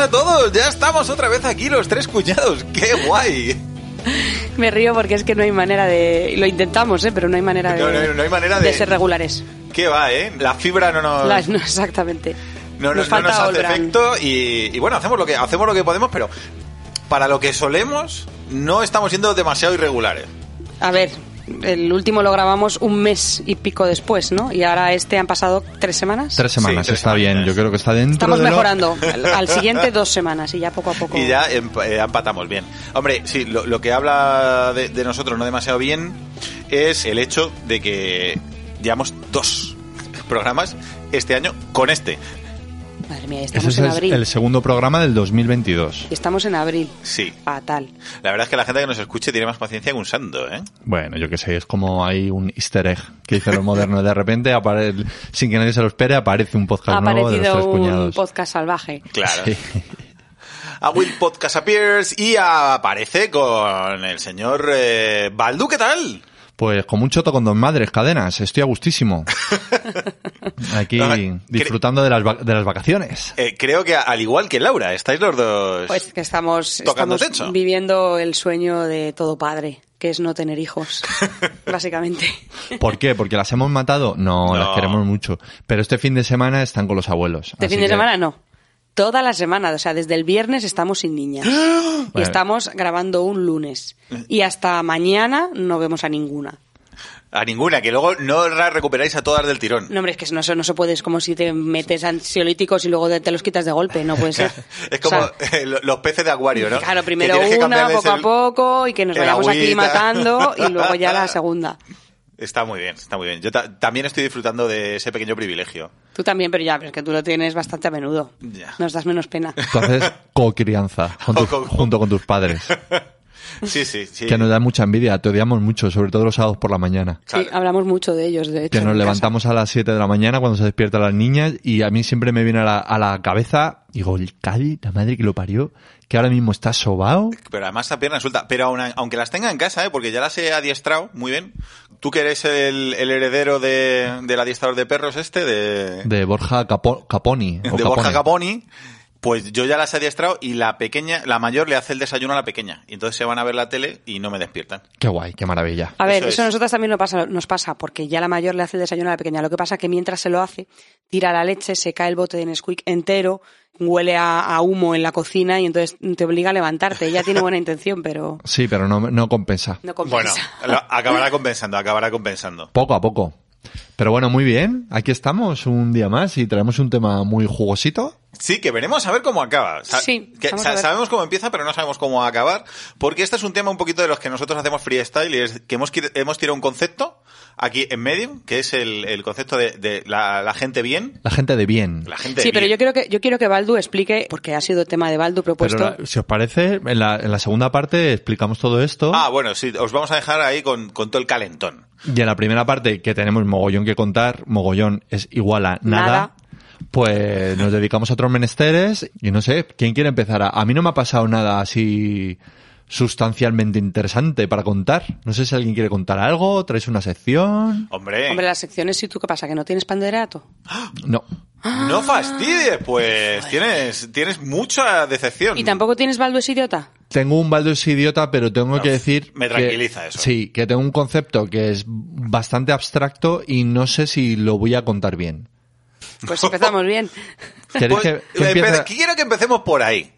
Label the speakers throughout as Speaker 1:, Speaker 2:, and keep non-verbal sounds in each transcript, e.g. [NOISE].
Speaker 1: a todos, ya estamos otra vez aquí los tres cuñados, [LAUGHS] qué guay.
Speaker 2: Me río porque es que no hay manera de... Lo intentamos, ¿eh? pero no hay manera de,
Speaker 1: No, no, no hay manera de-
Speaker 2: ser regulares.
Speaker 1: Qué va, ¿eh? La fibra no nos...
Speaker 2: Las- no, exactamente.
Speaker 1: no, no-
Speaker 2: Nos
Speaker 1: no
Speaker 2: falta
Speaker 1: nos hace
Speaker 2: Olbran.
Speaker 1: efecto y, y bueno, hacemos lo, que, hacemos lo que podemos, pero para lo que solemos no estamos siendo demasiado irregulares.
Speaker 2: A ver, el último lo grabamos un mes y pico después, ¿no? Y ahora este han pasado tres semanas.
Speaker 3: Tres semanas,
Speaker 1: tres
Speaker 3: está
Speaker 1: semanas.
Speaker 3: bien. Yo creo que está dentro
Speaker 2: Estamos
Speaker 3: de lo-
Speaker 2: mejorando.
Speaker 1: [LAUGHS]
Speaker 2: Al, al siguiente dos semanas y ya poco a poco.
Speaker 1: Y ya emp- eh, empatamos bien. Hombre, sí, lo, lo que habla de, de nosotros no demasiado bien es el hecho de que llevamos dos [LAUGHS] programas este año con este.
Speaker 2: Madre mía, ya
Speaker 3: Ese
Speaker 2: estamos
Speaker 3: es
Speaker 2: en
Speaker 3: el,
Speaker 2: abril.
Speaker 3: el segundo programa del 2022.
Speaker 2: Y estamos en abril.
Speaker 1: Sí.
Speaker 2: Fatal.
Speaker 1: La verdad es que la gente que nos escuche tiene más paciencia que un santo, ¿eh?
Speaker 3: Bueno, yo qué sé, es como hay un easter egg que dice los modernos. De repente, apare- sin que nadie se lo espere, aparece un podcast
Speaker 2: Ha
Speaker 3: nuevo de los tres
Speaker 2: aparecido un
Speaker 3: cuñados.
Speaker 2: podcast salvaje.
Speaker 1: Claro.
Speaker 3: Sí.
Speaker 1: A Will Podcast Appears y aparece con el señor eh, Baldu, ¿qué tal?
Speaker 3: Pues con un choto con dos madres, cadenas, estoy
Speaker 1: [LAUGHS]
Speaker 3: a gustísimo. Aquí
Speaker 1: No, cre-
Speaker 3: disfrutando de las, va- de las vacaciones.
Speaker 1: Eh, creo que al igual que Laura, estáis los dos.
Speaker 2: Pues que estamos,
Speaker 1: Tocando
Speaker 2: estamos
Speaker 1: techo.
Speaker 2: viviendo el sueño de todo padre, que es no
Speaker 1: [LAUGHS]
Speaker 2: tener hijos, básicamente.
Speaker 3: ¿Por qué? ¿Porque las hemos matado? No,
Speaker 1: No.
Speaker 3: las queremos mucho. Pero este fin de semana están con los abuelos.
Speaker 2: Este
Speaker 3: así
Speaker 2: fin de
Speaker 3: que-
Speaker 2: semana no. Toda la semana, o sea, desde el viernes estamos sin
Speaker 1: [GASPS]
Speaker 2: niña. Y
Speaker 3: Vale.
Speaker 2: estamos grabando un lunes.
Speaker 1: Eh.
Speaker 2: Y hasta mañana no vemos a ninguna.
Speaker 1: A ninguna, que luego no la recuperáis a todas del tirón.
Speaker 2: [LAUGHS] No, hombre, es que no, se- no se puede, es como si te metes ansiolíticos y luego te, te los quitas de golpe, no puede ser.
Speaker 1: [LAUGHS] Es como
Speaker 2: O sea,
Speaker 1: eh, lo- los peces de acuario, ¿no?
Speaker 2: Claro,
Speaker 1: Que
Speaker 2: primero
Speaker 1: tienes que
Speaker 2: una,
Speaker 1: cambiarles
Speaker 2: poco a
Speaker 1: el-
Speaker 2: poco, y que nos
Speaker 1: el
Speaker 2: vayamos
Speaker 1: agüita.
Speaker 2: aquí matando, y luego ya
Speaker 1: [LAUGHS]
Speaker 2: la segunda.
Speaker 1: Está muy bien, está muy bien. Yo ta- también estoy disfrutando de ese pequeño privilegio.
Speaker 2: Tú también, pero ya, pero es que tú lo tienes bastante a menudo.
Speaker 1: Ya.
Speaker 2: Nos das menos
Speaker 1: [LAUGHS]
Speaker 2: pena.
Speaker 3: Tú haces co-crianza con tus-
Speaker 1: Co- co-
Speaker 3: junto con tus padres,
Speaker 1: Sí, sí, sí.
Speaker 3: que nos da mucha envidia, te odiamos mucho, sobre todo los sábados por la mañana.
Speaker 2: Sí,
Speaker 1: Claro.
Speaker 2: hablamos mucho de ellos, de hecho.
Speaker 3: Que nos
Speaker 2: en casa.
Speaker 3: levantamos a las 7 de la mañana cuando se despiertan las niñas y a mí siempre me viene a la, a la cabeza, digo, el Cádiz, la madre que lo parió, que ahora mismo está sobao.
Speaker 1: Pero además la pierna suelta. Pero aun- aunque las tenga en casa, ¿eh? porque ya las he adiestrado muy bien. Tú que eres el, el heredero de, del adiestrador de perros este, de,
Speaker 3: De Borja Capo- Caponi.
Speaker 1: [LAUGHS]
Speaker 3: o
Speaker 1: de Borja
Speaker 3: Capone.
Speaker 1: Caponi, pues yo ya las he adiestrado y la pequeña, la mayor le hace el desayuno a la pequeña. Y entonces se van a ver la tele y no me despiertan.
Speaker 3: Qué guay, qué maravilla.
Speaker 2: A ver,
Speaker 1: Eso
Speaker 2: eso,
Speaker 1: es.
Speaker 2: a nosotras también nos pasa, nos pasa, porque ya la mayor le hace el desayuno a la pequeña. Lo que pasa que mientras se lo hace, tira la leche, se cae el bote de Nesquik entero, huele a, a humo en la cocina y entonces te obliga a levantarte. Ella tiene buena intención, pero
Speaker 3: Sí, pero no, no compensa.
Speaker 2: no compensa.
Speaker 1: Bueno, lo- acabará compensando, acabará compensando.
Speaker 3: Poco a poco. Pero bueno, muy bien. Aquí estamos un día más y traemos un tema muy jugosito.
Speaker 1: Sí, que veremos a ver cómo acaba. Sa-
Speaker 2: Sí,
Speaker 1: que
Speaker 2: vamos
Speaker 1: sa-
Speaker 2: a ver.
Speaker 1: Sabemos cómo empieza, pero no sabemos cómo va a acabar. Porque este es un tema un poquito de los que nosotros hacemos freestyle y es que hemos, quir- hemos tirado un concepto aquí en medio, que es el, el concepto de, de la, la gente bien.
Speaker 3: La gente de bien.
Speaker 1: La gente
Speaker 2: Sí, pero yo
Speaker 1: bien.
Speaker 2: quiero que yo quiero que Baldu explique, porque ha sido tema de Baldu
Speaker 3: Pero
Speaker 1: Pues
Speaker 2: propuesto.
Speaker 3: la- si os parece, en la, en la segunda parte explicamos todo esto.
Speaker 1: Ah, bueno, sí, os vamos a dejar ahí con, con todo el calentón.
Speaker 3: Y en la primera parte, que tenemos mogollón que contar, mogollón es igual a nada.
Speaker 2: Nada.
Speaker 3: Pues nos dedicamos a otros menesteres y no sé, ¿quién quiere empezar? A, a mí no me ha pasado nada así sustancialmente interesante para contar. No sé si alguien quiere contar algo, traes una sección.
Speaker 1: Hombre,
Speaker 2: Hombre, las secciones, ¿y tú qué pasa? ¿Que no
Speaker 1: [LAUGHS]
Speaker 2: tienes panderato?
Speaker 3: No.
Speaker 2: Ah.
Speaker 1: no fastidies, pues tienes, tienes mucha decepción.
Speaker 2: ¿Y tampoco tienes Baldu
Speaker 1: [LAUGHS]
Speaker 2: es idiota?
Speaker 3: Tengo un baldo es idiota, pero tengo que decir...
Speaker 1: me
Speaker 3: que-
Speaker 1: tranquiliza eso.
Speaker 3: Sí, que tengo un concepto que es bastante abstracto y no sé si lo voy a contar
Speaker 2: [LAUGHS]
Speaker 3: bien.
Speaker 2: Pues empezamos bien.
Speaker 3: ¿Queréis
Speaker 1: Pues,
Speaker 3: que, que
Speaker 1: empe-
Speaker 3: empiece-
Speaker 1: Quiero que empecemos por ahí.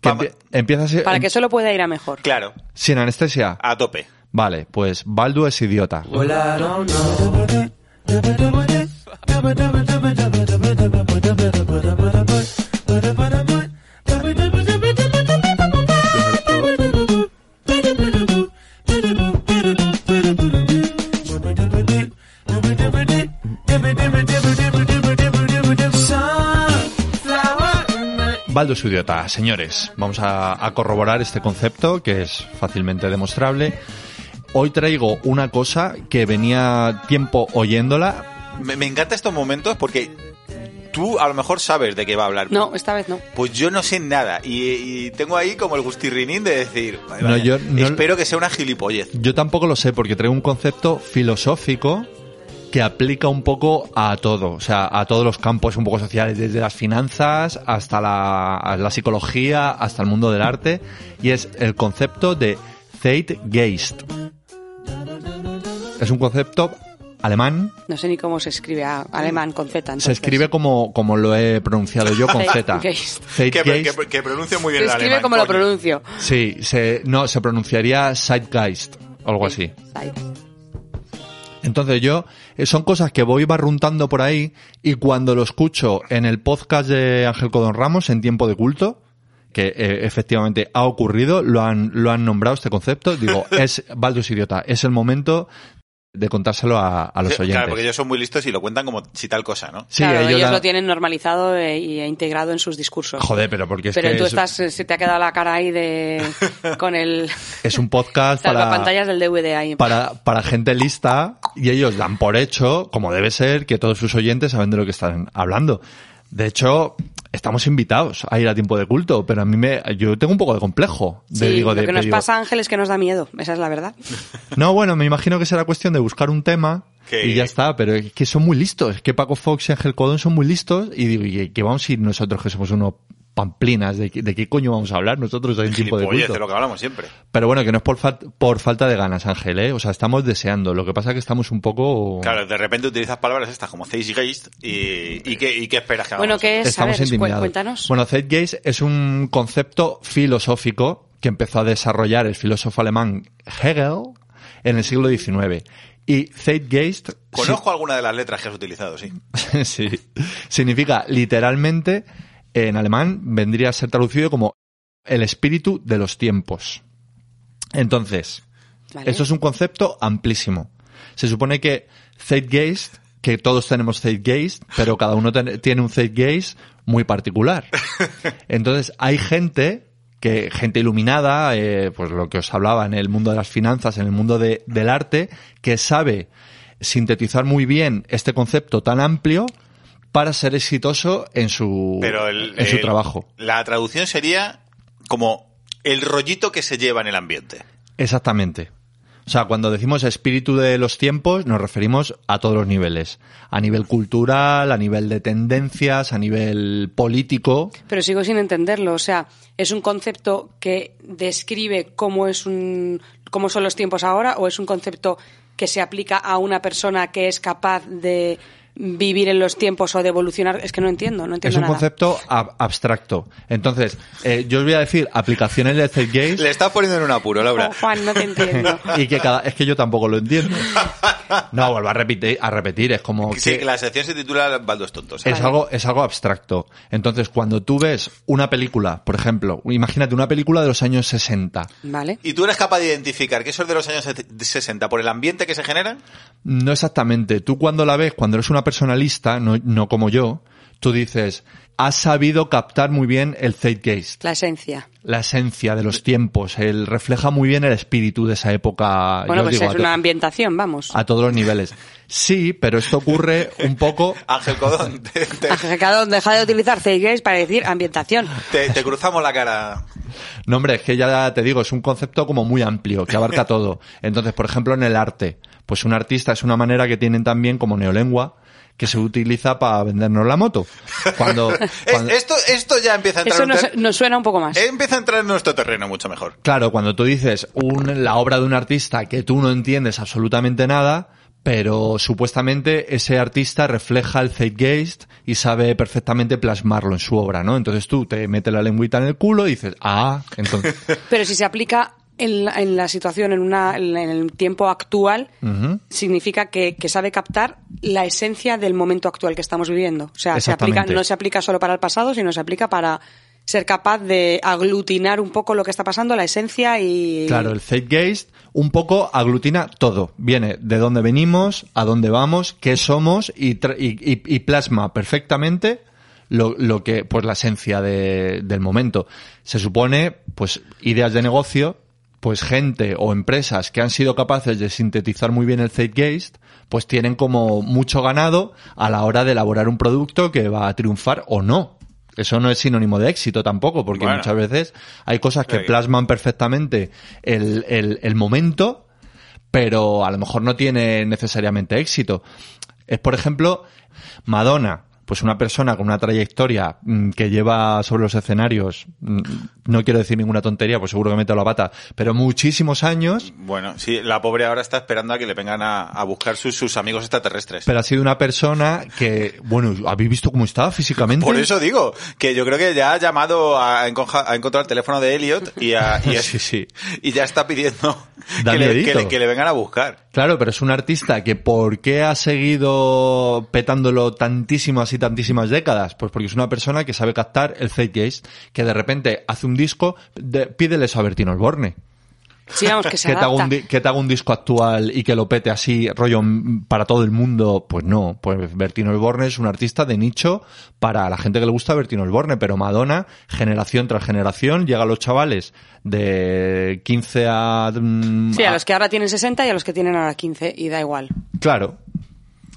Speaker 3: que
Speaker 1: Vamos-
Speaker 3: empie- empiece así-
Speaker 2: Para que solo pueda ir a mejor.
Speaker 1: Claro,
Speaker 3: sin anestesia?
Speaker 1: a tope.
Speaker 3: Vale, pues Baldu es idiota. Baldu es idiota, señores. Vamos a, a corroborar este concepto que es fácilmente demostrable. Hoy traigo una cosa que venía tiempo oyéndola.
Speaker 1: Me, me encantan estos momentos porque tú a lo mejor sabes de qué va a hablar.
Speaker 2: No, esta vez no.
Speaker 1: Pues yo no sé nada. Y, y tengo ahí como el gustirrinín de decir, "Vale,
Speaker 3: No,
Speaker 1: vale,
Speaker 3: yo no-
Speaker 1: espero que sea una gilipollez.
Speaker 3: Yo tampoco lo sé porque traigo un concepto filosófico que aplica un poco a todo, o sea, a todos los campos un poco sociales, desde las finanzas hasta la, a la psicología, hasta el mundo del arte, y es el concepto de Zeitgeist. Es un concepto alemán,
Speaker 2: No sé ni cómo se escribe a- alemán con Z.
Speaker 3: se
Speaker 2: entonces.
Speaker 3: escribe como, como lo he pronunciado yo con Z.
Speaker 2: Zeitgeist.
Speaker 1: Que, que-
Speaker 3: Zeitgeist.
Speaker 1: que pronuncio muy
Speaker 2: Se
Speaker 1: bien el
Speaker 2: escribe
Speaker 1: alemán,
Speaker 2: como lo
Speaker 1: coño.
Speaker 2: pronuncio.
Speaker 3: Sí, se, no, se pronunciaría Zeitgeist, o algo así. Entonces yo, eh, son cosas que voy barruntando por ahí y cuando lo escucho en el podcast de Ángel Codón Ramos en Tiempo de Culto, que eh, efectivamente ha ocurrido, lo han, lo han nombrado este
Speaker 1: [LAUGHS]
Speaker 3: concepto, digo, es Baldus Idiota, es el momento de contárselo a, a los
Speaker 1: Sí,
Speaker 3: oyentes.
Speaker 1: Claro, porque ellos son muy listos y lo cuentan como si tal cosa, ¿no?
Speaker 3: Sí,
Speaker 2: claro, ellos
Speaker 3: la-
Speaker 2: lo tienen normalizado e, e integrado en sus discursos.
Speaker 3: Joder, pero porque es
Speaker 2: Pero
Speaker 3: que
Speaker 2: tú
Speaker 3: es,
Speaker 2: estás, eh, se te ha quedado la cara ahí
Speaker 3: [LAUGHS]
Speaker 2: de con el
Speaker 3: es
Speaker 2: [LAUGHS]
Speaker 3: un podcast para...
Speaker 2: salvapantallas del DVD ahí.
Speaker 3: para, para gente lista y ellos dan por hecho, como debe ser, que todos sus oyentes saben de lo que están hablando. De hecho, estamos invitados a ir a tiempo de culto, pero a mí me, yo tengo un poco de complejo. De,
Speaker 2: Sí,
Speaker 3: digo, de-
Speaker 2: lo que
Speaker 3: de
Speaker 2: nos
Speaker 3: digo,
Speaker 2: pasa, Ángel, es que nos da miedo. Esa es la verdad.
Speaker 3: No, bueno, me imagino que será cuestión de buscar un tema
Speaker 1: Que-
Speaker 3: y ya está, pero es que son muy listos. Es que Paco Fox y Ángel Codón son muy listos y digo, y que vamos a ir nosotros que somos unos pamplinas, ¿de, qué- de qué coño vamos a hablar nosotros en tiempo de
Speaker 1: Gilipolleces,
Speaker 3: culto?
Speaker 1: lo que hablamos siempre.
Speaker 3: Pero bueno, que no es por, fal- por falta de ganas, Ángel, ¿eh? O sea, estamos deseando. Lo que pasa es que estamos un poco...
Speaker 1: Claro, de repente utilizas palabras estas como Zeitgeist y, y, qué, y qué esperas que
Speaker 2: Bueno,
Speaker 1: hagamos.
Speaker 2: ¿qué es? A ver,
Speaker 3: Estamos
Speaker 2: cu-
Speaker 3: intimidados.
Speaker 2: cuéntanos.
Speaker 3: Bueno, Zeitgeist es un concepto filosófico que empezó a desarrollar el filósofo alemán Hegel en el siglo XIX. Y Zeitgeist
Speaker 1: Conozco alguna de las letras que has utilizado, sí.
Speaker 3: si- [LAUGHS] sí, significa literalmente, en alemán, vendría a ser traducido como el espíritu de los tiempos. Entonces,
Speaker 2: Vale.
Speaker 3: esto es un concepto amplísimo. Se supone que Zeitgeist, que todos tenemos Zeitgeist, pero cada uno ten- tiene un Zeitgeist muy
Speaker 1: [LAUGHS]
Speaker 3: particular. Entonces, hay gente que, gente iluminada, eh, pues lo que os hablaba en el mundo de las finanzas, en el mundo de- del arte, que sabe sintetizar muy bien este concepto tan amplio para ser exitoso en su,
Speaker 1: Pero el,
Speaker 3: en Uh, su
Speaker 1: el-
Speaker 3: trabajo.
Speaker 1: La traducción sería como el rollito que se lleva en el ambiente.
Speaker 3: Exactamente. O sea, cuando decimos espíritu de los tiempos, nos referimos a todos los niveles. A nivel cultural, a nivel de tendencias, a nivel político.
Speaker 2: Pero sigo sin entenderlo. O sea, es un concepto que describe cómo es un cómo son los tiempos ahora o es un concepto que se aplica a una persona que es capaz de vivir en los tiempos o de evolucionar. Es que no entiendo, no
Speaker 3: Es
Speaker 2: entiendo
Speaker 3: un
Speaker 2: nada.
Speaker 3: concepto ab- abstracto. Entonces, eh, yo os voy a decir aplicaciones de Zeitgeist
Speaker 1: Le estás poniendo en un apuro, Laura.
Speaker 2: Oh, Juan, no te
Speaker 3: [LAUGHS]
Speaker 2: entiendo.
Speaker 3: y que cada... Es que yo tampoco lo entiendo. No, vuelvo a repetir, a repetir es como...
Speaker 1: Sí,
Speaker 3: que-
Speaker 1: que la sección se titula Baldos Tontos.
Speaker 3: Es algo, es algo abstracto. Entonces, cuando tú ves una película, por ejemplo, imagínate una película de los años 60,
Speaker 2: Vale.
Speaker 1: ¿Y tú eres capaz de identificar que eso es de los años 60 por el ambiente que se genera?
Speaker 3: No exactamente. Tú cuando la ves, cuando eres una personalista, no, no como yo, tú dices, has sabido captar muy bien el Zeitgeist,
Speaker 2: La esencia.
Speaker 3: la esencia de los tiempos, el refleja muy bien el espíritu de esa época.
Speaker 2: Bueno,
Speaker 3: Ah, yo
Speaker 2: pues
Speaker 3: digo,
Speaker 2: es
Speaker 3: a Ah. to-
Speaker 2: una ambientación, vamos.
Speaker 3: a todos los niveles. Sí, pero esto ocurre un poco
Speaker 1: Ángel Codón, [LAUGHS] te, te-
Speaker 2: Ajacadón, deja de utilizar gays para decir ambientación.
Speaker 1: te- te cruzamos la cara.
Speaker 3: No, hombre, es que ya te digo, es un concepto como muy amplio, que abarca todo. Entonces, por ejemplo, en el arte, pues un artista es una manera que tienen también como neolengua, que se utiliza para vendernos la moto. Cuando,
Speaker 1: Es-
Speaker 3: cuando-
Speaker 1: esto, esto ya empieza a entrar
Speaker 2: Eso
Speaker 1: en un
Speaker 2: nos,
Speaker 1: ter- eh,
Speaker 2: nos suena un poco más.
Speaker 1: empieza a entrar en nuestro terreno mucho mejor.
Speaker 3: claro, cuando tú dices un- la obra de un artista que tú no entiendes absolutamente nada, pero supuestamente ese artista refleja el Zeitgeist y sabe perfectamente plasmarlo en su obra, ¿no? Entonces tú te metes la lengüita en el culo y dices, ah, entonces...
Speaker 2: Pero si se aplica en la, en la situación, en, una, en el tiempo actual,
Speaker 3: Ujú.
Speaker 2: significa que, que sabe captar la esencia del momento actual que estamos viviendo. O sea, se aplica,
Speaker 3: Exactamente.
Speaker 2: no se aplica solo para el pasado, sino se aplica para ser capaz de aglutinar un poco lo que está pasando, la esencia y...
Speaker 3: Claro, el Zeitgeist un poco aglutina todo. Viene de dónde venimos, a dónde vamos, qué somos y, tra- y- y- y plasma perfectamente lo, lo que, pues la esencia de- del momento. Se supone, pues, ideas de negocio, pues gente o empresas que han sido capaces de sintetizar muy bien el Zeitgeist, pues tienen como mucho ganado a la hora de elaborar un producto que va a triunfar o no. Eso no es sinónimo de éxito tampoco, porque
Speaker 1: Bueno.
Speaker 3: muchas veces hay cosas que
Speaker 1: Sí.
Speaker 3: plasman perfectamente el, el- el momento, pero a lo mejor no tiene necesariamente éxito. Es, por ejemplo, Madonna. Pues una persona con una trayectoria mm, que lleva sobre los escenarios, mm, no quiero decir ninguna tontería, pues seguro que meto la pata, pero muchísimos años
Speaker 1: Bueno, sí, la pobre ahora está esperando a que le vengan a, a buscar sus, sus amigos extraterrestres.
Speaker 3: Pero ha sido una persona que, bueno, ¿habéis visto cómo estaba físicamente? [LAUGHS]
Speaker 1: Por eso digo, que yo creo que ya ha llamado a, enconja- a encontrar el teléfono de Elliot y, a- y, a-
Speaker 3: [LAUGHS] Sí, sí.
Speaker 1: y ya está pidiendo que
Speaker 3: Dame
Speaker 1: le,
Speaker 3: dedito.
Speaker 1: que le- que le vengan a buscar.
Speaker 3: Claro, pero es un artista que ¿por qué ha seguido petándolo tantísimas y tantísimas décadas? Pues porque es una persona que sabe captar el zeitgeist, que de repente hace un disco, de- pídele eso a Bertino Osborne.
Speaker 2: Sí, vamos,
Speaker 3: [LAUGHS]
Speaker 2: que se
Speaker 3: Que te, haga un
Speaker 2: adapta.
Speaker 3: di- que te haga un disco actual y que lo pete así, rollo mm, para todo el mundo, pues no. Pues Bertino Elborne es un artista de nicho para la gente que le gusta Bertino Elborne, pero Madonna, generación tras generación, llega a los chavales de 15 a... mm,
Speaker 2: Sí, a
Speaker 3: a-
Speaker 2: los que ahora tienen 60 y a los que tienen ahora 15, y da igual.
Speaker 3: Claro.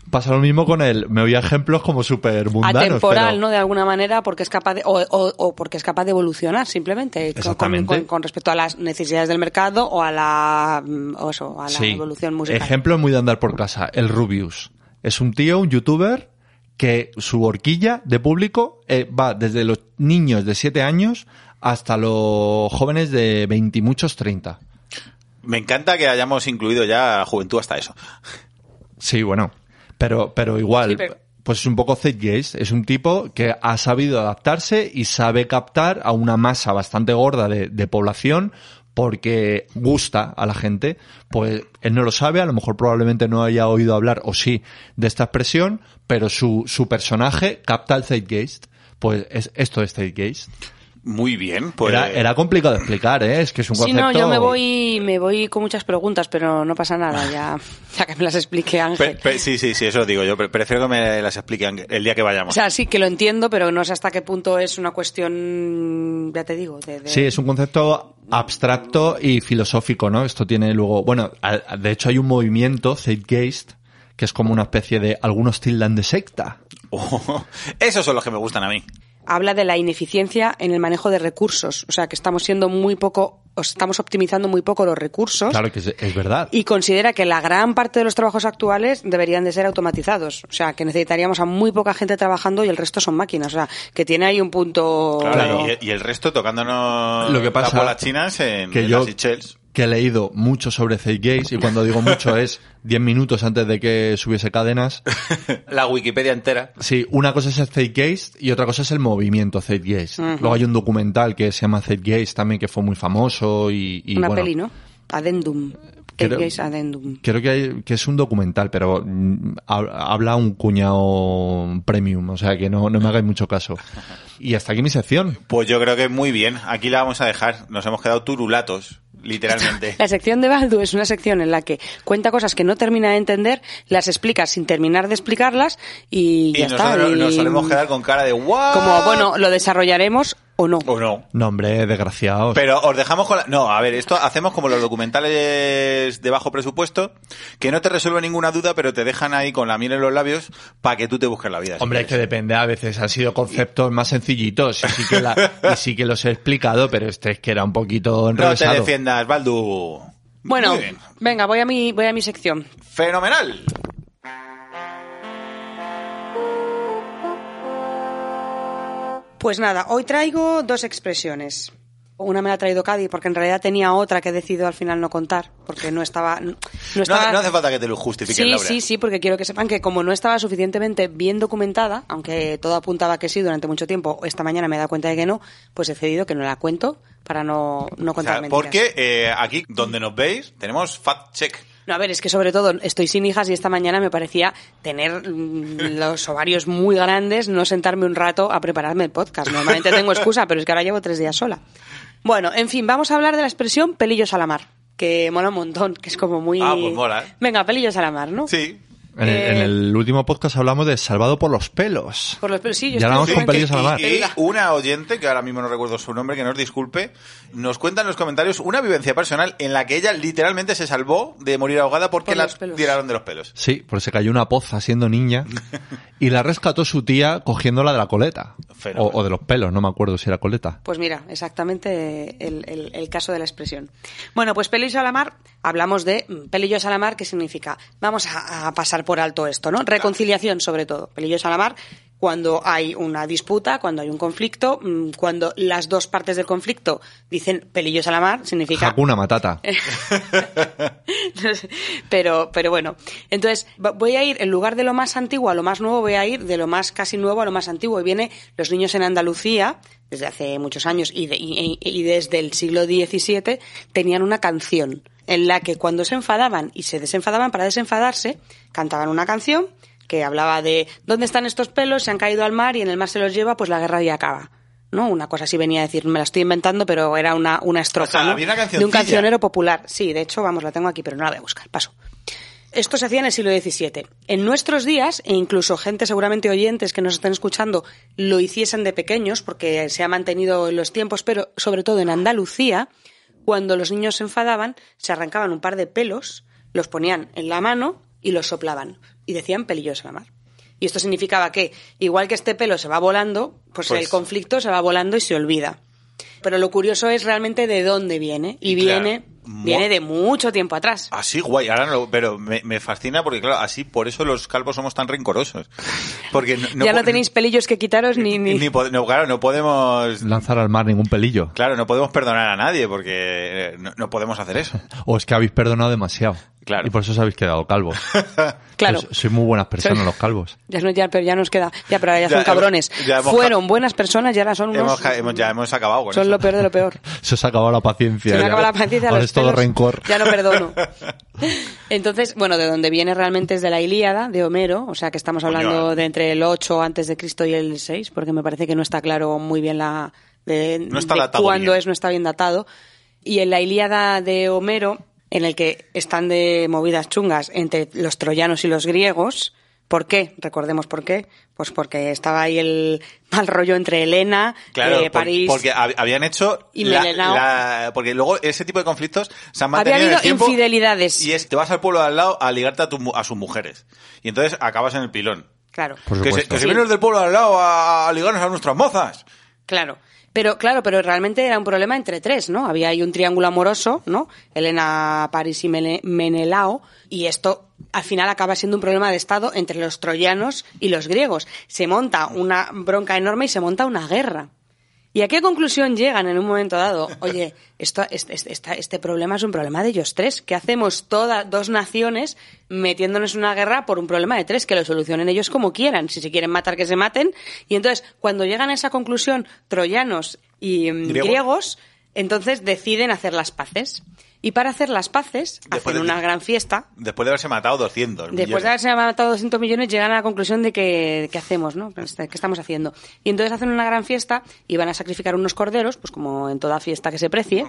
Speaker 3: Pasa lo mismo con el... Me voy a ejemplos como súper mundanos.
Speaker 2: Atemporal,
Speaker 3: pero-
Speaker 2: ¿no? De alguna manera, porque es capaz de, o, o- o porque es capaz de evolucionar simplemente con- con,
Speaker 3: Exactamente.
Speaker 2: con- con respecto a las necesidades del mercado o a la, mm, o eso, a la
Speaker 3: Sí.
Speaker 2: evolución musical.
Speaker 3: Ejemplo muy de andar por casa, el Rubius. Es un tío, un youtuber, que su horquilla de público eh, va desde los niños de 7 años hasta los jóvenes de 20 y muchos 30.
Speaker 1: Me encanta que hayamos incluido ya a juventud hasta eso.
Speaker 3: Sí, bueno. Pero, pero igual,
Speaker 2: Sí, pero-
Speaker 3: pues es un poco Zeitgeist. Es un tipo que ha sabido adaptarse y sabe captar a una masa bastante gorda de, de población porque gusta a la gente. Pues él no lo sabe, a lo mejor probablemente no haya oído hablar, o sí, de esta expresión, pero su, su personaje capta el Zeitgeist. Pues es, esto es Zeitgeist.
Speaker 1: Muy bien, pues.
Speaker 3: Era, era complicado de explicar, ¿eh? Es que es un
Speaker 2: Sí,
Speaker 3: concepto...
Speaker 2: no, yo me voy, me voy con muchas preguntas, pero no pasa nada,
Speaker 3: [LAUGHS]
Speaker 2: ya, ya que me las explique
Speaker 1: Pe-
Speaker 2: Ángel.
Speaker 1: pe- sí, sí, sí, eso digo yo. Pre- Prefiero que me las expliquen el día que
Speaker 2: o
Speaker 1: vayamos.
Speaker 2: sea, sí que lo entiendo, pero no sé hasta qué punto es una cuestión, ya te digo, de, de-
Speaker 3: Sí, es un concepto abstracto y filosófico, ¿no? Esto tiene luego, bueno, a- a- de hecho hay un movimiento, Zeitgeist, que es como una especie de, algunos tildan de secta.
Speaker 1: [LAUGHS] Oh, esos son los que me gustan a mí.
Speaker 2: habla de la ineficiencia en el manejo de recursos, o sea, que estamos siendo muy poco, o estamos optimizando muy poco los recursos.
Speaker 3: Claro que es, es verdad.
Speaker 2: y considera que la gran parte de los trabajos actuales deberían de ser automatizados. O sea, que necesitaríamos a muy poca gente trabajando y el resto son máquinas. O sea, que tiene ahí un punto...
Speaker 1: Claro,
Speaker 3: Claro.
Speaker 1: Y, y el resto tocándonos
Speaker 3: Lo que pasa
Speaker 1: las bolas chinas en,
Speaker 3: que
Speaker 1: en
Speaker 3: yo-
Speaker 1: las
Speaker 3: [LAUGHS]
Speaker 1: Seychelles.
Speaker 3: Que he leído mucho sobre Zeitgeist y cuando
Speaker 2: [LAUGHS]
Speaker 3: digo mucho es 10 minutos antes de que subiese cadenas.
Speaker 1: La Wikipedia entera.
Speaker 3: Sí, una cosa es el Zeitgeist y otra cosa es el movimiento Zeitgeist.
Speaker 2: Ujú.
Speaker 3: Luego hay un documental que se llama Zeitgeist también que fue muy famoso y, y
Speaker 2: Una
Speaker 3: bueno,
Speaker 2: peli, ¿no? Adendum.
Speaker 3: Creo-
Speaker 2: Gates Adendum.
Speaker 3: Creo que, hay- que es un documental, pero mm, ha- habla un cuñado premium, o sea que no, no me hagáis mucho caso. Y hasta aquí mi sección.
Speaker 1: Pues yo creo que muy bien. Aquí la vamos a dejar. Nos hemos quedado turulatos, literalmente.
Speaker 2: La sección de Baldu es una sección en la que cuenta cosas que no termina de entender, las explica sin terminar de explicarlas [LAUGHS] y,
Speaker 1: y
Speaker 2: ya está.
Speaker 1: nosotros
Speaker 2: y-
Speaker 1: nos solemos quedar con cara de wow.
Speaker 2: Como, bueno, lo desarrollaremos o no.
Speaker 1: O no.
Speaker 3: No, hombre, desgraciados.
Speaker 1: Pero os dejamos con la... No, a ver, esto hacemos como los documentales de bajo presupuesto, que no te resuelven ninguna duda, pero te dejan ahí con la miel en los labios para que tú te busques la vida. si
Speaker 3: Hombre, es
Speaker 1: quieres.
Speaker 3: que depende, a veces han sido conceptos más sencillitos, y sí que, la- y sí que los he explicado, pero este es que era un poquito
Speaker 1: No te
Speaker 3: enrevesado.
Speaker 1: defiendas, Baldu.
Speaker 2: Bueno,
Speaker 1: Muy bien.
Speaker 2: venga, voy a mi, voy a mi sección.
Speaker 1: Fenomenal.
Speaker 2: Pues nada, hoy traigo dos expresiones. Una me la ha traído Cadi porque en realidad tenía otra que he decidido al final no contar porque no estaba no
Speaker 1: No,
Speaker 2: estaba
Speaker 1: hace- no hace falta que te lo justifiques,
Speaker 2: Pues Sí,
Speaker 1: Laura.
Speaker 2: sí, sí, porque quiero que sepan que como no estaba suficientemente bien documentada, aunque todo apuntaba que sí durante mucho tiempo, esta mañana me he dado cuenta de que no, pues he decidido que no la cuento para no, no
Speaker 1: O
Speaker 2: contar
Speaker 1: sea,
Speaker 2: mentiras.
Speaker 1: porque eh, aquí, donde nos veis, tenemos fact check.
Speaker 2: No, a ver, es que sobre todo estoy sin hijas y esta mañana me parecía tener mm, [LAUGHS] los ovarios muy grandes, no sentarme un rato a prepararme el podcast. Normalmente tengo excusa, pero es que ahora llevo tres días sola. Bueno, en fin, vamos a hablar de la expresión pelillos a la mar, que mola un montón, que es como muy...
Speaker 1: Ah, pues mola, ¿eh?
Speaker 2: Venga, pelillos a la mar, ¿no?
Speaker 1: Sí.
Speaker 3: En, el, en el último podcast hablamos de Salvado por los pelos.
Speaker 2: Por los pelos, sí, yo estoy
Speaker 3: Ya hablamos con
Speaker 2: absolutamente-
Speaker 3: pelillos a la mar.
Speaker 1: Y, y una oyente, que ahora mismo no recuerdo su nombre, que nos disculpe, nos cuenta en los comentarios una vivencia personal en la que ella literalmente se salvó de morir ahogada porque
Speaker 2: Por
Speaker 1: la
Speaker 2: los pelos.
Speaker 1: tiraron de los pelos.
Speaker 3: Sí, porque se cayó una poza siendo niña y la rescató su tía cogiéndola de la coleta. O,
Speaker 1: Fenómeno.
Speaker 3: o de los pelos, no me acuerdo si era coleta.
Speaker 2: Pues mira, exactamente el, el- el caso de la expresión. Bueno, pues pelillos a la mar hablamos de mm, pelillos a la mar, que significa vamos a, a pasar por alto esto, ¿no? Reconciliación, sobre todo. Pelillos a la mar, cuando hay una disputa, cuando hay un conflicto, mm, cuando las dos partes del conflicto dicen pelillos a la mar, significa
Speaker 3: Hakuna Matata.
Speaker 2: [LAUGHS] no sé, pero, pero bueno, entonces va- voy a ir, en lugar de lo más antiguo a lo más nuevo, voy a ir de lo más casi nuevo a lo más antiguo. Y viene Los Niños en Andalucía, desde hace muchos años y, de- y- y- y desde el siglo XVII, tenían una canción en la que cuando se enfadaban y se desenfadaban para desenfadarse, cantaban una canción que hablaba de dónde están estos pelos, se han caído al mar y en el mar se los lleva, pues la guerra ya acaba. ¿No? Una cosa así venía a decir, me la estoy inventando, pero era una, una estrofa
Speaker 1: sea,
Speaker 2: ¿no?
Speaker 1: había una
Speaker 2: de un
Speaker 1: cancioncilla.
Speaker 2: cancionero género popular. Sí, de hecho, vamos, la tengo aquí, pero no la voy a buscar. Paso. Esto se hacía en el siglo XVII. En nuestros días, e incluso gente seguramente oyentes que nos están escuchando lo hiciesen de pequeños, porque se ha mantenido en los tiempos, pero sobre todo en Andalucía, cuando los niños se enfadaban, se arrancaban un par de pelos, los ponían en la mano y los soplaban. Y decían pelillos a la mar. Y esto significaba que, igual que este pelo se va volando, pues
Speaker 1: Pues-
Speaker 2: el conflicto se va volando y se olvida. Pero lo curioso es realmente de dónde viene. Y
Speaker 1: Claro.
Speaker 2: viene,
Speaker 1: Mo- Ah,
Speaker 2: viene de mucho tiempo atrás.
Speaker 1: Así, guay, ahora no lo- pero me, me fascina porque, claro, así por eso los calvos somos tan rencorosos. Porque no,
Speaker 2: ya
Speaker 1: po-
Speaker 2: no tenéis pelillos que quitaros ni... ni-
Speaker 1: ni pod- no, claro, no podemos.
Speaker 3: Lanzar al mar ningún pelillo.
Speaker 1: Claro, no podemos perdonar a nadie porque eh, no, no podemos hacer eso.
Speaker 3: O es que habéis perdonado demasiado.
Speaker 1: Claro.
Speaker 3: Y por eso os habéis quedado calvos.
Speaker 2: [LAUGHS] Claro,
Speaker 3: Pues sois muy buenas personas
Speaker 2: Soy-
Speaker 3: los calvos.
Speaker 2: ya, no- ya- pero ya nos queda... Ya, pero ahora ya,
Speaker 1: Ya
Speaker 2: son
Speaker 1: hemos-
Speaker 2: cabrones.
Speaker 1: ya hemos-
Speaker 2: Fueron buenas personas y ahora son unos...
Speaker 1: Hemos ca- hemos- ya hemos acabado con
Speaker 2: son
Speaker 1: eso.
Speaker 2: lo peor de lo peor.
Speaker 3: Se os ha acabado la paciencia.
Speaker 2: Se me
Speaker 3: ya.
Speaker 2: acaba la paciencia.
Speaker 3: Ahora
Speaker 2: los
Speaker 3: es todo
Speaker 2: pelos,
Speaker 3: rencor.
Speaker 2: Ya no
Speaker 3: [LAUGHS]
Speaker 2: perdono. Entonces, bueno, de donde viene realmente es de la Ilíada, de Homero, o sea que estamos
Speaker 1: Coño,
Speaker 2: hablando
Speaker 1: eh.
Speaker 2: de entre el 8 antes de Cristo y el 6, porque me parece que no está claro muy bien la de,
Speaker 1: No está
Speaker 2: de
Speaker 1: datado
Speaker 2: cuándo
Speaker 1: bien.
Speaker 2: es, no está bien datado. Y en la Ilíada de Homero, en el que están de movidas chungas entre los troyanos y los griegos, ¿por qué? Recordemos por qué. Pues porque estaba ahí el mal rollo entre Helena,
Speaker 1: Claro,
Speaker 2: eh,
Speaker 1: por-
Speaker 2: París.
Speaker 1: porque hab- habían hecho
Speaker 2: y
Speaker 1: la-
Speaker 2: Melenao.
Speaker 1: la- porque luego ese tipo de conflictos se han
Speaker 2: Había
Speaker 1: mantenido en el
Speaker 2: habido
Speaker 1: tiempo
Speaker 2: infidelidades.
Speaker 1: y es te vas al pueblo de al lado a ligarte a, tu mu- a sus mujeres y entonces acabas en el pilón.
Speaker 2: Claro.
Speaker 3: Por
Speaker 1: que se,
Speaker 3: supuesto.
Speaker 1: que se
Speaker 2: Sí.
Speaker 1: vienen los del pueblo de al lado a, a ligarnos a nuestras mozas.
Speaker 2: Claro. Pero, claro, pero realmente era un problema entre tres, ¿no? Había ahí un triángulo amoroso, ¿no? Elena, París y Mene- Menelao, y esto al final acaba siendo un problema de Estado entre los troyanos y los griegos. Se monta una bronca enorme y se monta una guerra. ¿Y a qué conclusión llegan en un momento dado? Oye, esto, este, este- esta- este problema es un problema de ellos tres. ¿Qué hacemos todas dos naciones metiéndonos en una guerra por un problema de tres? Que lo solucionen ellos como quieran. Si se quieren matar, que se maten. Y entonces, cuando llegan a esa conclusión, troyanos y mm,
Speaker 1: Griego.
Speaker 2: griegos, entonces deciden hacer las paces. Y para hacer las paces,
Speaker 1: Después
Speaker 2: hacen
Speaker 1: de-
Speaker 2: una gran fiesta.
Speaker 1: Después de haberse matado 200
Speaker 2: Después de
Speaker 1: millones.
Speaker 2: haberse matado 200 millones, llegan a la conclusión de que, ¿qué hacemos, no? Pues, ¿Qué estamos haciendo? Y entonces hacen una gran fiesta y van a sacrificar unos corderos, pues como en toda fiesta que se precie.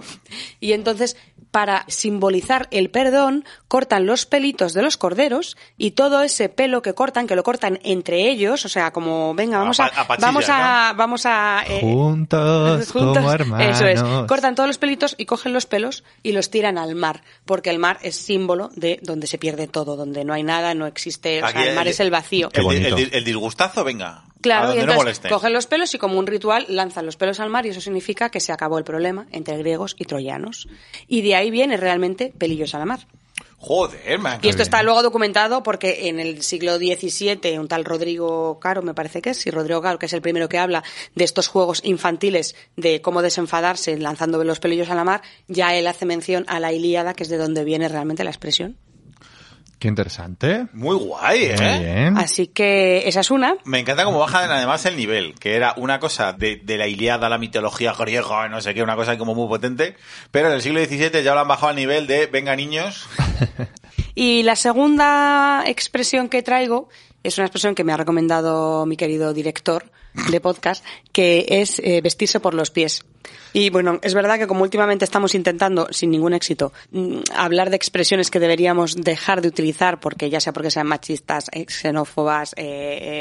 Speaker 2: Y entonces, para simbolizar el perdón, cortan los pelitos de los corderos y todo ese pelo que cortan, que lo cortan entre ellos, o sea, como, venga,
Speaker 1: A
Speaker 2: vamos
Speaker 1: pa-
Speaker 2: a,
Speaker 1: a pachillas,
Speaker 2: vamos a, vamos a, eh,
Speaker 3: Oh. Juntos, como hermanos.
Speaker 2: eso es. Cortan todos los pelitos y cogen los pelos y los tiran al mar, porque el mar es símbolo de donde se pierde todo, donde no hay nada, no existe, o sea,
Speaker 1: Aquí
Speaker 2: el mar es el vacío.
Speaker 3: Qué
Speaker 1: El,
Speaker 3: bonito.
Speaker 1: el- el disgustazo, venga. a
Speaker 2: Claro, y
Speaker 1: donde no
Speaker 2: entonces
Speaker 1: moleste.
Speaker 2: cogen los pelos y como un ritual lanzan los pelos al mar y eso significa que se acabó el problema entre griegos y troyanos. Y de ahí viene realmente pelillos a la mar.
Speaker 1: Joder, man.
Speaker 2: Y esto
Speaker 3: bien.
Speaker 2: está luego documentado porque en el siglo XVII un tal Rodrigo Caro, me parece que es, sí, Rodrigo Caro, que es el primero que habla de estos juegos infantiles de cómo desenfadarse lanzando los pelillos a la mar, ya él hace mención a la Ilíada, que es de donde viene realmente la expresión.
Speaker 3: Qué interesante.
Speaker 1: Muy guay, ¿eh?
Speaker 3: Muy bien.
Speaker 2: Así que esa es una.
Speaker 1: Me encanta cómo bajan además el nivel, que era una cosa de, de la Iliada, la mitología griega, no sé qué, una cosa como muy potente, pero en el siglo XVII ya lo han bajado al nivel de, venga niños,
Speaker 2: Y la segunda expresión que traigo es una expresión que me ha recomendado mi querido director de podcast, que es eh, vestirse por los pies. Y bueno, es verdad que como últimamente estamos intentando, sin ningún éxito, mm, hablar de expresiones que deberíamos dejar de utilizar, porque ya sea porque sean machistas, eh, xenófobas, eh,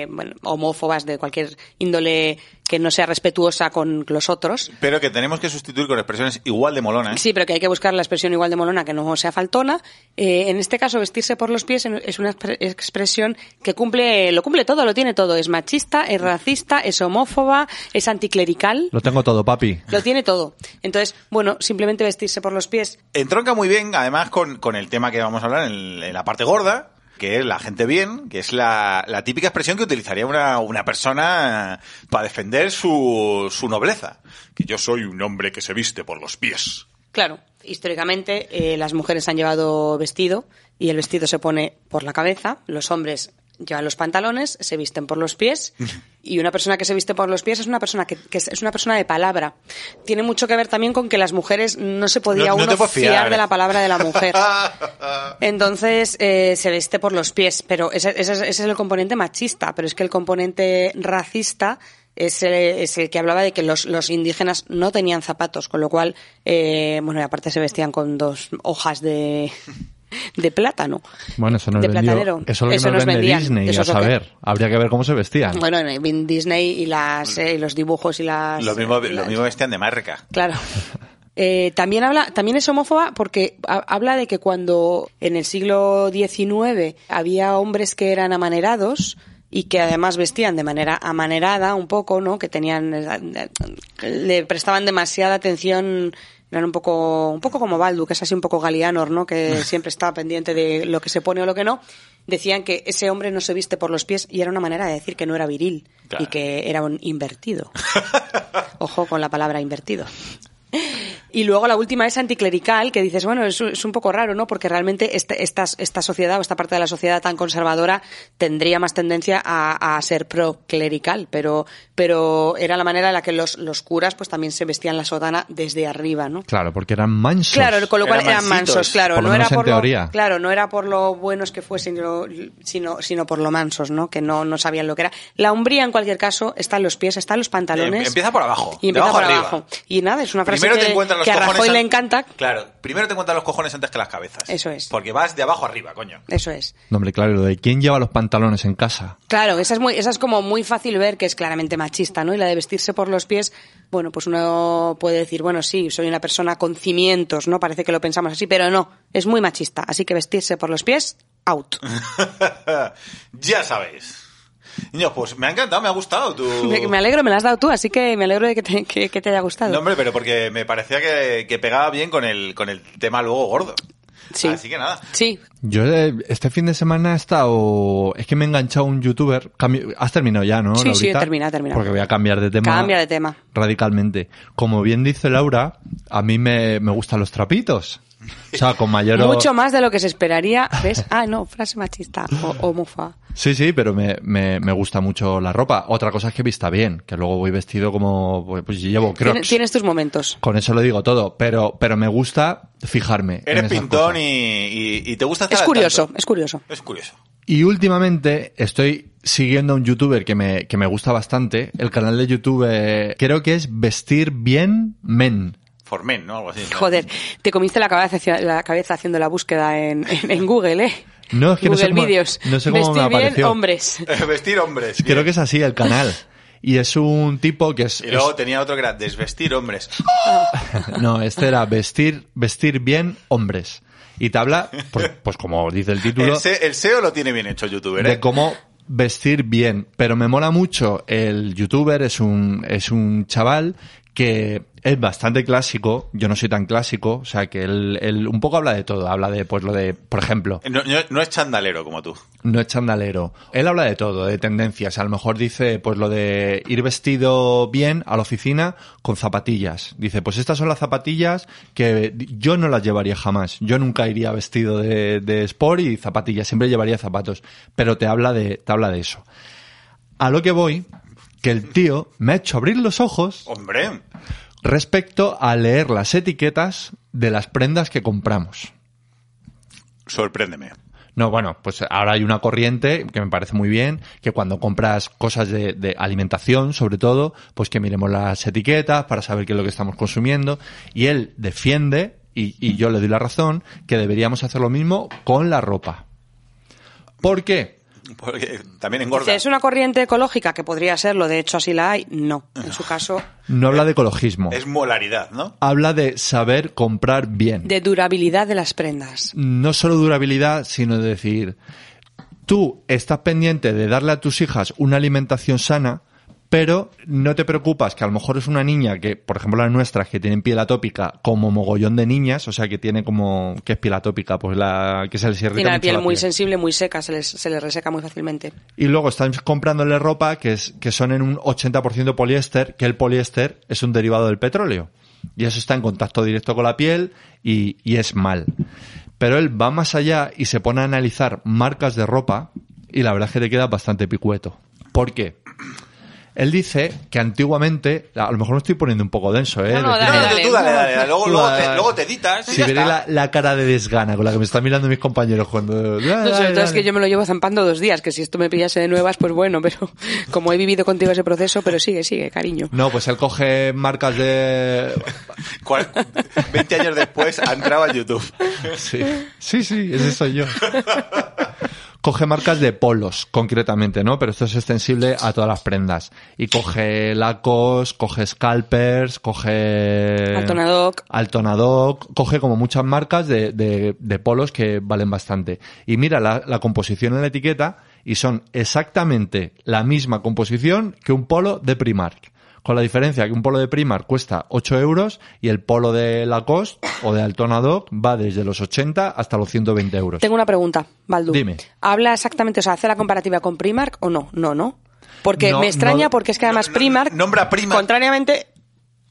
Speaker 2: eh, bueno, homófobas, de cualquier índole que no sea respetuosa con los otros,
Speaker 1: pero que tenemos que sustituir con expresiones igual de molonas.
Speaker 2: Sí, pero que hay que buscar la expresión igual de molona que no sea faltona. Eh, en este caso, vestirse por los pies en- es una expre- expresión que cumple, lo cumple todo, lo tiene todo. Es machista, es racista, racista, es homófoba, es anticlerical.
Speaker 3: Lo tengo todo, papi.
Speaker 2: Lo tiene todo. Entonces, bueno, simplemente vestirse por los pies.
Speaker 1: Entronca muy bien, además, con, con el tema que vamos a hablar en, en la parte gorda, que es la gente bien, que es la, la típica expresión que utilizaría una, una persona para defender su, su nobleza. Que yo soy un hombre que se viste por los pies.
Speaker 2: Claro, históricamente eh, las mujeres han llevado vestido y el vestido se pone por la cabeza, los hombres llevan los pantalones, se visten por
Speaker 1: [LAUGHS]
Speaker 2: los pies y una persona que se viste por los pies es una persona que, que es es una persona de palabra. Tiene mucho que ver también con que las mujeres no se podía
Speaker 1: No- no
Speaker 2: uno
Speaker 1: te puedes
Speaker 2: fiar.
Speaker 1: fiar.
Speaker 2: de la palabra de
Speaker 1: [LAUGHS]
Speaker 2: la mujer. Entonces eh, se viste por los pies, pero ese, ese es- ese es el componente machista, pero es que el componente racista es, eh, es el que hablaba de que los, los indígenas no tenían zapatos, con lo cual, eh, bueno, y aparte se vestían con dos hojas de, [LAUGHS] de plátano.
Speaker 3: Bueno, eso nos
Speaker 2: de
Speaker 3: vendió-
Speaker 2: platanero.
Speaker 3: Eso es lo que nos, vende
Speaker 2: vendían,
Speaker 3: Disney,
Speaker 2: eso
Speaker 3: a
Speaker 2: es lo que-
Speaker 3: saber. Habría que ver cómo se vestían.
Speaker 2: Bueno, en- en Disney y las eh, y los dibujos y las.
Speaker 1: Lo mismo,
Speaker 2: eh,
Speaker 1: lo
Speaker 2: las-
Speaker 1: mismo vestían de marca.
Speaker 2: Claro. [LAUGHS] Eh, también habla, también es homófoba porque ha- habla de que cuando en el siglo XIX había hombres que eran amanerados y que además vestían de manera amanerada un poco, ¿no? Que tenían eh, le prestaban demasiada atención, eran un poco un poco como Baldu, que es así un poco Galianor, ¿no? Que siempre está pendiente de lo que se pone o lo que no. Decían que ese hombre no se viste por los pies y era una manera de decir que no era viril
Speaker 1: Claro.
Speaker 2: y que era un invertido. Ojo con la palabra invertido. Y luego la última es anticlerical, que dices, bueno, es, es un poco raro, ¿no? Porque realmente este- esta, esta sociedad o esta parte de la sociedad tan conservadora tendría más tendencia a, a ser proclerical, pero, pero era la manera en la que los, los curas pues también se vestían la sotana desde arriba, ¿no?
Speaker 3: Claro, porque eran mansos.
Speaker 2: Claro, con lo cual
Speaker 1: Eran
Speaker 2: eran
Speaker 1: mansitos,
Speaker 2: mansos, claro.
Speaker 3: por lo
Speaker 2: no
Speaker 3: menos
Speaker 2: era
Speaker 3: en
Speaker 2: por lo,
Speaker 3: teoría.
Speaker 2: Claro, no era por lo buenos que fuesen, sino, sino, sino por lo mansos, ¿no? Que no, no sabían lo que era. La hombría, en cualquier caso, está en los pies, está en los pantalones.
Speaker 1: Em- empieza por abajo,
Speaker 2: Y
Speaker 1: de
Speaker 2: empieza
Speaker 1: abajo
Speaker 2: por
Speaker 1: arriba.
Speaker 2: abajo. Y nada, es una frase
Speaker 1: Primero
Speaker 2: que,
Speaker 1: te encuentran los
Speaker 2: que a
Speaker 1: cojones.
Speaker 2: Rajoy
Speaker 1: an-
Speaker 2: le encanta.
Speaker 1: Claro, primero te encuentran los cojones antes que las cabezas.
Speaker 2: Eso es.
Speaker 1: Porque vas de abajo arriba, coño. [LAUGHS]
Speaker 2: Eso es.
Speaker 3: No, hombre, claro, lo de quién lleva los pantalones en casa.
Speaker 2: Claro, esa es, muy, esa es como muy fácil ver que es claramente machista, ¿no? Y la de vestirse por los pies, bueno, pues uno puede decir, bueno, sí, soy una persona con cimientos, ¿no? Parece que lo pensamos así, pero no, es muy machista. Así que vestirse por los pies, out.
Speaker 1: ya sabéis. Niños, pues me ha encantado, me ha gustado tu...
Speaker 2: [LAUGHS] Me, [LAUGHS] me alegro, me la has dado tú, así que me alegro de que te, que- que te haya gustado.
Speaker 1: No, hombre, pero porque me parecía que, que pegaba bien con el, con el tema luego gordo.
Speaker 2: sí.
Speaker 1: Así que nada.
Speaker 2: Sí,
Speaker 3: Yo eh, este fin de semana he estado... Es que me he enganchado a un youtuber... Cami- Has terminado ya, ¿no?
Speaker 2: Sí, sí,
Speaker 3: Laurita?
Speaker 2: he terminado, he terminado.
Speaker 3: Porque voy a cambiar de tema.
Speaker 2: Cambia de tema.
Speaker 3: Radicalmente. Como bien dice Laura, a mí me, me gustan los trapitos. O sea, con mayor...
Speaker 2: mucho más de lo que se esperaría. ¿Ves? Ah, no, frase machista o homofa.
Speaker 3: Sí, sí, pero me, me, me gusta mucho la ropa. Otra cosa es que vista bien, que luego voy vestido como... Pues, pues llevo crocs.
Speaker 2: Tienes, tienes tus momentos.
Speaker 3: Con eso lo digo todo, pero, pero me gusta fijarme. en
Speaker 1: Eres
Speaker 3: esas
Speaker 1: pintón
Speaker 3: cosas.
Speaker 1: y, y- y te gusta estar
Speaker 2: Es
Speaker 1: al
Speaker 2: curioso,
Speaker 1: tanto.
Speaker 2: es curioso.
Speaker 1: Es curioso.
Speaker 3: Y últimamente estoy siguiendo a un youtuber que me, que me gusta bastante. El canal de YouTube eh, creo que es Vestir Bien Men.
Speaker 1: For men, ¿no? Algo así. ¿no?
Speaker 2: Joder, te comiste la cabeza, hacia- la cabeza haciendo la búsqueda en, en- en Google, ¿eh?
Speaker 3: No, es que no sé
Speaker 2: Google
Speaker 3: cómo-
Speaker 2: Videos.
Speaker 3: no sé cómo me
Speaker 2: Vestir bien,
Speaker 3: apareció.
Speaker 2: hombres.
Speaker 1: [LAUGHS] Vestir hombres.
Speaker 3: Creo
Speaker 1: bien.
Speaker 3: que es así el
Speaker 1: [LAUGHS]
Speaker 3: canal. Y es un tipo que es...
Speaker 1: Y luego
Speaker 3: es-
Speaker 1: tenía otro que era desvestir hombres.
Speaker 3: [LAUGHS] no, este era Vestir, vestir Bien Hombres. Y te habla, pues, pues como dice el
Speaker 1: [LAUGHS]
Speaker 3: título...
Speaker 1: El, se- el SEO lo tiene bien hecho el youtuber, ¿eh?
Speaker 3: de cómo vestir bien. Pero me mola mucho el youtuber, es un, es un chaval que es bastante clásico, yo no soy tan clásico, o sea que él, él un poco habla de todo, habla de, pues lo de, por ejemplo,
Speaker 1: No, no- no es chandalero como tú.
Speaker 3: no es chandalero. Él habla de todo, de tendencias. A lo mejor dice, pues lo de ir vestido bien a la oficina con zapatillas. Dice, pues estas son las zapatillas que yo no las llevaría jamás. Yo nunca iría vestido de, de sport y zapatillas. Siempre llevaría zapatos. Pero te habla de, te habla de eso. A lo que voy, que el tío me ha hecho abrir los ojos
Speaker 1: Hombre,
Speaker 3: respecto a leer las etiquetas de las prendas que compramos.
Speaker 1: sorpréndeme.
Speaker 3: No, bueno, pues ahora hay una corriente que me parece muy bien, que cuando compras cosas de, de alimentación, sobre todo, pues que miremos las etiquetas para saber qué es lo que estamos consumiendo. Y él defiende, y, y yo le doy la razón, que deberíamos hacer lo mismo con la ropa. ¿Por qué?
Speaker 1: Porque también
Speaker 2: Dice,
Speaker 1: engorda.
Speaker 2: Pues ¿Es una corriente ecológica? Que podría serlo, de hecho así la hay. No, en su caso,
Speaker 3: No habla de ecologismo.
Speaker 1: Es molaridad, ¿no?
Speaker 3: Habla de saber comprar bien.
Speaker 2: de durabilidad de las prendas.
Speaker 3: no solo durabilidad, sino de decir, tú estás pendiente de darle a tus hijas una alimentación sana, pero no te preocupas que a lo mejor es una niña que, por ejemplo, las nuestras que tienen piel atópica como mogollón de niñas, o sea, que tiene como que es piel atópica, pues la que se les irrita
Speaker 2: Tiene la
Speaker 3: mucho
Speaker 2: piel muy
Speaker 3: piel.
Speaker 2: sensible, muy seca, se les, se les reseca muy fácilmente.
Speaker 3: Y luego están comprándole ropa que, es, que son en un 80% poliéster, que el poliéster es un derivado del petróleo. Y eso está en contacto directo con la piel y, y es mal. Pero él va más allá y se pone a analizar marcas de ropa y la verdad es que te queda bastante picueto. ¿Por qué? Él dice que antiguamente, a lo mejor me estoy poniendo un poco denso, ¿eh?
Speaker 2: No, no,
Speaker 3: Decir-
Speaker 1: No, no,
Speaker 2: Dale,
Speaker 1: tú
Speaker 2: dale.
Speaker 1: dale, dale, dale. Luego,
Speaker 3: Tú
Speaker 1: luego,
Speaker 3: dale.
Speaker 1: te, luego te editas. y
Speaker 3: si
Speaker 1: ya
Speaker 3: veréis
Speaker 1: está.
Speaker 3: la, la cara de desgana con la que me están mirando mis compañeros cuando...
Speaker 2: No, sobre todo es que yo me lo llevo zampando dos días, que si esto me pillase de nuevas, pues bueno, pero [LAUGHS] como he vivido contigo ese proceso, pero sigue, sigue, cariño.
Speaker 3: No, pues él coge marcas de...
Speaker 1: Cuar- 20 años después ha entrado a YouTube. [LAUGHS]
Speaker 3: Sí, sí, sí, ese soy yo. Coge marcas de polos, concretamente, ¿no? Pero esto es extensible a todas las prendas. Y coge lacos, coge scalpers, coge...
Speaker 2: Altonadoc.
Speaker 3: Altonadoc, coge como muchas marcas de, de- de polos que valen bastante. Y mira la, la composición en la etiqueta y son exactamente la misma composición que un polo de Primark. Con la diferencia que un polo de Primark cuesta 8 euros y el polo de Lacoste o de Altonadoc va desde los 80 hasta los 120 euros.
Speaker 2: Pues Tengo una pregunta, Baldu.
Speaker 3: Dime.
Speaker 2: ¿Habla exactamente, o sea, hace la comparativa con Primark o no? No, no. Porque
Speaker 3: No,
Speaker 2: me extraña,
Speaker 3: no-
Speaker 2: porque es que además
Speaker 1: No, no,
Speaker 2: Primark.
Speaker 1: nombra Primark.
Speaker 2: Contrariamente,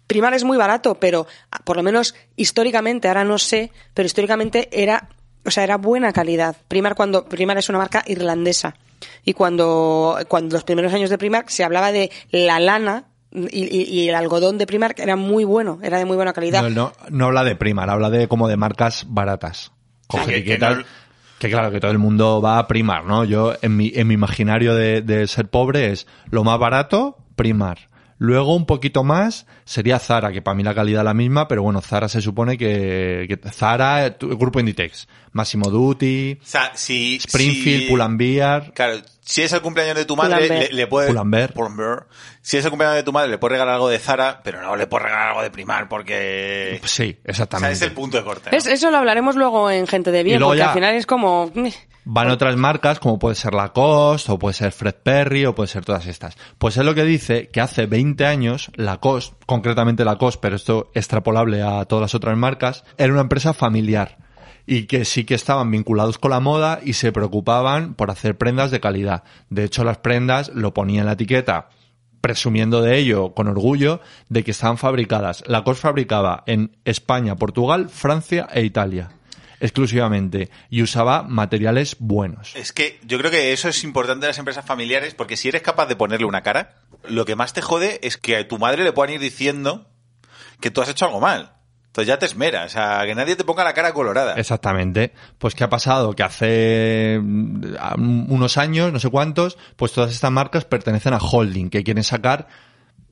Speaker 2: Primark es muy barato, pero ah, por lo menos históricamente, ahora no sé, pero históricamente era. O sea, era buena calidad. Primark cuando Primark es una marca irlandesa y cuando cuando los primeros años de Primark se hablaba de la lana y, y- y el algodón de Primark era muy bueno, era de muy buena calidad.
Speaker 3: No, no, no habla de Primark, habla de como de marcas baratas. Coge
Speaker 1: que- que
Speaker 3: etiquetas- que,
Speaker 1: no-
Speaker 3: claro, que todo el mundo va a Primar, ¿no? Yo, en mi, en mi imaginario de, de ser pobre es lo más barato, Primar. Luego un poquito más sería Zara, que para mí la calidad es la misma, pero bueno, Zara se supone que, que Zara, eh, tu- el grupo Inditex, Massimo Dutti,
Speaker 1: O sea, si.
Speaker 3: Springfield,
Speaker 1: si-
Speaker 3: Pull&Bear,
Speaker 1: Claro, si es el cumpleaños de tu madre,
Speaker 2: Pull&Bear.
Speaker 1: le, le puedes.
Speaker 3: Pull&Bear.
Speaker 1: Pull&Bear. Si es el cumpleaños de tu madre, le puedes regalar algo de Zara, pero no le puedes regalar algo de Primar porque.
Speaker 3: sí,
Speaker 1: O sea,
Speaker 3: exactamente.
Speaker 1: es el punto de corte. ¿no?
Speaker 2: Es- eso lo hablaremos luego en Gente de
Speaker 3: Y
Speaker 2: Bien,
Speaker 3: luego
Speaker 2: porque
Speaker 3: ya-
Speaker 2: al final es como...
Speaker 3: Van otras marcas como puede ser Lacoste o puede ser Fred Perry o puede ser todas estas. Pues es lo que dice que hace 20 años Lacoste, concretamente Lacoste, pero esto extrapolable a todas las otras marcas, era una empresa familiar y que sí que estaban vinculados con la moda y se preocupaban por hacer prendas de calidad. De hecho, las prendas lo ponía en la etiqueta presumiendo de ello con orgullo de que estaban fabricadas. Lacoste fabricaba en España, Portugal, Francia e Italia exclusivamente y usaba materiales buenos.
Speaker 1: Es que yo creo que eso es importante de las empresas familiares, porque si eres capaz de ponerle una cara, lo que más te jode es que a tu madre le puedan ir diciendo que tú has hecho algo mal. Entonces ya te esmeras, o sea, que nadie te ponga la cara colorada.
Speaker 3: Exactamente. Pues ¿qué ha pasado? Que hace mm, a- unos años, no sé cuántos, pues todas estas marcas pertenecen a holding, que quieren sacar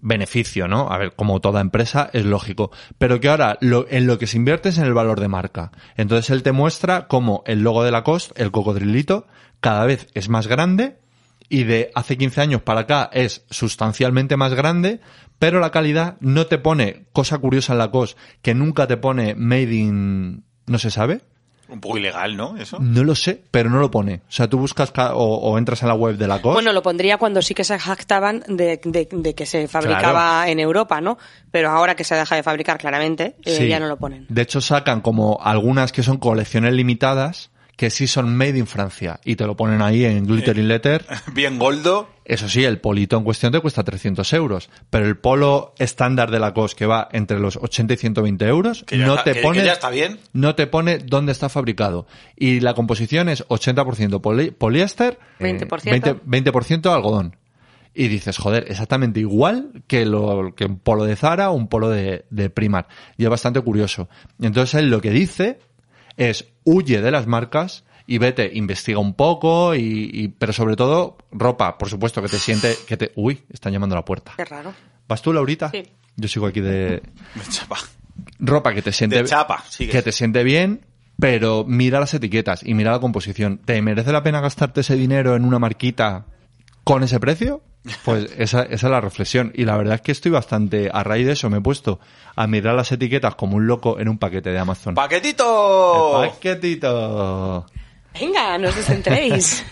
Speaker 3: beneficio, ¿no? A ver, como toda empresa, es lógico. Pero que ahora lo- en lo que se invierte es en el valor de marca. Entonces él te muestra cómo el logo de Lacoste, el cocodrilito, cada vez es más grande y de hace 15 años para acá es sustancialmente más grande, pero la calidad no te pone, cosa curiosa en Lacoste, que nunca te pone made in, no se sabe,
Speaker 1: Un poco ilegal, ¿no? Eso.
Speaker 3: no lo sé, pero no lo pone. O sea, tú buscas ca- o, o entras en la web de Lacoste.
Speaker 2: Bueno, lo pondría cuando sí que se jactaban de, de- de que se fabricaba en Europa, ¿no? Pero ahora que se deja de fabricar, claramente, eh,
Speaker 3: Sí.
Speaker 2: ya no lo ponen.
Speaker 3: De hecho, sacan como algunas que son colecciones limitadas, que sí son made in Francia, y te lo ponen ahí en Glittering Letter.
Speaker 1: [LAUGHS] Bien goldo.
Speaker 3: Eso sí, el polito en cuestión te cuesta 300 euros, pero el polo estándar de Lacoste que va entre los 80 y 120 euros
Speaker 1: Que ya
Speaker 3: no
Speaker 1: está-
Speaker 3: te
Speaker 1: que- que
Speaker 3: pone
Speaker 1: ya está bien.
Speaker 3: no te pone dónde está fabricado y la composición es 80% poli- poliéster, eh,
Speaker 2: 20%.
Speaker 3: 20, 20% algodón. Y dices, joder, exactamente igual que lo que un polo de Zara o un polo de, de Primark. Y es bastante curioso. Y Entonces él lo que dice es huye de las marcas y vete, investiga un poco y, y- pero sobre todo ropa, por supuesto que te siente que te, uy, están llamando a la puerta.
Speaker 2: Qué raro.
Speaker 3: ¿Vas tú, Laurita?
Speaker 2: Sí.
Speaker 3: Yo sigo aquí de
Speaker 1: Chapa.
Speaker 3: ropa que te siente
Speaker 1: De chapa, sigues.
Speaker 3: que te siente bien, pero mira las etiquetas y mira la composición. ¿Te merece la pena gastarte ese dinero en una marquita con ese precio?
Speaker 1: [LAUGHS]
Speaker 3: Pues esa, esa es la reflexión. Y la verdad es que estoy bastante, a raíz de eso, me he puesto a mirar las etiquetas como un loco en un paquete de Amazon.
Speaker 1: ¡Paquetito!
Speaker 3: El paquetito. [LAUGHS]
Speaker 2: Venga, no os descentréis.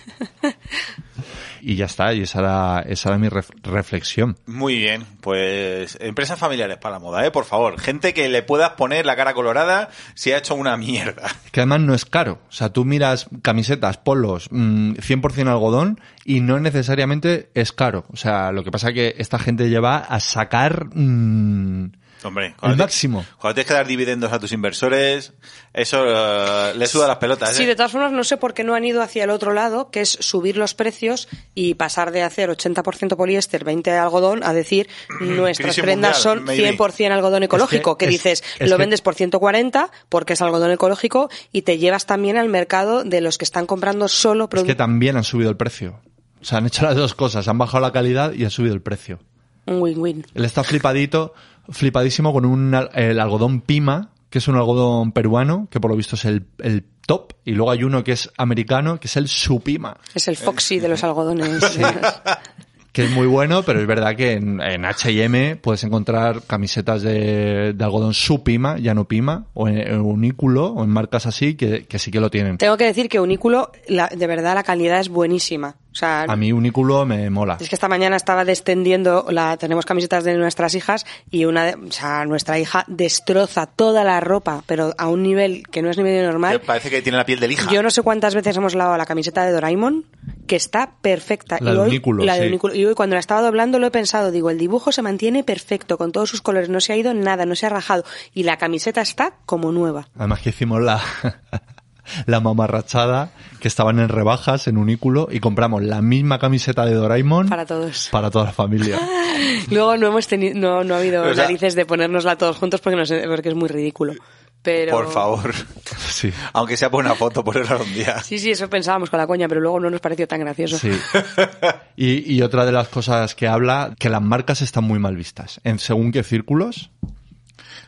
Speaker 3: y ya está, y esa era, esa era mi ref- reflexión.
Speaker 1: Muy bien, pues empresas familiares para la moda, ¿eh? Por favor, gente que le puedas poner la cara colorada si ha hecho una mierda.
Speaker 3: Que además no es caro. O sea, tú miras camisetas, polos, mm, 100% algodón y no necesariamente es caro. O sea, lo que pasa es que esta gente lleva a sacar... mm,
Speaker 1: Hombre,
Speaker 3: El
Speaker 1: te-
Speaker 3: máximo.
Speaker 1: cuando tienes que dar dividendos a tus inversores, eso eh, le suda las pelotas.
Speaker 2: Sí,
Speaker 1: ¿eh?
Speaker 2: de todas formas, no sé por qué no han ido hacia el otro lado, que es subir los precios y pasar de hacer 80% poliéster, 20% algodón, a decir
Speaker 3: Mm,
Speaker 2: nuestras
Speaker 1: Crisis
Speaker 2: prendas
Speaker 1: mundial,
Speaker 2: son
Speaker 1: maybe.
Speaker 2: 100% algodón ecológico. que,
Speaker 3: es-
Speaker 2: dices,
Speaker 3: es
Speaker 2: lo
Speaker 3: que-
Speaker 2: vendes por 140 porque es algodón ecológico y te llevas también al mercado de los que están comprando solo
Speaker 3: Es que
Speaker 2: productos.
Speaker 3: también han subido el precio. O sea, han hecho las dos cosas. Han bajado la calidad y han subido el precio.
Speaker 2: Un win-win.
Speaker 3: Él está flipadito, flipadísimo con un, al- el algodón Pima, que es un algodón peruano, que por lo visto es el, el top. Y luego hay uno que es americano, que es el Supima,
Speaker 2: Es el Foxy de
Speaker 3: Eh.
Speaker 2: los
Speaker 3: [LAUGHS]
Speaker 2: algodones.
Speaker 3: que es muy bueno, pero es verdad que en, en H&M puedes encontrar camisetas de, de algodón Supima, ya no Pima, o en, en Unículo, o en marcas así, que, que sí que lo tienen.
Speaker 2: Tengo que decir que Unículo, la- de verdad, la calidad es buenísima. O sea,
Speaker 3: A mí Unículo me mola.
Speaker 2: Es que esta mañana estaba descendiendo, la, tenemos camisetas de nuestras hijas y una, de- o sea, nuestra hija destroza toda la ropa, pero a un nivel que no es nivel
Speaker 1: Que
Speaker 2: normal.
Speaker 1: parece que tiene la piel de lija.
Speaker 2: Yo no sé cuántas veces hemos lavado la camiseta de Doraemon, que está perfecta.
Speaker 3: La
Speaker 2: y
Speaker 3: de
Speaker 2: hoy,
Speaker 3: Unículo,
Speaker 2: la de
Speaker 3: sí.
Speaker 2: Unículo. Y hoy cuando la estaba doblando lo he pensado, digo, el dibujo se mantiene perfecto, con todos sus colores, no se ha ido nada, no se ha rajado. Y la camiseta está como nueva.
Speaker 3: Además que hicimos la, [LAUGHS] la mamarrachada, que estaban en rebajas, en unículo, y compramos la misma camiseta de Doraemon
Speaker 2: Para todos.
Speaker 3: para toda
Speaker 2: [LAUGHS]
Speaker 3: la familia.
Speaker 2: Luego no hemos tenido, no, no ha habido
Speaker 1: O sea-
Speaker 2: narices de ponérnosla todos juntos porque, nos- porque es muy ridículo. Pero...
Speaker 1: Por
Speaker 2: [LAUGHS]
Speaker 1: favor,
Speaker 3: Sí,
Speaker 1: aunque sea por una foto, ponerla un día.
Speaker 2: Sí, sí, eso pensábamos con la coña, pero luego no nos pareció tan gracioso.
Speaker 3: sí. Y, y otra de las cosas que habla, que las marcas están muy mal vistas. En según qué círculos,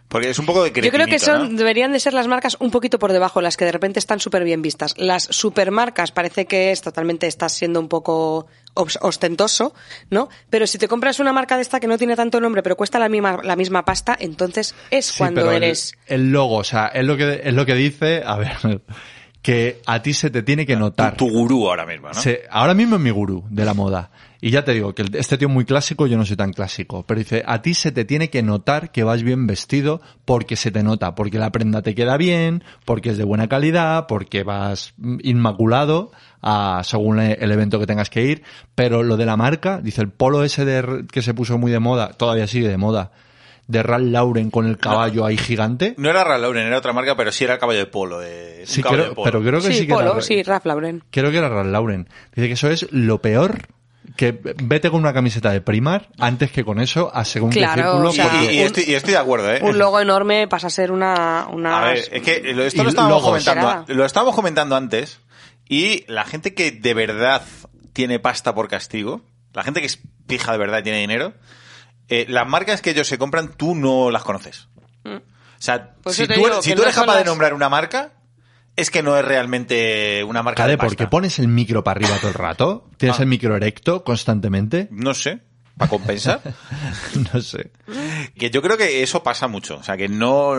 Speaker 1: Porque es un poco de
Speaker 2: Yo creo que
Speaker 1: cretinito,
Speaker 2: son,
Speaker 1: ¿no?
Speaker 2: deberían de ser las marcas un poquito por debajo, las que de repente están súper bien vistas. Las supermarcas parece que es totalmente, estás siendo un poco obs- ostentoso, ¿no? Pero si te compras una marca de esta que no tiene tanto nombre, pero cuesta la misma, la misma pasta, entonces es
Speaker 3: Sí,
Speaker 2: cuando
Speaker 3: pero el-
Speaker 2: eres...
Speaker 3: El, logo, o sea, es lo que es lo que dice, a ver, [LAUGHS] que a ti se te tiene que notar.
Speaker 1: Tu gurú ahora mismo, ¿no?
Speaker 3: Se- ahora mismo es mi gurú de la moda. Y ya te digo que el- este tío es muy clásico, yo no soy tan clásico. Pero dice, a ti se te tiene que notar que vas bien vestido porque se te nota, porque la prenda te queda bien, porque es de buena calidad, porque vas mm, inmaculado a, según le- el evento que tengas que ir. Pero lo de la marca, dice, el polo ese de r- que se puso muy de moda, todavía sigue de moda, de Ralph Lauren con el caballo ahí gigante.
Speaker 1: No era Ralph Lauren, era otra marca, pero sí era el caballo de polo. De... un
Speaker 3: Sí,
Speaker 1: caballo
Speaker 3: creo-
Speaker 1: de polo.
Speaker 3: pero creo que sí,
Speaker 2: sí,
Speaker 3: que era
Speaker 2: Polo,
Speaker 3: Ra-
Speaker 2: sí, Ralph Lauren.
Speaker 3: Creo que era Ralph Lauren. Dice que eso es lo peor. Que vete con una camiseta de Primar antes que con eso a según qué
Speaker 2: Claro,
Speaker 3: círculo.
Speaker 2: o sea,
Speaker 3: porque-
Speaker 1: Y, y
Speaker 2: un-
Speaker 1: estoy, y estoy de acuerdo, ¿eh?
Speaker 2: Un logo enorme pasa a ser una... una
Speaker 1: A ver, es que lo- esto
Speaker 3: Y
Speaker 1: lo estábamos,
Speaker 3: logos.
Speaker 1: comentando,
Speaker 2: Será.
Speaker 1: lo estábamos comentando antes y la gente que de verdad tiene pasta por castigo, la gente que es pija de verdad y tiene dinero, eh, las marcas que ellos se compran tú no las conoces. O sea,
Speaker 2: Pues
Speaker 1: si
Speaker 2: yo Mm. te
Speaker 1: tú,
Speaker 2: digo
Speaker 1: eres- si
Speaker 2: que
Speaker 1: tú
Speaker 2: no
Speaker 1: eres
Speaker 2: son
Speaker 1: capaz de
Speaker 2: las-
Speaker 1: nombrar una marca, es que no es realmente una marca
Speaker 3: Cade,
Speaker 1: de pasta.
Speaker 3: porque pones el micro para arriba todo el rato. Tienes
Speaker 1: Ah.
Speaker 3: el micro erecto constantemente. [LAUGHS]
Speaker 1: No sé, para compensar.
Speaker 3: No sé.
Speaker 1: Que yo creo que eso pasa mucho. O sea, que no.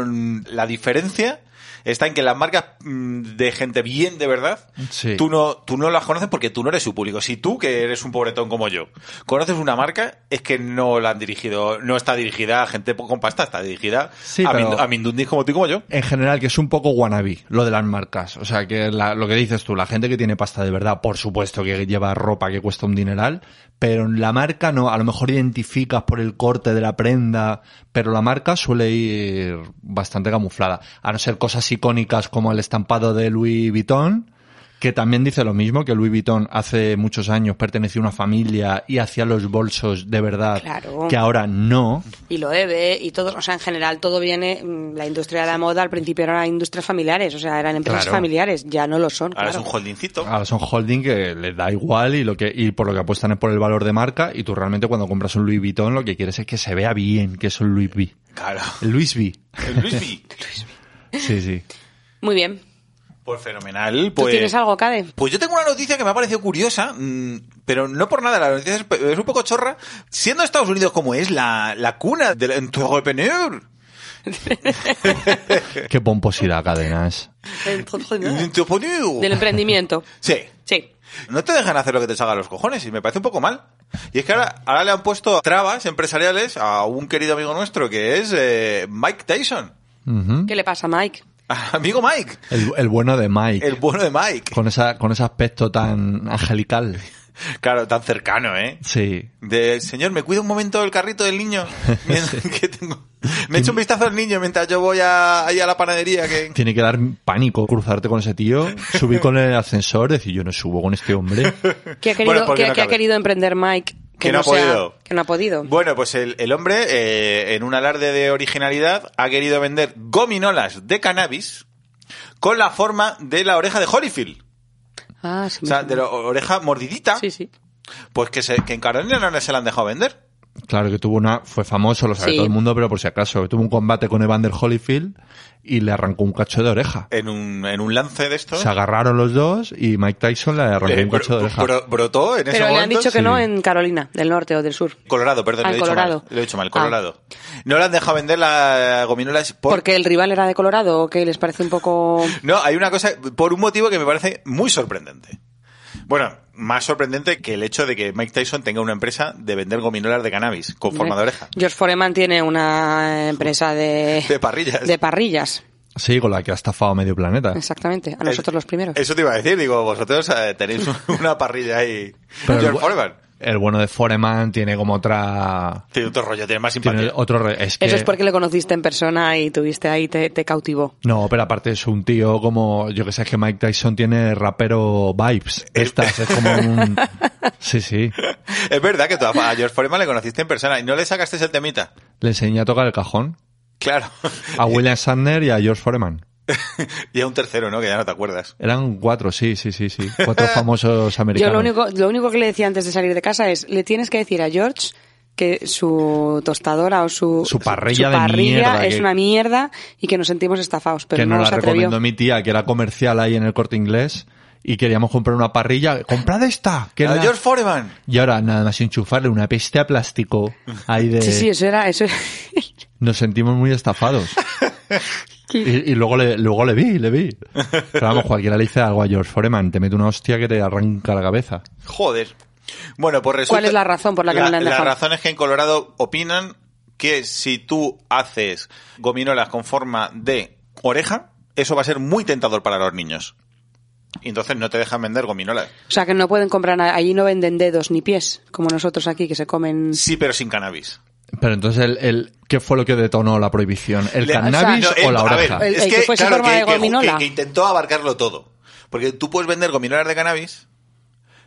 Speaker 1: La diferencia está en que las marcas mm, de gente bien de verdad,
Speaker 3: Sí.
Speaker 1: tú, no, tú no las conoces porque tú no eres su público. Si tú, que eres un pobretón como yo, conoces una marca, es que no la han dirigido, no está dirigida a gente con pasta, está dirigida
Speaker 3: Sí,
Speaker 1: a,
Speaker 3: pero-
Speaker 1: mind- a mindundis como tú y como yo.
Speaker 3: En general, que es un poco wannabe lo de las marcas. O sea, que la- lo que dices tú, la gente que tiene pasta de verdad, por supuesto que lleva ropa que cuesta un dineral, pero la marca no. A lo mejor identificas por el corte de la prenda, pero la marca suele ir bastante camuflada. A no ser cosas icónicas como el estampado de Louis Vuitton, que también dice lo mismo, que Louis Vuitton hace muchos años pertenecía a una familia y hacía los bolsos de verdad,
Speaker 2: Claro.
Speaker 3: que ahora no.
Speaker 2: y lo debe y todo, o sea, en general todo viene, mm, la industria de la moda al principio eran industrias familiares, o sea, eran empresas
Speaker 3: Claro.
Speaker 2: familiares, ya no lo son.
Speaker 1: Ahora
Speaker 2: claro.
Speaker 1: es un holdingcito.
Speaker 3: Ahora son holding que les da igual y lo que y por lo que apuestan es por el valor de marca y tú realmente cuando compras un Louis Vuitton lo que quieres es que se vea bien que es un Louis V.
Speaker 1: Claro.
Speaker 3: El Louis V.
Speaker 1: El Luis
Speaker 3: [LAUGHS]
Speaker 1: V.
Speaker 3: Sí, sí.
Speaker 2: Muy bien.
Speaker 1: Pues fenomenal.
Speaker 2: ¿Tú
Speaker 1: Pues...
Speaker 2: tienes algo, Cade?
Speaker 1: Pues yo tengo una noticia que me ha parecido curiosa, mm, pero no por nada, la noticia es, pe- es un poco chorra. Siendo Estados Unidos como es la, la cuna del entrepreneur,
Speaker 3: Qué pomposidad, cadenas.
Speaker 2: Del
Speaker 1: entrepreneur.
Speaker 2: emprendimiento.
Speaker 1: Sí.
Speaker 2: Sí.
Speaker 1: No te dejan hacer lo que te salga a los cojones y me parece un poco mal. Y es que ahora, ahora le han puesto trabas empresariales a un querido amigo nuestro que es eh, Mike Tyson. [LAUGHS]
Speaker 3: Ujú.
Speaker 2: ¿Qué le pasa, Mike?
Speaker 1: Amigo Mike,
Speaker 3: el, el bueno de Mike.
Speaker 1: el bueno de Mike.
Speaker 3: Con, esa, con ese aspecto tan angelical.
Speaker 1: Claro, tan cercano, ¿eh?
Speaker 3: Sí.
Speaker 1: De, señor, ¿me cuida un momento el carrito del
Speaker 3: [LAUGHS]
Speaker 1: niño? Mientras [LAUGHS] que tengo... Me echo un vistazo al niño mientras yo voy a, ahí a la panadería. Que...
Speaker 3: Tiene que dar pánico cruzarte con ese tío, subir con el ascensor, decir yo no subo con este hombre.
Speaker 2: ¿Qué ha querido,
Speaker 1: Bueno, porque
Speaker 2: qué-
Speaker 1: no
Speaker 2: qué ha
Speaker 1: cabe.
Speaker 2: querido emprender Mike?
Speaker 1: Que no ha
Speaker 2: sea-
Speaker 1: podido.
Speaker 2: que no ha podido.
Speaker 1: Bueno, pues el, el hombre, eh, en un alarde de originalidad, ha querido vender gominolas de cannabis con la forma de la oreja de Holyfield.
Speaker 2: Ah, sí.
Speaker 1: O sea,
Speaker 2: me-
Speaker 1: de la oreja mordidita,
Speaker 2: Sí, sí.
Speaker 1: pues que, se- que en Carolina no se la han dejado vender.
Speaker 3: Claro que tuvo una, fue famoso, lo sabe
Speaker 2: Sí.
Speaker 3: todo el mundo, pero por si acaso, tuvo un combate con Evander Holyfield y le arrancó un cacho de oreja.
Speaker 1: En un, en un lance de estos.
Speaker 3: Se agarraron los dos y Mike Tyson le arrancó
Speaker 1: eh,
Speaker 3: un cacho
Speaker 1: bro-
Speaker 3: de oreja.
Speaker 1: bro- brotó en ese
Speaker 2: Pero le han
Speaker 1: momento.
Speaker 2: dicho que
Speaker 3: sí.
Speaker 2: no en Carolina, del norte o del sur.
Speaker 1: Colorado, perdón,
Speaker 2: Ah,
Speaker 1: lo he, dicho
Speaker 2: Colorado.
Speaker 1: Mal, lo he dicho mal,
Speaker 2: Ah.
Speaker 1: Colorado. No le han dejado vender las gominolas por...
Speaker 2: ¿Porque el rival era de Colorado o que les parece un poco...
Speaker 1: No, hay una cosa, por un motivo que me parece muy sorprendente. Bueno, más sorprendente que el hecho de que Mike Tyson tenga una empresa de vender gominolas de cannabis con forma de oreja.
Speaker 2: George Foreman tiene una empresa de,
Speaker 1: De parrillas.
Speaker 2: de parrillas.
Speaker 3: Sí, con la que ha estafado a medio planeta.
Speaker 2: Exactamente, a nosotros
Speaker 1: Es-
Speaker 2: los primeros.
Speaker 1: Eso te iba a decir, digo, vosotros eh,
Speaker 2: [LAUGHS]
Speaker 1: tenéis [LAUGHS] un- una parrilla ahí.
Speaker 3: Pero
Speaker 1: George
Speaker 3: bu-
Speaker 1: Foreman.
Speaker 3: el bueno de Foreman tiene como otra...
Speaker 1: Tiene otro rollo, tiene más simpatía.
Speaker 3: Tiene otro... re- Es que...
Speaker 2: Eso es porque le conociste en persona y tuviste ahí, te, te cautivó.
Speaker 3: No, pero aparte es un tío como, yo que sé, es que Mike Tyson tiene rapero vibes. Estas es como un... Sí, sí.
Speaker 1: Es verdad que tú a a George Foreman le conociste en persona y no le sacaste el temita.
Speaker 3: Le enseñé a tocar el cajón
Speaker 1: Claro. [LAUGHS]
Speaker 3: a William Sandner y a George Foreman.
Speaker 1: Y a un tercero, ¿no? Que ya no te acuerdas.
Speaker 3: Eran cuatro, sí, sí, sí, sí. Cuatro famosos
Speaker 2: Yo
Speaker 3: americanos.
Speaker 2: lo único, lo único que le decía antes de salir de casa es, le tienes que decir a George que su tostadora o su,
Speaker 3: Su parrilla
Speaker 2: su
Speaker 3: de
Speaker 2: parrilla
Speaker 3: mierda,
Speaker 2: es
Speaker 3: que-
Speaker 2: una mierda y que nos sentimos estafados, pero
Speaker 3: que
Speaker 2: no
Speaker 3: nos
Speaker 2: nos
Speaker 3: la
Speaker 2: atrevió.
Speaker 3: recomendó mi tía, que era comercial ahí en el corte inglés, y queríamos comprar una parrilla. ¡Comprad esta! Que
Speaker 1: A
Speaker 3: la-
Speaker 1: George Foreman.
Speaker 3: Y ahora, nada más enchufarle una peste a plástico ahí de...
Speaker 2: Sí, sí, eso era, eso
Speaker 3: Nos sentimos
Speaker 2: [LAUGHS]
Speaker 3: muy estafados. Y, y luego le, luego le vi, le vi. Pero vamos, cualquiera le dice algo a George Foreman, te mete una hostia que te arranca la cabeza.
Speaker 1: Joder. Bueno, pues resulta...
Speaker 2: ¿Cuál es la razón por la que no le han dejado?
Speaker 1: La razón es que en Colorado opinan que si tú haces gominolas con forma de oreja, eso va a ser muy tentador para los niños. Y entonces no te dejan vender gominolas.
Speaker 2: O sea, que no pueden comprar, nada. allí no venden dedos ni pies, como nosotros aquí, que se comen...
Speaker 1: Sí, pero sin cannabis.
Speaker 3: Pero entonces, el, el- ¿qué fue lo que detonó la prohibición? ¿El
Speaker 1: Le-
Speaker 3: cannabis
Speaker 1: No, eh,
Speaker 3: o la
Speaker 1: a
Speaker 3: oreja?
Speaker 1: ver,
Speaker 2: El-
Speaker 1: es
Speaker 2: el
Speaker 1: que,
Speaker 2: que fuese
Speaker 1: claro,
Speaker 2: forma
Speaker 1: que-
Speaker 2: de
Speaker 1: que-
Speaker 2: gominola.
Speaker 1: que- que intentó abarcarlo todo. Porque tú puedes vender gominolas de cannabis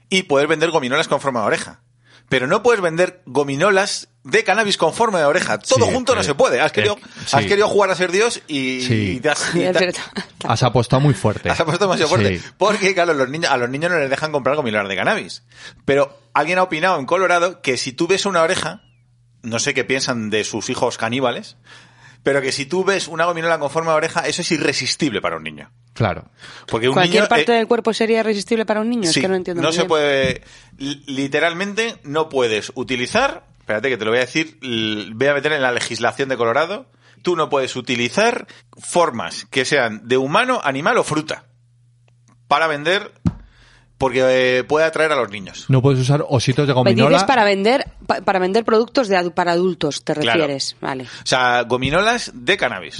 Speaker 1: y puedes vender gominolas con forma de oreja. Pero no puedes vender gominolas de cannabis con forma de oreja. Todo
Speaker 3: Sí,
Speaker 1: junto
Speaker 3: eh,
Speaker 1: no se puede. Has querido,
Speaker 3: eh,
Speaker 1: has
Speaker 3: sí.
Speaker 1: querido jugar a ser Dios y,
Speaker 3: Sí.
Speaker 1: y te has-
Speaker 2: [LAUGHS]
Speaker 1: y te-
Speaker 3: Has apostado muy fuerte.
Speaker 1: Has apostado demasiado fuerte.
Speaker 3: Sí.
Speaker 1: Porque, claro, los niños, a los niños no les dejan comprar gominolas de cannabis. Pero alguien ha opinado en Colorado que si tú ves una oreja, no sé qué piensan de sus hijos caníbales, pero que si tú ves una gominola con forma de oreja, eso es irresistible para un niño.
Speaker 3: Claro.
Speaker 1: Porque un
Speaker 2: Cualquier
Speaker 1: niño,
Speaker 2: parte
Speaker 1: eh,
Speaker 2: del cuerpo sería irresistible para un niño,
Speaker 1: sí,
Speaker 2: es que no entiendo muy
Speaker 1: se
Speaker 2: bien.
Speaker 1: puede. li- Literalmente no puedes utilizar. Espérate que te lo voy a decir. l- Voy a meter en la legislación de Colorado. Tú no puedes utilizar formas que sean de humano, animal o fruta para vender porque eh, puede atraer a los niños.
Speaker 3: No puedes usar ositos de
Speaker 2: Me
Speaker 3: gominola.
Speaker 2: dices para vender, pa- para vender productos de adu- para adultos, te
Speaker 1: Claro.
Speaker 2: refieres, vale.
Speaker 1: O sea, gominolas de cannabis.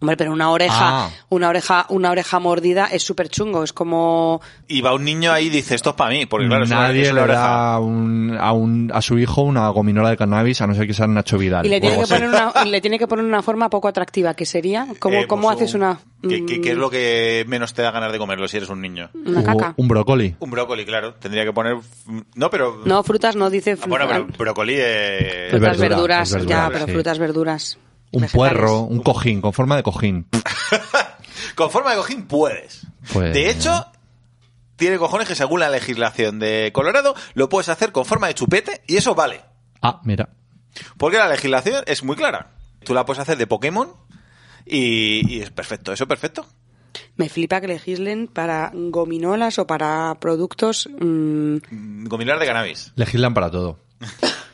Speaker 2: Hombre, pero una oreja,
Speaker 3: Ah.
Speaker 2: una oreja, una oreja mordida es súper chungo, es como
Speaker 1: Y va un niño ahí y dice, esto es para mí, porque claro, es una-
Speaker 3: Nadie
Speaker 1: es una
Speaker 3: le
Speaker 1: oreja.
Speaker 3: da a, un- a, un- a su hijo una gominola de cannabis, a no ser que sea Nacho Vidal.
Speaker 2: y le
Speaker 3: o
Speaker 2: tiene
Speaker 3: algo
Speaker 2: que
Speaker 3: así.
Speaker 2: poner una, y le tiene que poner una forma poco atractiva, que sería como
Speaker 1: pues Eh,
Speaker 2: cómo
Speaker 1: pues
Speaker 2: haces
Speaker 1: un-
Speaker 2: una
Speaker 1: ¿Qué- qué-
Speaker 2: mm,
Speaker 1: qué es lo que menos te da ganas de comerlo si eres un niño?
Speaker 2: una caca.
Speaker 3: Un brócoli.
Speaker 1: Un brócoli, claro. Tendría que poner... mm, No, pero...
Speaker 2: No, frutas no dice
Speaker 1: Ah, Bueno,
Speaker 2: fruta-
Speaker 1: pero brócoli eh,
Speaker 3: Es
Speaker 2: frutas,
Speaker 3: verdura,
Speaker 2: verduras,
Speaker 3: es verdura,
Speaker 2: ya, pero
Speaker 3: sí.
Speaker 2: frutas, verduras.
Speaker 3: Un
Speaker 2: vegetales.
Speaker 3: puerro, un cojín, con forma de cojín.
Speaker 1: con forma de cojín puedes.
Speaker 3: Pues-
Speaker 1: De hecho, tiene cojones que según la legislación de Colorado lo puedes hacer con forma de chupete y eso vale.
Speaker 3: Ah, mira.
Speaker 1: Porque la legislación es muy clara. Tú la puedes hacer de Pokémon y, y es perfecto, eso es perfecto.
Speaker 2: Me flipa que legislen para gominolas o para productos mm,
Speaker 1: Mm, Gominar de cannabis.
Speaker 3: Legislan para todo.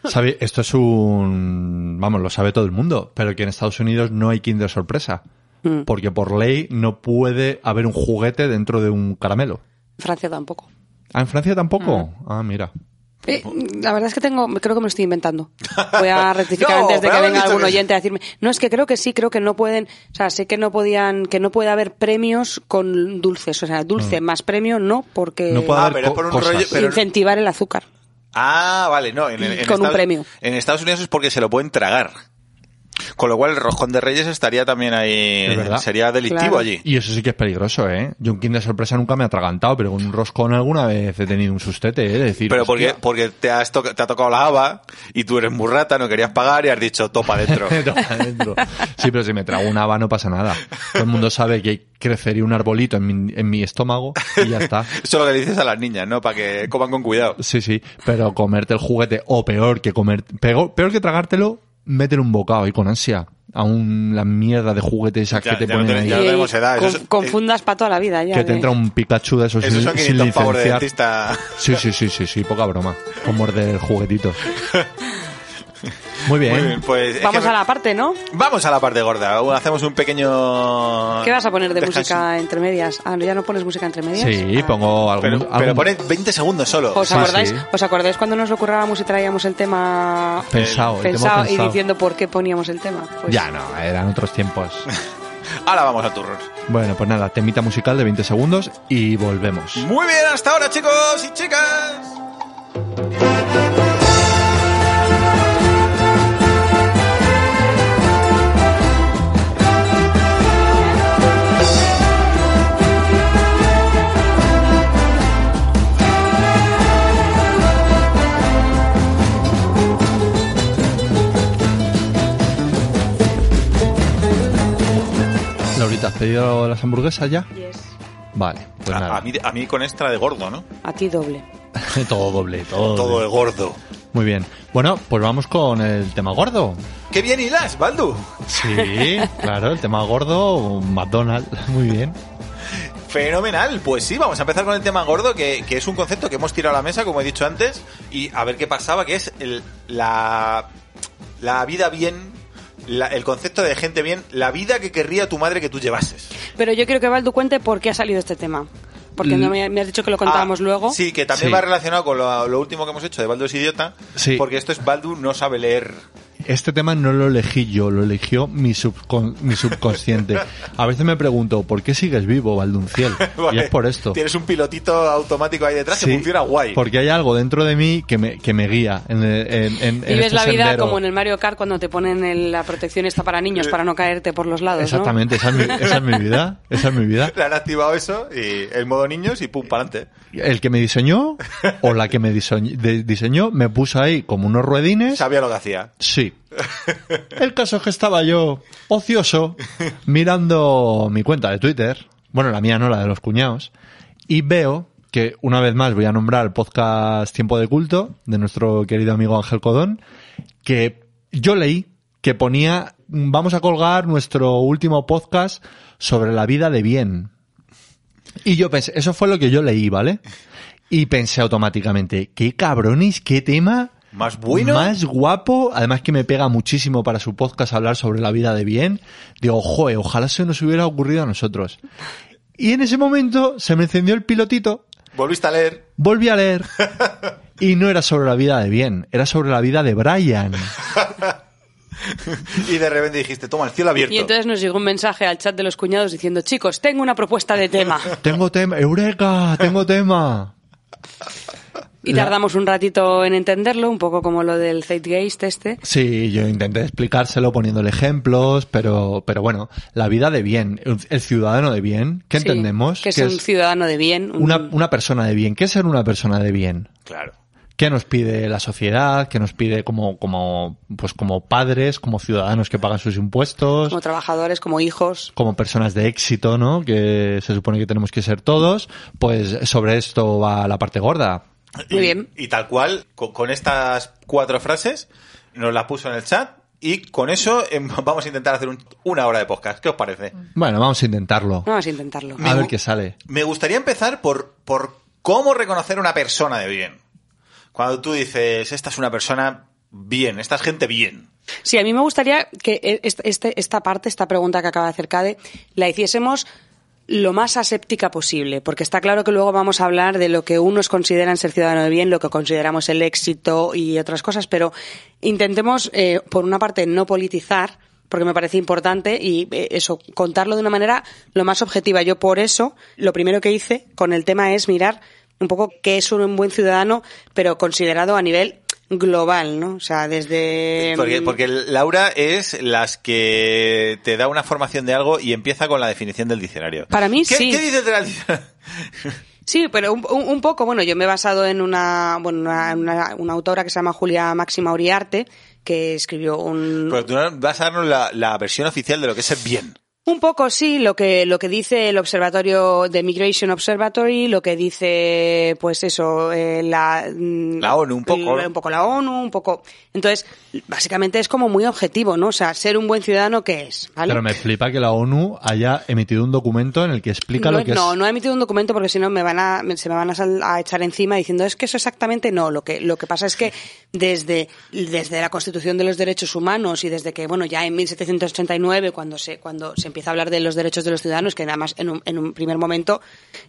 Speaker 3: ¿Sabe? Esto es un... Vamos, lo sabe todo el mundo, pero que en Estados Unidos no hay kinder sorpresa.
Speaker 2: Mm.
Speaker 3: Porque por ley no puede haber un juguete dentro de un caramelo.
Speaker 2: Francia tampoco.
Speaker 3: Ah, ¿en Francia
Speaker 2: Mm.
Speaker 3: tampoco? Ah, mira.
Speaker 2: Eh, la verdad es que tengo, creo que me lo estoy inventando.
Speaker 1: [LAUGHS]
Speaker 2: Voy a rectificar
Speaker 1: No,
Speaker 2: antes de
Speaker 1: pero
Speaker 2: que
Speaker 1: han
Speaker 2: venga
Speaker 1: dicho
Speaker 2: algún
Speaker 1: que-
Speaker 2: oyente a decirme. No, es que creo que sí, creo que no pueden, o sea, sé que no podían, que no puede haber premios con dulces, o sea,
Speaker 1: Mm.
Speaker 2: dulce más premio no, porque
Speaker 3: No puede
Speaker 1: Ah,
Speaker 3: haber
Speaker 1: pero es
Speaker 3: co-
Speaker 1: por un
Speaker 3: cosas.
Speaker 1: rollo- pero-
Speaker 2: incentivar el azúcar.
Speaker 1: Ah, vale, no. En, el- en
Speaker 2: Con un
Speaker 1: Estados-
Speaker 2: premio.
Speaker 1: En Estados Unidos es porque se lo pueden tragar. Con lo cual el roscón de Reyes estaría también ahí.
Speaker 3: Es verdad.
Speaker 1: Sería delictivo
Speaker 2: Claro.
Speaker 1: allí.
Speaker 3: Y eso sí que es peligroso, ¿eh? Yo un Kinder Sorpresa nunca me he atragantado, pero con un roscón alguna vez he tenido un sustete, ¿eh? De decir,
Speaker 1: Pero porque,
Speaker 3: hostia. [LAUGHS]
Speaker 1: porque te, has toca- te ha tocado la haba y tú eres burrata, no querías pagar y has dicho topa
Speaker 3: [LAUGHS]
Speaker 1: adentro.
Speaker 3: Toca dentro. Sí, pero si me trago una haba no pasa nada. Todo el mundo sabe que crecería un arbolito en mi, en mi estómago y ya está.
Speaker 1: Eso es lo que le dices a las niñas, ¿no? Para que coman con cuidado.
Speaker 3: Sí, sí, pero comerte el juguete, o peor que comer, peor, peor que tragártelo, métele un bocado y con ansia. A un, la mierda de juguete esas
Speaker 1: Ya-
Speaker 3: que te
Speaker 1: ya no
Speaker 3: ponen
Speaker 1: tiene-
Speaker 3: ahí.
Speaker 1: Ya
Speaker 2: Y
Speaker 1: tenemos edad, eso es-
Speaker 2: Eh,
Speaker 1: eh,
Speaker 2: confundas para toda la vida ya. eh.
Speaker 3: Que te
Speaker 2: de-
Speaker 3: entra un Pikachu de esos
Speaker 1: Esos
Speaker 3: sin,
Speaker 1: son
Speaker 3: sin
Speaker 1: 500 pavos de
Speaker 3: licenciar.
Speaker 1: dentista.
Speaker 3: Sí, sí, sí, sí, sí, poca broma. Con morder juguetitos. Muy bien.
Speaker 1: Muy bien, pues. es
Speaker 2: Vamos
Speaker 1: que-
Speaker 2: a la parte, ¿no?
Speaker 1: Vamos a la parte gorda. Hacemos un pequeño.
Speaker 2: ¿Qué vas a poner de
Speaker 1: descanso.
Speaker 2: música entre medias? Ah, ¿ya no pones música entre medias?
Speaker 3: Sí,
Speaker 2: Ah.
Speaker 3: pongo algún...
Speaker 1: Pero, pero
Speaker 3: algún-
Speaker 1: pone 20 segundos solo.
Speaker 2: ¿Os
Speaker 3: Sí,
Speaker 2: acordáis,
Speaker 3: sí.
Speaker 2: ¿Os acordáis cuando nos lo currábamos y traíamos el tema
Speaker 3: Pensado, el tema
Speaker 2: pensado, y
Speaker 3: pensado.
Speaker 2: diciendo por qué poníamos el tema? Pues-
Speaker 3: Ya no, eran otros tiempos.
Speaker 1: Ahora vamos a turros.
Speaker 3: Bueno, pues nada, temita musical de 20 segundos y volvemos.
Speaker 1: Muy bien, hasta ahora, chicos y chicas.
Speaker 3: Laurita, ¿has pedido las hamburguesas ya?
Speaker 2: Yes.
Speaker 3: Vale, pues
Speaker 1: a,
Speaker 3: nada.
Speaker 1: a mí, a mí con extra de gordo, ¿no?
Speaker 2: A ti doble.
Speaker 3: [LAUGHS] todo doble, todo.
Speaker 1: Todo
Speaker 3: doble.
Speaker 1: de gordo.
Speaker 3: Muy bien. Bueno, pues vamos con el tema gordo.
Speaker 1: ¡Qué bien hilas, Baldu! [LAUGHS]
Speaker 3: Sí, claro, el tema gordo, un McDonald's, muy bien.
Speaker 1: Fenomenal. Pues sí, vamos a empezar con el tema gordo, que, que es un concepto que hemos tirado a la mesa, como he dicho antes, y a ver qué pasaba, que es el- la, la vida bien, la- el concepto de gente bien, la vida que querría tu madre que tú llevases.
Speaker 2: Pero yo quiero que Baldu cuente por qué ha salido este tema. Porque no me, me has dicho que lo contábamos
Speaker 1: Ah,
Speaker 2: luego.
Speaker 1: Sí, que también
Speaker 3: Sí.
Speaker 1: va relacionado con lo, lo último que hemos hecho de Baldu es idiota,
Speaker 3: Sí.
Speaker 1: porque esto es Baldu no sabe leer.
Speaker 3: Este tema no lo elegí yo, lo eligió mi, subcon- mi subconsciente. A veces me pregunto, ¿por qué sigues vivo,
Speaker 1: [LAUGHS]
Speaker 3: Valdunciel? Y
Speaker 1: Vale.
Speaker 3: es por esto.
Speaker 1: Tienes un pilotito automático ahí detrás que
Speaker 3: Sí,
Speaker 1: funciona guay.
Speaker 3: Porque hay algo dentro de mí que me, que me guía en, en, en- en
Speaker 2: Vives
Speaker 3: este
Speaker 2: la vida
Speaker 3: sendero. Eh,
Speaker 2: como en el Mario Kart cuando te ponen el- la protección esta para niños, para no caerte por los lados. ¿no?
Speaker 3: Exactamente, esa es, mi, esa es mi vida, esa es mi vida.
Speaker 1: [LAUGHS] Le han activado eso y el modo niños y pum, para adelante.
Speaker 3: El que me diseñó o la que me diseñ- de- diseñó me puso ahí como unos ruedines.
Speaker 1: Sabía lo que hacía.
Speaker 3: Sí. [LAUGHS] El caso es que estaba yo ocioso mirando mi cuenta de Twitter, bueno, la mía no, la de los cuñados, y veo que una vez más voy a nombrar el podcast Tiempo de Culto de nuestro querido amigo Ángel Codón, que yo leí que ponía, vamos a colgar nuestro último podcast sobre la vida de bien. Y yo pensé, eso fue lo que yo leí, ¿vale? Y pensé automáticamente, qué cabrones, qué tema
Speaker 1: Más bueno.
Speaker 3: más guapo, además que me pega muchísimo para su podcast hablar sobre la vida de bien. Digo, joe, ojalá se nos hubiera ocurrido a nosotros. Y en ese momento se me encendió el pilotito,
Speaker 1: Volviste a leer.
Speaker 3: volví
Speaker 1: [LAUGHS]
Speaker 3: a leer y no era sobre la vida de bien, era sobre la vida de Brian.
Speaker 1: Y de repente dijiste, toma, el cielo abierto.
Speaker 2: Y entonces nos llegó un mensaje al chat de los cuñados diciendo, chicos, tengo una propuesta de
Speaker 3: [LAUGHS]
Speaker 2: tema.
Speaker 3: Tengo tema, Eureka, tengo tema.
Speaker 2: Y
Speaker 3: La-
Speaker 2: tardamos un ratito en entenderlo, un poco como lo del Zeitgeist este.
Speaker 3: Sí, yo intenté explicárselo poniéndole ejemplos, pero, pero bueno, la vida de bien, el el ciudadano de bien, ¿qué
Speaker 2: Sí,
Speaker 3: entendemos?
Speaker 2: Que es
Speaker 3: ¿Qué
Speaker 2: un ciudadano de bien. un-
Speaker 3: una, una persona de bien. ¿Qué es ser una persona de bien?
Speaker 1: Claro.
Speaker 3: ¿Qué nos pide la sociedad? ¿Qué nos pide como, como, pues como padres, como ciudadanos que pagan sus impuestos?
Speaker 2: Como trabajadores, como hijos.
Speaker 3: como personas de éxito, ¿no? Que se supone que tenemos que ser todos, pues sobre esto va la parte gorda.
Speaker 2: Muy bien.
Speaker 1: Y tal cual, con, con estas cuatro frases, nos las puso en el chat y con eso em, [LAUGHS] vamos a intentar hacer un- una hora de podcast. ¿Qué os parece?
Speaker 3: Bueno, vamos a intentarlo.
Speaker 2: Vamos a intentarlo.
Speaker 3: A ver qué sale.
Speaker 1: Me gustaría empezar por, por cómo reconocer una persona de bien. Cuando tú dices, esta es una persona bien, esta es gente bien.
Speaker 2: Sí, a mí e, este, me gustaría que est- este- esta parte, esta pregunta que acaba de hacer Cade, la hiciésemos lo más aséptica posible, porque está claro que luego vamos a hablar de lo que unos consideran ser ciudadano de bien, lo que consideramos el éxito y otras cosas, pero intentemos, eh, por una parte, no politizar, porque me parece importante y eh, eso, contarlo de una manera lo más objetiva. Yo por eso, lo primero que hice con el tema es mirar un poco qué es un buen ciudadano, pero considerado a nivel global, ¿no? O sea, desde...
Speaker 1: Porque, porque Laura es las que te da una formación de algo y empieza con la definición del diccionario.
Speaker 2: Para mí
Speaker 1: ¿Qué,
Speaker 2: sí.
Speaker 1: ¿Qué dices del [LAUGHS] diccionario?
Speaker 2: Sí, pero un, un- un poco, bueno, yo me he basado en una, bueno, una, una- una autora que se llama Julia Máxima Uriarte, que escribió un...
Speaker 1: Pero Pues tú no- vas a darnos la, la versión oficial de lo que es el bien.
Speaker 2: Un poco, sí, lo que, lo que dice el observatorio de Migration Observatory, lo que dice, pues eso, eh, la... mm,
Speaker 1: La ONU, un poco,
Speaker 2: la-
Speaker 1: ¿no?
Speaker 2: Un poco la ONU, un poco... Entonces, básicamente es como muy objetivo, ¿no? O sea, ser un buen ciudadano, ¿qué es? ¿Vale?
Speaker 3: Pero me flipa que la ONU haya emitido un documento en el que explica
Speaker 2: no,
Speaker 3: lo que
Speaker 2: no,
Speaker 3: es.
Speaker 2: no he emitido un documento porque si no me van a, me- se me van a, sal- a echar encima diciendo es que eso exactamente no. Lo que, lo que pasa es que desde, desde la Constitución de los Derechos Humanos y desde que, bueno, ya en 1789, cuando se, cuando se empieza a hablar de los derechos de los ciudadanos, que nada más en un, en un primer momento,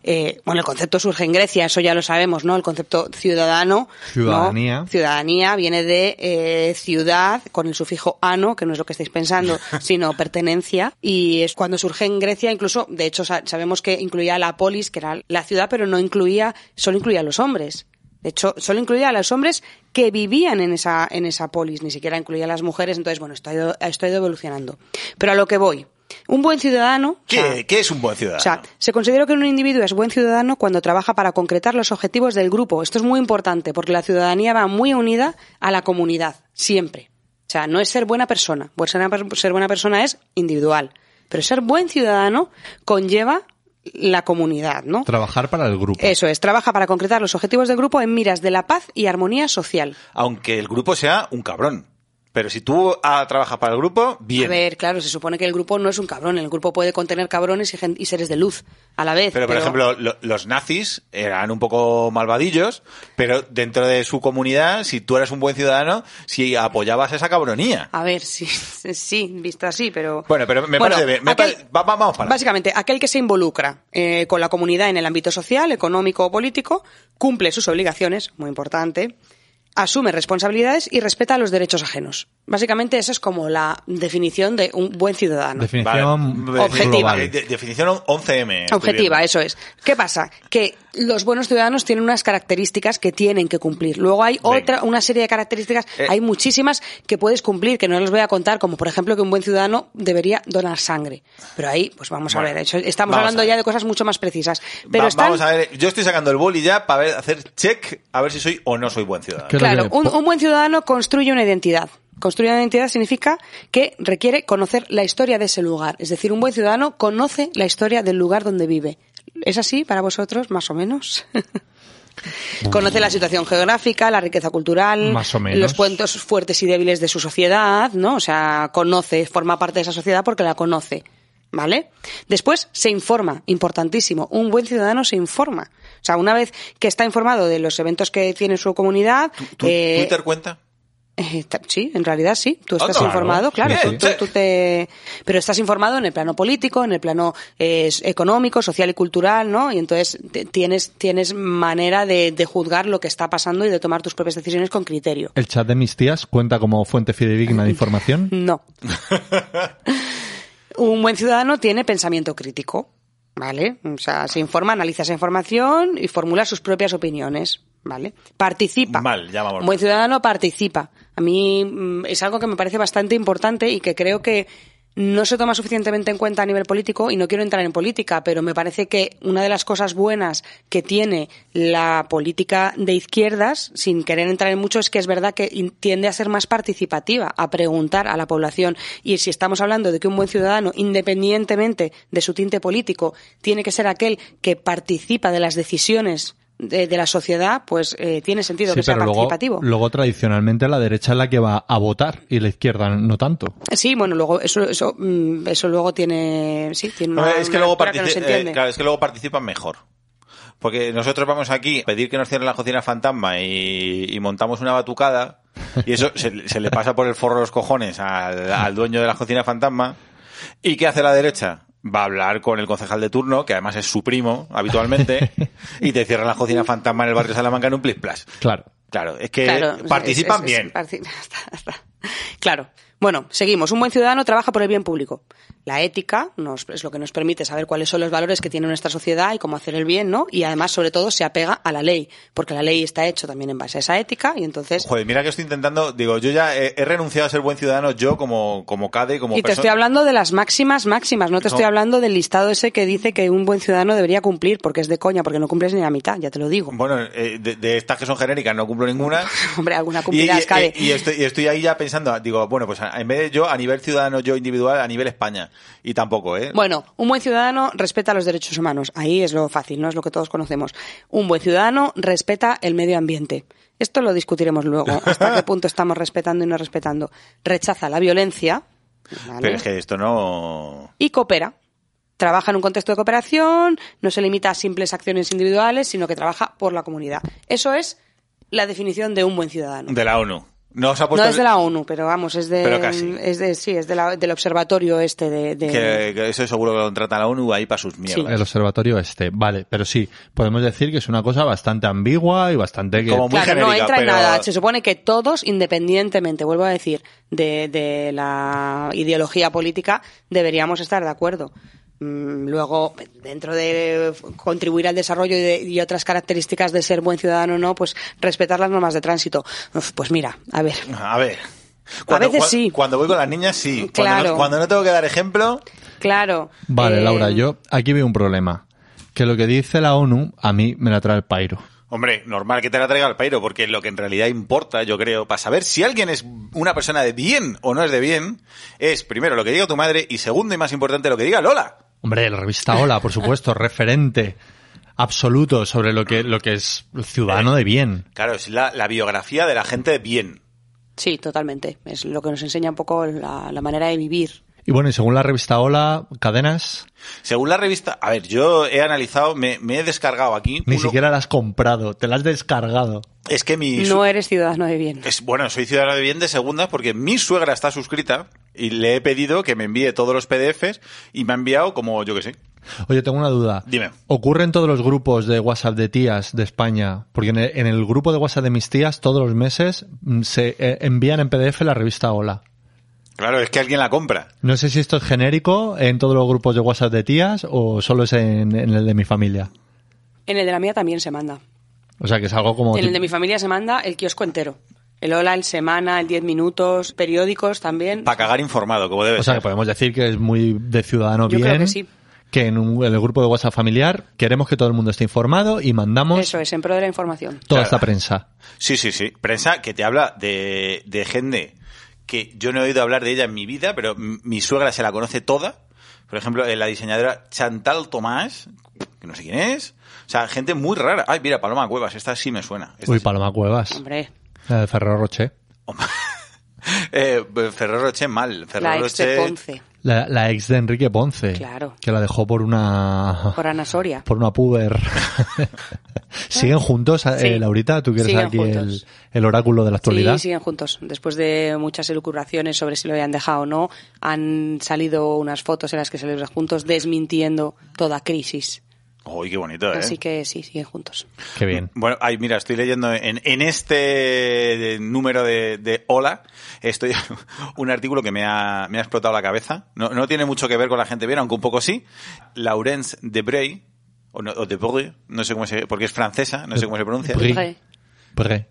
Speaker 2: eh, bueno, el concepto surge en Grecia, eso ya lo sabemos, ¿no? El concepto ciudadano. ¿no?
Speaker 3: Ciudadanía.
Speaker 2: Ciudadanía viene de eh, ciudad con el sufijo ano, que no es lo que estáis pensando, sino pertenencia. Y es cuando surge en Grecia, incluso, de hecho, sa- sabemos que incluía la polis, que era la ciudad, pero no incluía, solo incluía a los hombres. De hecho, solo incluía a los hombres que vivían en esa, en esa polis, ni siquiera incluía a las mujeres. Entonces, bueno, esto ha ido, esto ha ido evolucionando. Pero a lo que voy. Un buen ciudadano. o
Speaker 1: ¿Qué,
Speaker 2: sea,
Speaker 1: qué es un buen ciudadano?
Speaker 2: o sea, se considera que un individuo es buen ciudadano cuando trabaja para concretar los objetivos del grupo. Esto es muy importante porque la ciudadanía va muy unida a la comunidad, siempre. O sea, no es ser buena persona. Pues Ser una per- ser buena persona es individual. Pero ser buen ciudadano conlleva la comunidad, ¿no?
Speaker 3: Trabajar para el grupo.
Speaker 2: Eso es, trabaja para concretar los objetivos del grupo en miras de la paz y armonía social.
Speaker 1: Aunque el grupo sea un cabrón. Pero si tú ah, trabajas para el grupo, bien.
Speaker 2: A ver, claro, se supone que el grupo no es un cabrón. El grupo puede contener cabrones y, gen- y seres de luz a la vez.
Speaker 1: Pero, por ejemplo, lo- los nazis eran un poco malvadillos, pero dentro de su comunidad, si tú eras un buen ciudadano, si apoyabas esa cabronía.
Speaker 2: A ver, sí, [LAUGHS] sí, visto así, pero...
Speaker 1: Bueno, pero me parece bien, me pare- va- va- vamos para adelante.
Speaker 2: Básicamente, aquel que se involucra eh, con la comunidad en el ámbito social, económico o político, cumple sus obligaciones, muy importante, asume responsabilidades y respeta los derechos ajenos. Básicamente, eso es como la definición de un buen ciudadano.
Speaker 3: Definición
Speaker 1: Vale.
Speaker 2: Objetiva.
Speaker 3: global.
Speaker 1: De- definición 11M. estoy
Speaker 2: Objetiva,
Speaker 1: viendo.
Speaker 2: eso es. ¿Qué pasa? Que los buenos ciudadanos tienen unas características que tienen que cumplir. Luego hay
Speaker 1: Venga.
Speaker 2: otra, una serie de características,
Speaker 1: Eh.
Speaker 2: hay muchísimas que puedes cumplir, que no les voy a contar, como por ejemplo que un buen ciudadano debería donar sangre. Pero ahí, pues vamos
Speaker 1: Bueno,
Speaker 2: a ver, eso- estamos
Speaker 1: vamos
Speaker 2: hablando
Speaker 1: a ver.
Speaker 2: ya de cosas mucho más precisas. Pero
Speaker 1: Va-
Speaker 2: están-
Speaker 1: Vamos a ver, yo estoy sacando el boli ya para ver- hacer check a ver si soy o no soy buen ciudadano.
Speaker 3: ¿Qué es lo
Speaker 2: Claro,
Speaker 3: que-
Speaker 2: un,
Speaker 3: po-
Speaker 2: un buen ciudadano construye una identidad. Construir una identidad significa que requiere conocer la historia de ese lugar. Es decir, un buen ciudadano conoce la historia del lugar donde vive. ¿Es así para vosotros, más o menos? [LAUGHS] conoce la situación geográfica, la riqueza cultural,
Speaker 3: Más o menos.
Speaker 2: los puntos fuertes y débiles de su sociedad, ¿no? O sea, conoce, forma parte de esa sociedad porque la conoce, ¿vale? Después se informa, importantísimo, un buen ciudadano se informa. O sea, una vez que está informado de los eventos que tiene su comunidad,
Speaker 1: ¿Tú-
Speaker 2: eh,
Speaker 1: ¿Twitter cuenta?
Speaker 2: [LAUGHS] eh, ta- sí, en realidad sí. Tú estás
Speaker 1: claro.
Speaker 2: informado, claro.
Speaker 1: Sí,
Speaker 2: tú-
Speaker 1: sí.
Speaker 2: tú- tú te- Pero estás informado en el plano político, en el plano eh, s- económico, social y cultural, ¿no? Y entonces te- tienes, tienes manera de, de juzgar lo que está pasando y de tomar tus propias decisiones con criterio.
Speaker 3: ¿El chat de mis tías cuenta como fuente fidedigna de
Speaker 2: [LAUGHS]
Speaker 3: información?
Speaker 1: [LAUGHS]
Speaker 2: No. Un buen ciudadano tiene pensamiento crítico, ¿vale? O sea, se informa, analiza esa información y formula sus propias opiniones, ¿vale? Participa.
Speaker 1: Mal, ya vamos
Speaker 2: Un buen ciudadano participa. A mí mm, es algo que me parece bastante importante y que creo que no se toma suficientemente en cuenta a nivel político y no quiero entrar en política, pero me parece que una de las cosas buenas que tiene la política de izquierdas, sin querer entrar en mucho, es que es verdad que in- tiende a ser más participativa, a preguntar a la población. Y si estamos hablando de que un buen ciudadano, independientemente de su tinte político, tiene que ser aquel que participa de las decisiones de, de la sociedad, pues eh, tiene sentido que sea
Speaker 3: luego,
Speaker 2: participativo.
Speaker 3: luego tradicionalmente la derecha es la que va a votar y la izquierda no tanto.
Speaker 2: Sí, bueno, luego eso, eso, mm, eso luego tiene, sí, tiene una,
Speaker 1: No, es que
Speaker 2: una
Speaker 1: luego
Speaker 2: lectura que no
Speaker 1: partici-
Speaker 2: se
Speaker 1: eh,
Speaker 2: entiende.
Speaker 1: claro, es que luego participan mejor. Porque nosotros vamos aquí a pedir que nos cierren la cocina fantasma y, y montamos una batucada y eso se, se le pasa por el forro de los cojones al, al dueño de la cocina fantasma. ¿Y qué hace la derecha? va a hablar con el concejal de turno, que además es su primo habitualmente, y te cierran la cocina fantasma en el barrio de Salamanca en un plis plas.
Speaker 3: Claro.
Speaker 1: Claro, es que
Speaker 2: Claro, es-
Speaker 1: participan
Speaker 2: es- es-
Speaker 1: bien.
Speaker 2: parti- [LAUGHS] está- está. Claro. Bueno, seguimos. Un buen ciudadano trabaja por el bien público. La ética nos- es lo que nos permite saber cuáles son los valores que tiene nuestra sociedad y cómo hacer el bien, ¿no? Y además, sobre todo, se apega a la ley, porque la ley está hecho también en base a esa ética y entonces...
Speaker 1: Joder, mira que estoy intentando, digo, yo ya he, he renunciado a ser buen ciudadano yo como, como CADE, como
Speaker 2: Y te
Speaker 1: persona.
Speaker 2: estoy hablando de las máximas máximas, no te
Speaker 1: No.
Speaker 2: estoy hablando del listado ese que dice que un buen ciudadano debería cumplir, porque es de coña, porque no cumples ni la mitad, ya te lo digo.
Speaker 1: Bueno, eh, de, de estas que son genéricas no cumplo
Speaker 2: [LAUGHS]
Speaker 1: ninguna.
Speaker 2: Hombre, alguna
Speaker 1: Y, y-
Speaker 2: cumplirás, Cade.
Speaker 1: y- y estoy, y estoy ahí ya pensando, digo, bueno, pues a- en vez de yo, a nivel ciudadano, yo individual, a nivel España. Y tampoco, ¿eh?
Speaker 2: Bueno, un buen ciudadano respeta los derechos humanos. Ahí es lo fácil, ¿no? Es lo que todos conocemos. Un buen ciudadano respeta el medio ambiente. Esto lo
Speaker 1: [LAUGHS]
Speaker 2: discutiremos luego. ¿Hasta qué punto estamos respetando y no respetando? Rechaza la violencia. ¿vale?
Speaker 1: Pero es que esto no...
Speaker 2: Y coopera. Trabaja en un contexto de cooperación, no se limita a simples acciones individuales, sino que trabaja por la comunidad. Eso es la definición de un buen ciudadano.
Speaker 1: De la ONU. No os ha puesto...
Speaker 2: no es de la ONU, pero vamos, es de,
Speaker 1: Pero casi.
Speaker 2: es de sí, es de la- del observatorio este de, de-
Speaker 1: Que, que eso seguro que lo contrata la ONU ahí para sus mierdas.
Speaker 3: El observatorio este, vale, pero sí, podemos decir que es una cosa bastante ambigua y bastante que...
Speaker 1: Como muy
Speaker 2: claro, no
Speaker 1: genérica,
Speaker 2: entra en
Speaker 1: pero-
Speaker 2: nada. Se supone que todos, independientemente, vuelvo a decir, de, de la ideología política, deberíamos estar de acuerdo. Mm, Luego, dentro de contribuir al desarrollo y, de- y otras características de ser buen ciudadano o no, pues respetar las normas de tránsito. Uf, pues mira, a ver.
Speaker 1: A ver. Cuando,
Speaker 2: veces
Speaker 1: cua-
Speaker 2: sí.
Speaker 1: Cuando voy con las niñas, sí. Cuando
Speaker 2: Claro.
Speaker 1: no- Cuando no, tengo que dar ejemplo,
Speaker 2: Claro.
Speaker 3: Vale,
Speaker 2: eh,
Speaker 3: Laura, yo aquí veo un problema. Que lo que dice la ONU a mí me la trae el pairo.
Speaker 1: hombre, normal que te la traiga el pairo, porque lo que en realidad importa, yo creo, para saber si alguien es una persona de bien o no es de bien, es primero lo que diga tu madre y segundo y más importante lo que diga Lola.
Speaker 3: Hombre, la revista Hola,
Speaker 1: [LAUGHS]
Speaker 3: por supuesto, referente absoluto sobre lo que, lo que es el ciudadano de bien.
Speaker 1: Claro, es la, la biografía de la gente de bien.
Speaker 2: Sí, totalmente. Es lo que nos enseña un poco la, la manera de vivir.
Speaker 3: Y bueno, y según la revista Hola, cadenas,
Speaker 1: Según la revista, a ver, yo he analizado, me, me he descargado aquí.
Speaker 3: ni
Speaker 1: uno-
Speaker 3: siquiera la has comprado, te la has descargado.
Speaker 1: Es que mi,
Speaker 2: No eres ciudadano de bien.
Speaker 1: Es, bueno, soy ciudadano de bien de segundas porque mi suegra está suscrita y le he pedido que me envíe todos los PDFs y me ha enviado como, yo que sé.
Speaker 3: Oye, tengo una duda.
Speaker 1: Dime.
Speaker 3: ¿Ocurre en todos los grupos de WhatsApp de tías de España? Porque en el, en el grupo de WhatsApp de mis tías, todos los meses mm, se eh, envían en PDF la revista Hola.
Speaker 1: Claro, es que alguien la compra.
Speaker 3: No sé si esto es genérico en todos los grupos de WhatsApp de tías o solo es en, en el de mi familia.
Speaker 2: En el de la mía también se manda.
Speaker 3: O sea, que es algo como...
Speaker 2: En el de
Speaker 3: tip-
Speaker 2: mi familia se manda el kiosco entero. El Hola, el Semana, el 10 Minutos, periódicos también.
Speaker 1: Para cagar informado, como debe
Speaker 3: O sea,
Speaker 1: ser.
Speaker 3: que podemos decir que es muy de ciudadano
Speaker 2: Yo
Speaker 3: bien.
Speaker 2: creo que sí.
Speaker 3: que en, un- en el grupo de WhatsApp familiar queremos que todo el mundo esté informado y mandamos
Speaker 2: Eso es, en pro de la información.
Speaker 3: toda
Speaker 1: Claro.
Speaker 3: esta prensa.
Speaker 1: Sí, sí, sí. Prensa que te habla de, de gente que yo no he oído hablar de ella en mi vida, pero m- mi suegra se la conoce toda. Por ejemplo, eh, la diseñadora Chantal Tomás, que no sé quién es. O sea, gente muy rara. Ay, mira, Paloma Cuevas, esta sí me suena. Esta
Speaker 3: Uy,
Speaker 1: sí.
Speaker 3: Paloma Cuevas,
Speaker 2: Hombre,
Speaker 3: la de Ferrero Rocher.
Speaker 1: Eh, Ferrero Rocher mal. Ferrero
Speaker 2: la ex de
Speaker 1: Rocher-
Speaker 2: Ponce,
Speaker 3: La, la ex de Enrique Ponce.
Speaker 2: Claro.
Speaker 3: Que la dejó por una.
Speaker 2: por Ana Soria.
Speaker 3: por
Speaker 2: [LAUGHS]
Speaker 3: una puber. ¿Siguen juntos, eh,
Speaker 2: Sí.
Speaker 3: Laurita? ¿Tú quieres
Speaker 2: Siguen
Speaker 3: aquí el,
Speaker 2: juntos.
Speaker 3: el oráculo de la actualidad?
Speaker 2: Sí, siguen juntos. Después de muchas elucubraciones sobre si lo habían dejado o no, han salido unas fotos en las que se les ve juntos desmintiendo toda crisis.
Speaker 1: Uy, qué bonito, ¿eh?
Speaker 2: Así que Pues sí, siguen juntos.
Speaker 3: Qué bien.
Speaker 1: Bueno, ay, mira, estoy leyendo en, en este número de, de Hola, estoy [LAUGHS] un artículo que me ha, me ha explotado la cabeza. No, no tiene mucho que ver con la gente bien, aunque un poco sí. Laurence de Brey, o, no, o de Brey, no sé cómo se, porque es francesa, no sé cómo se pronuncia.
Speaker 3: Brie.
Speaker 2: Brie.
Speaker 3: Brie.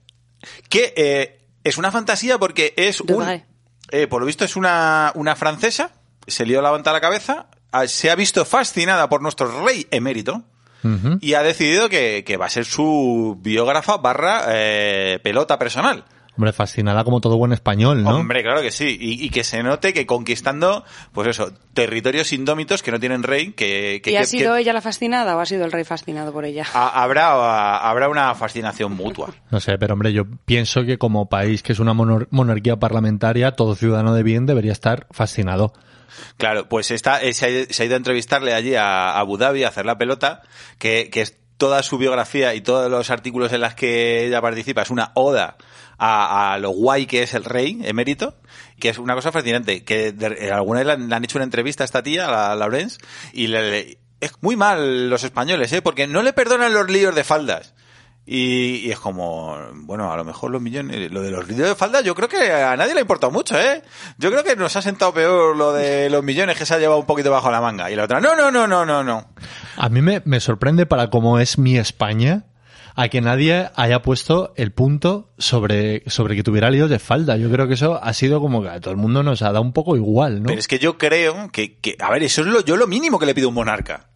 Speaker 1: Que eh, es una fantasía porque es
Speaker 2: De
Speaker 1: un-
Speaker 2: Brey.
Speaker 1: eh, por lo visto es una, una francesa, se lió la manta a la cabeza, ah, se ha visto fascinada por nuestro rey emérito.
Speaker 3: Ujú.
Speaker 1: Y ha decidido que, que va a ser su biógrafa barra eh, pelota personal.
Speaker 3: Hombre, fascinada como todo buen español, ¿no?
Speaker 1: Hombre, claro que sí. Y, y que se note que conquistando, pues eso, territorios indómitos que no tienen rey, que... que-
Speaker 2: ¿Y ha
Speaker 1: que-
Speaker 2: sido
Speaker 1: que-
Speaker 2: ella la fascinada o ha sido el rey fascinado por ella?
Speaker 3: Ah,
Speaker 1: ha- habrá, habrá una fascinación mutua.
Speaker 3: No sé, pero hombre, yo pienso que como país que es una monor- monarquía parlamentaria, todo ciudadano de bien debería estar fascinado.
Speaker 1: Claro, pues está, eh, se, ha, se ha ido a entrevistarle allí a, a Abu Dhabi a hacer la pelota, que, que es toda su biografía y todos los artículos en los que ella participa es una oda a, a lo guay que es el rey emérito, que es una cosa fascinante, que de- eh, alguna vez le han, le han hecho una entrevista a esta tía, a la Lawrence, y le, le- es muy mal los españoles, ¿eh? porque no le perdonan los líos de faldas. Y, y es como, bueno, a lo mejor los millones, lo de los líos de faldas yo creo que a nadie le ha importado mucho, ¿eh? Yo creo que nos ha sentado peor lo de los millones que se ha llevado un poquito bajo la manga. Y la otra, no, no, no, no, no, no.
Speaker 3: A mí me, me sorprende para cómo es mi España a que nadie haya puesto el punto sobre, sobre que tuviera líos de falda. Yo creo que eso ha sido como que a todo el mundo nos ha dado un poco igual, ¿no?
Speaker 1: Pero es que yo creo que, que- a ver, eso es lo, yo lo mínimo que le pido a un monarca.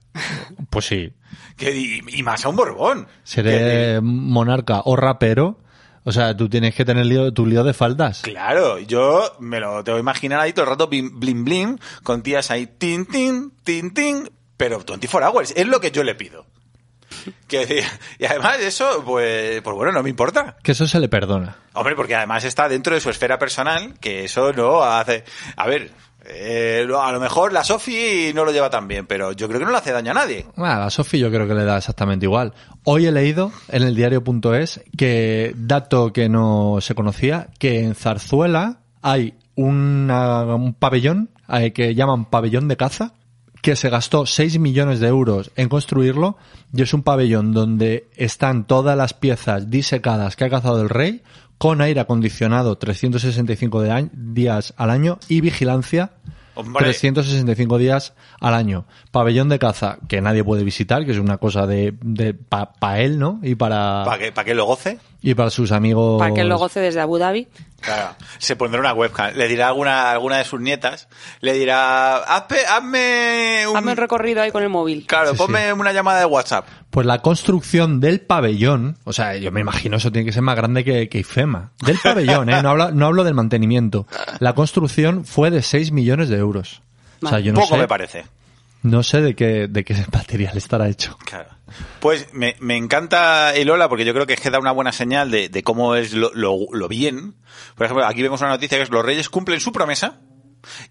Speaker 3: Pues sí.
Speaker 1: Que, y, y más a un borbón. Que- eh,
Speaker 3: Seré monarca o rapero. O sea, tú tienes que tener lío, tu lío de faldas.
Speaker 1: claro, yo me lo tengo que imaginar ahí todo el rato bim- blin blin, con tías ahí tin tin, tin tin, pero 24 hours, es lo que yo le pido. Que, y además eso, pues, pues bueno, no me importa.
Speaker 3: Que eso se le perdona.
Speaker 1: Hombre, porque además está dentro de su esfera personal, que eso no hace... A ver, eh, lo- a lo mejor la Sofi no lo lleva tan bien, pero yo creo que no le hace daño a nadie.
Speaker 3: Ah, a Sofi yo creo que le da exactamente igual. Hoy he leído en el diario.es que, dato que no se conocía, que en Zarzuela hay una- un pabellón eh, que llaman pabellón de caza, que se gastó 6 millones de euros en construirlo y es un pabellón donde están todas las piezas disecadas que ha cazado el rey con aire acondicionado 365 de año- días al año y vigilancia
Speaker 1: Hombre.
Speaker 3: 365 días al año. Pabellón de caza, que nadie puede visitar, que es una cosa de, para él, ¿no? Y para,
Speaker 1: ¿Para que, para que lo goce?
Speaker 3: y para sus amigos.
Speaker 2: Para que lo goce desde Abu Dhabi.
Speaker 1: Claro, se pondrá una webcam. Le dirá a alguna, a alguna de sus nietas, le dirá, "Hazpe- hazme un...
Speaker 2: Hazme un recorrido ahí con el móvil.
Speaker 1: Claro,
Speaker 3: Sí,
Speaker 1: ponme una llamada de WhatsApp.
Speaker 3: Pues la construcción del pabellón, o sea, yo me imagino eso tiene que ser más grande que, que IFEMA. Del pabellón, ¿eh? No hablo, no hablo del mantenimiento. La construcción fue de 6 millones de euros. O sea,
Speaker 2: Vale.
Speaker 3: yo no
Speaker 1: Poco
Speaker 3: sé,
Speaker 1: me parece.
Speaker 3: no sé de qué, de qué [LAUGHS] material estará hecho.
Speaker 1: Claro. Pues me, me encanta el hola porque yo creo que es que da una buena señal de, de cómo es lo, lo- lo bien. Por ejemplo, aquí vemos una noticia que es los reyes cumplen su promesa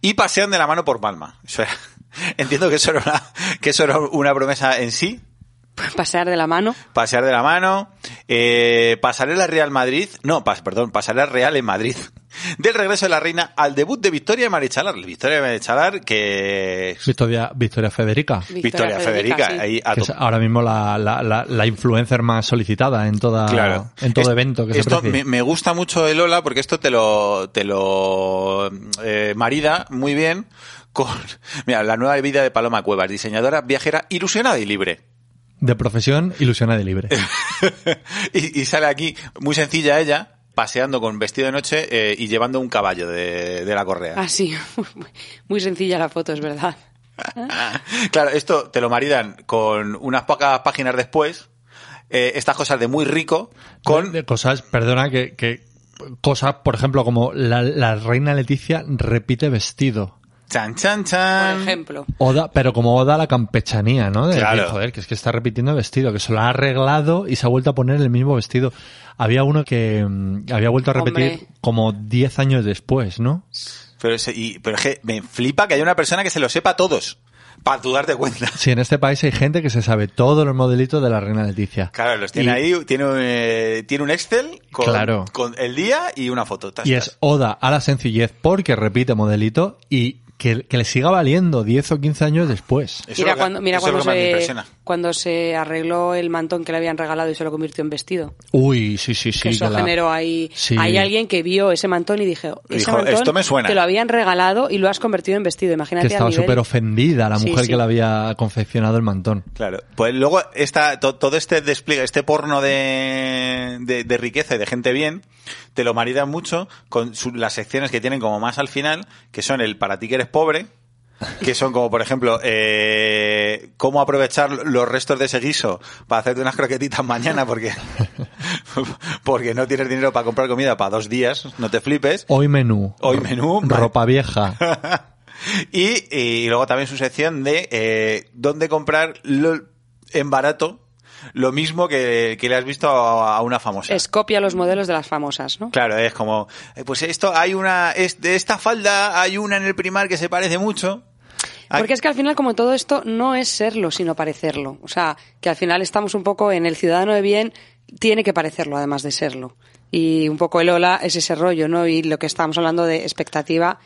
Speaker 1: y pasean de la mano por Palma. Eso era- [LAUGHS] entiendo que eso, era una, que eso era una promesa en sí,
Speaker 2: [LAUGHS] Pasear de la mano.
Speaker 1: pasear de la mano, eh, pasarela Real Madrid, no, pas, perdón, pasarela Real en Madrid. Del regreso de la reina al debut de Victoria de Marichalar. Victoria de Marichalar, que.
Speaker 3: Victoria, Victoria Federica.
Speaker 1: Victoria, Federica,
Speaker 2: sí.
Speaker 1: ahí a
Speaker 3: que es ah,
Speaker 1: tope.
Speaker 3: ahora mismo la, la, la, la influencer más solicitada en toda
Speaker 1: Claro.
Speaker 3: en todo
Speaker 1: Es-
Speaker 3: evento que
Speaker 1: esto
Speaker 3: se precie.
Speaker 1: me, me gusta mucho el Ola porque esto te lo, te lo eh, marida muy bien con [LAUGHS] mira, la nueva vida de Paloma Cuevas, diseñadora, viajera, ilusionada y libre. [LAUGHS]
Speaker 3: De profesión ilusionada y
Speaker 1: Eh,
Speaker 3: libre.
Speaker 1: y, y sale aquí, muy sencilla ella, paseando con vestido de noche eh, y llevando un caballo de, de la correa.
Speaker 2: Ah, sí. [LAUGHS] Muy sencilla la foto, es verdad.
Speaker 1: Claro, esto te lo maridan con unas pocas páginas después, eh, estas cosas de muy rico, con...
Speaker 3: De- de cosas, perdona, que, que cosas, por ejemplo, como la, la reina Leticia repite vestido.
Speaker 1: Chan, chan, chan.
Speaker 2: Por ejemplo.
Speaker 3: Oda, pero como Oda a la campechanía, ¿no? De
Speaker 1: Claro.
Speaker 3: decir, joder, que es que está repitiendo vestido, que se lo ha arreglado y se ha vuelto a poner el mismo vestido. Había uno que mm, había vuelto a repetir
Speaker 2: Hombre.
Speaker 3: como 10 años después, ¿no?
Speaker 1: Pero, se- y- pero es que me flipa que haya una persona que se lo sepa a todos, para tú darte cuenta. [LAUGHS]
Speaker 3: Sí, en este país hay gente que se sabe todos los modelitos de la reina Leticia.
Speaker 1: Claro, los tiene
Speaker 3: Y-
Speaker 1: ahí, tiene, un, eh, tiene un Excel con,
Speaker 3: Claro.
Speaker 1: con el día y una foto. Tas,
Speaker 3: Y
Speaker 1: tas.
Speaker 3: es oda a la sencillez porque repite modelito y que, que le siga valiendo 10 o 15 años después.
Speaker 1: Eso
Speaker 2: mira
Speaker 1: es lo que-
Speaker 2: cuando, mira
Speaker 1: eso es
Speaker 2: cuando,
Speaker 1: lo que más me
Speaker 2: se,
Speaker 1: impresiona.
Speaker 2: cuando se arregló el mantón que le habían regalado y se lo convirtió en vestido.
Speaker 3: Uy, sí, sí, sí.
Speaker 2: que eso
Speaker 3: que la-
Speaker 2: generó ahí.
Speaker 3: Sí.
Speaker 2: Hay alguien que vio ese mantón y dije, "Oh, ese
Speaker 1: Dijo,
Speaker 2: mantón
Speaker 1: "Esto me suena".
Speaker 2: te lo habían regalado y lo has convertido en vestido.
Speaker 3: que
Speaker 2: Imagínate al
Speaker 3: estaba
Speaker 2: nivel-
Speaker 3: súper ofendida la
Speaker 2: Sí,
Speaker 3: mujer
Speaker 2: sí.
Speaker 3: que le había confeccionado el mantón.
Speaker 1: Claro. Pues luego esta, to- todo este despliegue, este porno de, de, de riqueza y de gente bien, te lo maridan mucho con su- las secciones que tienen como más al final, que son el para ti que eres pobre, que son como, por ejemplo, eh, cómo aprovechar los restos de ese guiso para hacerte unas croquetitas mañana porque, [LAUGHS] porque no tienes dinero para comprar comida para dos días, no te flipes.
Speaker 3: Hoy menú.
Speaker 1: Hoy menú,
Speaker 3: R- Ropa vieja.
Speaker 1: [LAUGHS] Y, eh, y luego también su sección de eh, dónde comprar lo- en barato lo mismo que, que le has visto a, a una famosa.
Speaker 2: Es copia los modelos de las famosas, ¿no?
Speaker 1: Claro, es como, eh, pues esto hay una, es- de esta falda hay una en el primar que se parece mucho. Ah.
Speaker 2: Porque es que al final, como todo esto, no es serlo, sino parecerlo. O sea, que al final estamos un poco en el ciudadano de bien, tiene que parecerlo, además de serlo. Y un poco el hola es ese rollo, ¿no? Y lo que estábamos hablando de expectativa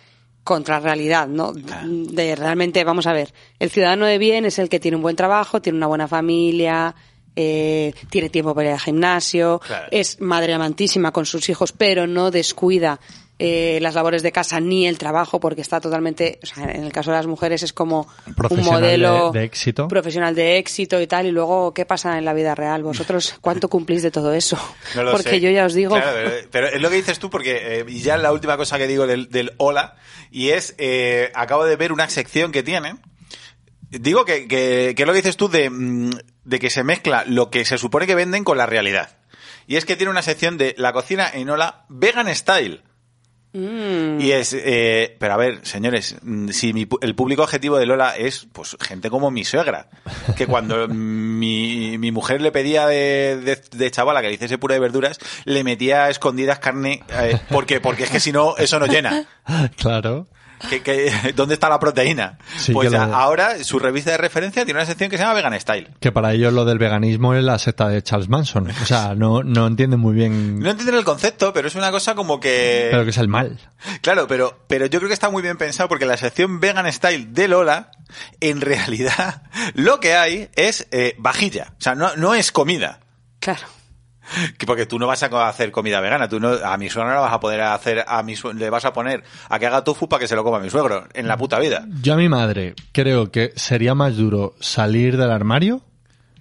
Speaker 2: contra realidad, ¿no? De realmente, vamos a ver, el ciudadano de bien es el que tiene un buen trabajo, tiene una buena familia, eh, tiene tiempo para ir al gimnasio,
Speaker 1: Claro.
Speaker 2: es madre amantísima con sus hijos, pero no descuida eh, las labores de casa ni el trabajo porque está totalmente, o sea, en el caso de las mujeres es como un
Speaker 3: Profesional
Speaker 2: modelo
Speaker 3: de- de éxito.
Speaker 2: profesional de éxito y tal, y luego qué pasa en la vida real.
Speaker 3: [LAUGHS]
Speaker 2: Vosotros cuánto cumplís de todo eso,
Speaker 1: No lo
Speaker 2: porque
Speaker 1: sé.
Speaker 2: yo ya os digo,
Speaker 1: Claro, pero, pero es lo que dices tú, porque eh, y ya la última cosa que digo del, del hola, y es, eh, acabo de ver una sección que tienen. Digo que, que, que es lo que dices tú de, mm, de que se mezcla lo que se supone que venden con la realidad. Y es que tiene una sección de la cocina en hola vegan style. Y es, eh, pero a ver, señores, mm, si mi pu- el público objetivo de Lola es, pues, gente como mi suegra, que
Speaker 3: [LAUGHS]
Speaker 1: cuando mi, mi mujer le pedía de, de, de chavala que le hiciese puré de verduras, le metía a escondidas carne, eh, porque, porque es que si no, eso no llena.
Speaker 3: Claro.
Speaker 1: Que, que- ¿Dónde está la proteína?
Speaker 3: Sí,
Speaker 1: pues
Speaker 3: que lo-
Speaker 1: a- ahora su revista de referencia tiene una sección que se llama Vegan Style.
Speaker 3: Que para ellos lo del veganismo es la secta de Charles Manson. O sea, no, no entienden muy bien
Speaker 1: No entienden el concepto, pero es una cosa como que...
Speaker 3: pero que es el mal.
Speaker 1: Claro, pero, pero yo creo que está muy bien pensado porque la sección vegan style de Lola, en realidad, [LAUGHS] lo que hay es eh, vajilla. O sea, no, no es comida.
Speaker 2: [LAUGHS] claro.
Speaker 1: Que Porque tú no vas a co- hacer comida vegana. Tú no, a mi suegro no la vas a poder hacer, a mi sue- le vas a poner a que haga tofu para que se lo coma mi suegro. En la puta vida.
Speaker 3: Yo a mi madre creo que sería más duro salir del armario